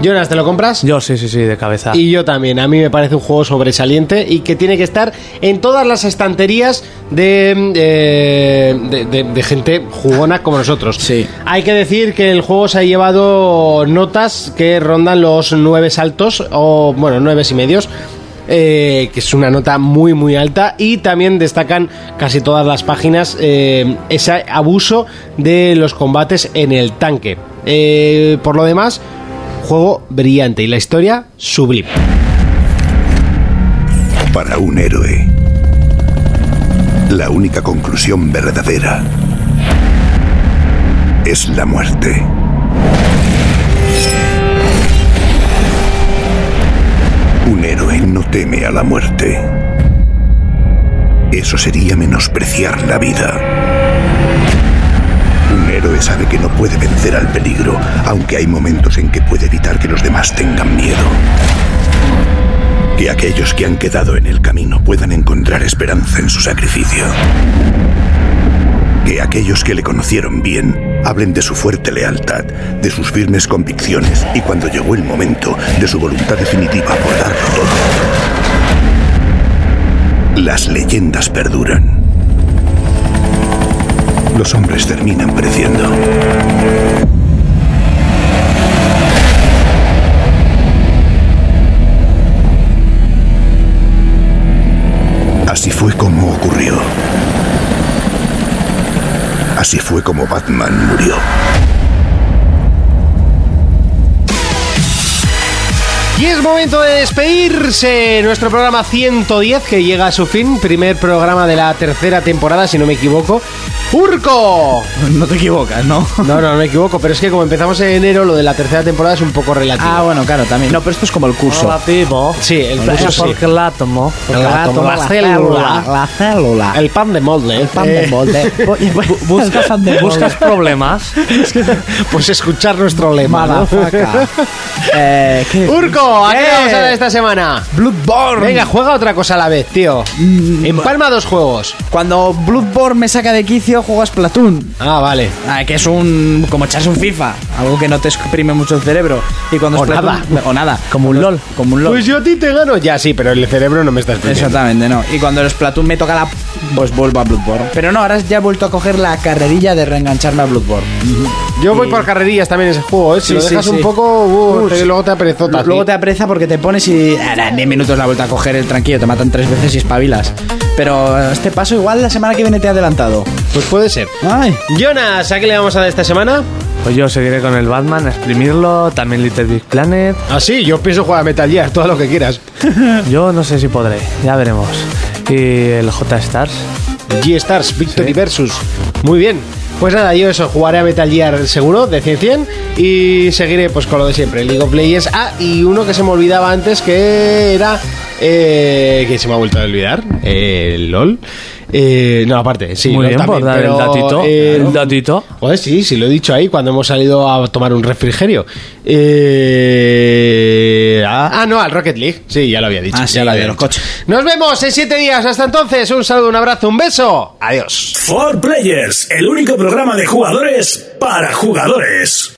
Speaker 2: Jonas, ¿te lo compras?
Speaker 4: Yo sí, sí, sí, de cabeza.
Speaker 2: Y yo también, a mí me parece un juego sobresaliente y que tiene que estar en todas las estanterías de, mm, eh, de, de- de gente jugona como nosotros.
Speaker 3: Sí.
Speaker 2: Hay que decir que el juego se ha llevado notas que rondan los nueve saltos, o bueno, nueve y medios. eh, que es una nota muy muy alta y también destacan casi todas las páginas eh, ese abuso de los combates en el tanque Eh, por lo demás juego brillante y la historia sublime
Speaker 1: Para un héroe, la única conclusión verdadera es la muerte. Un héroe no teme a la muerte. Eso sería menospreciar la vida. Un héroe sabe que no puede vencer al peligro, aunque hay momentos en que puede evitar que los demás tengan miedo. Que aquellos que han quedado en el camino puedan encontrar esperanza en su sacrificio. Que aquellos que le conocieron bien hablen de su fuerte lealtad, de sus firmes convicciones y cuando llegó el momento de su voluntad definitiva por darlo todo. Las leyendas perduran. Los hombres terminan pereciendo. Así fue como ocurrió. Así fue como Batman murió.
Speaker 2: Y es momento de despedirse. Nuestro programa 110 que llega a su fin. Primer programa de la tercera temporada, si no me equivoco. ¡Urco!
Speaker 3: No te equivocas, ¿no?
Speaker 2: No, no, no me equivoco, pero es que como empezamos en enero, lo de la tercera temporada es un poco relativo.
Speaker 3: Ah, bueno, claro, también. No, pero esto es como el curso.
Speaker 4: Hola, vivo.
Speaker 2: Sí, el
Speaker 4: Gracias
Speaker 2: curso sí.
Speaker 4: porque la tomo.
Speaker 2: El átomo, la célula.
Speaker 3: La célula.
Speaker 2: El pan de molde.
Speaker 3: pan
Speaker 2: Eh,
Speaker 3: de molde. Bu- Buscas pan de molde.
Speaker 4: ¿Buscas problemas?
Speaker 2: Pues escuchar nuestro lema. ¿no?
Speaker 3: Malafaca. Eh, ¿qué?
Speaker 2: ¡Urco! ¿A qué
Speaker 3: Eh.
Speaker 2: vamos a dar esta semana?
Speaker 3: Bloodborne.
Speaker 2: Venga, juega otra cosa a la vez, tío.
Speaker 3: Mm.
Speaker 2: Empalma dos juegos.
Speaker 3: Cuando Bloodborne me saca de quicio, juego a Splatoon.
Speaker 2: Ah, vale.
Speaker 3: Ah, que es un. como echarse un FIFA. Algo que no te exprime mucho el cerebro. Y cuando
Speaker 2: O
Speaker 3: Splatoon- O nada. Como un LOL. Como un LOL.
Speaker 2: Pues yo a ti te gano. Ya, sí, pero el cerebro no me está exprimiendo.
Speaker 3: Exactamente, no. Y cuando el Splatoon me toca la. Pues vuelvo a Bloodborne. Pero no, ahora ya he vuelto a coger la carrerilla de reengancharme a Bloodborne.
Speaker 2: Yo voy por carrerillas también ese juego, ¿eh? Si
Speaker 3: Sí,
Speaker 2: lo
Speaker 3: sí,
Speaker 2: dejas un
Speaker 3: sí.
Speaker 2: poco, uh,
Speaker 3: Uh,
Speaker 2: te-
Speaker 3: sí.
Speaker 2: luego te aperezota.
Speaker 3: Luego
Speaker 2: sí.
Speaker 3: te apreza porque te pones y. Ahora, en 10 minutos la vuelta a coger el tranquillo. Te matan tres veces y espabilas. Pero este paso igual la semana que viene te he adelantado.
Speaker 2: Pues puede ser.
Speaker 3: Ay.
Speaker 2: Jonas, ¿a qué le vamos a dar esta semana?
Speaker 4: Pues yo seguiré con el Batman, a exprimirlo, también Little Big Planet.
Speaker 2: Ah, sí, yo pienso jugar a Metal Gear, todo lo que quieras.
Speaker 4: Yo no sé si podré, ya veremos. Y el J-Stars.
Speaker 2: G-Stars, Victory Versus. Muy bien. Pues nada, yo eso, jugaré a Metal Gear seguro, de 100 100, y seguiré pues con lo de siempre, League of Legends. Ah, y uno que se me olvidaba antes, que era... eh, que se me ha vuelto a olvidar, eh, LOL. Eh, no, aparte, sí,
Speaker 4: Muy
Speaker 2: LOL
Speaker 4: bien, por
Speaker 2: también,
Speaker 4: dar
Speaker 2: pero,
Speaker 4: el datito.
Speaker 2: eh,
Speaker 4: el datito.
Speaker 2: Joder, sí, sí, lo he dicho ahí cuando hemos salido a tomar un refrigerio. Eh, ah, ah, no, al Rocket League. Sí, ya lo había dicho.
Speaker 3: Ah, sí,
Speaker 2: ya lo
Speaker 3: de
Speaker 2: había
Speaker 3: los
Speaker 2: dicho.
Speaker 3: coches.
Speaker 2: Nos vemos en siete días. Hasta entonces, un saludo, un abrazo, un beso. Adiós.
Speaker 10: For Players, el único programa de jugadores para jugadores.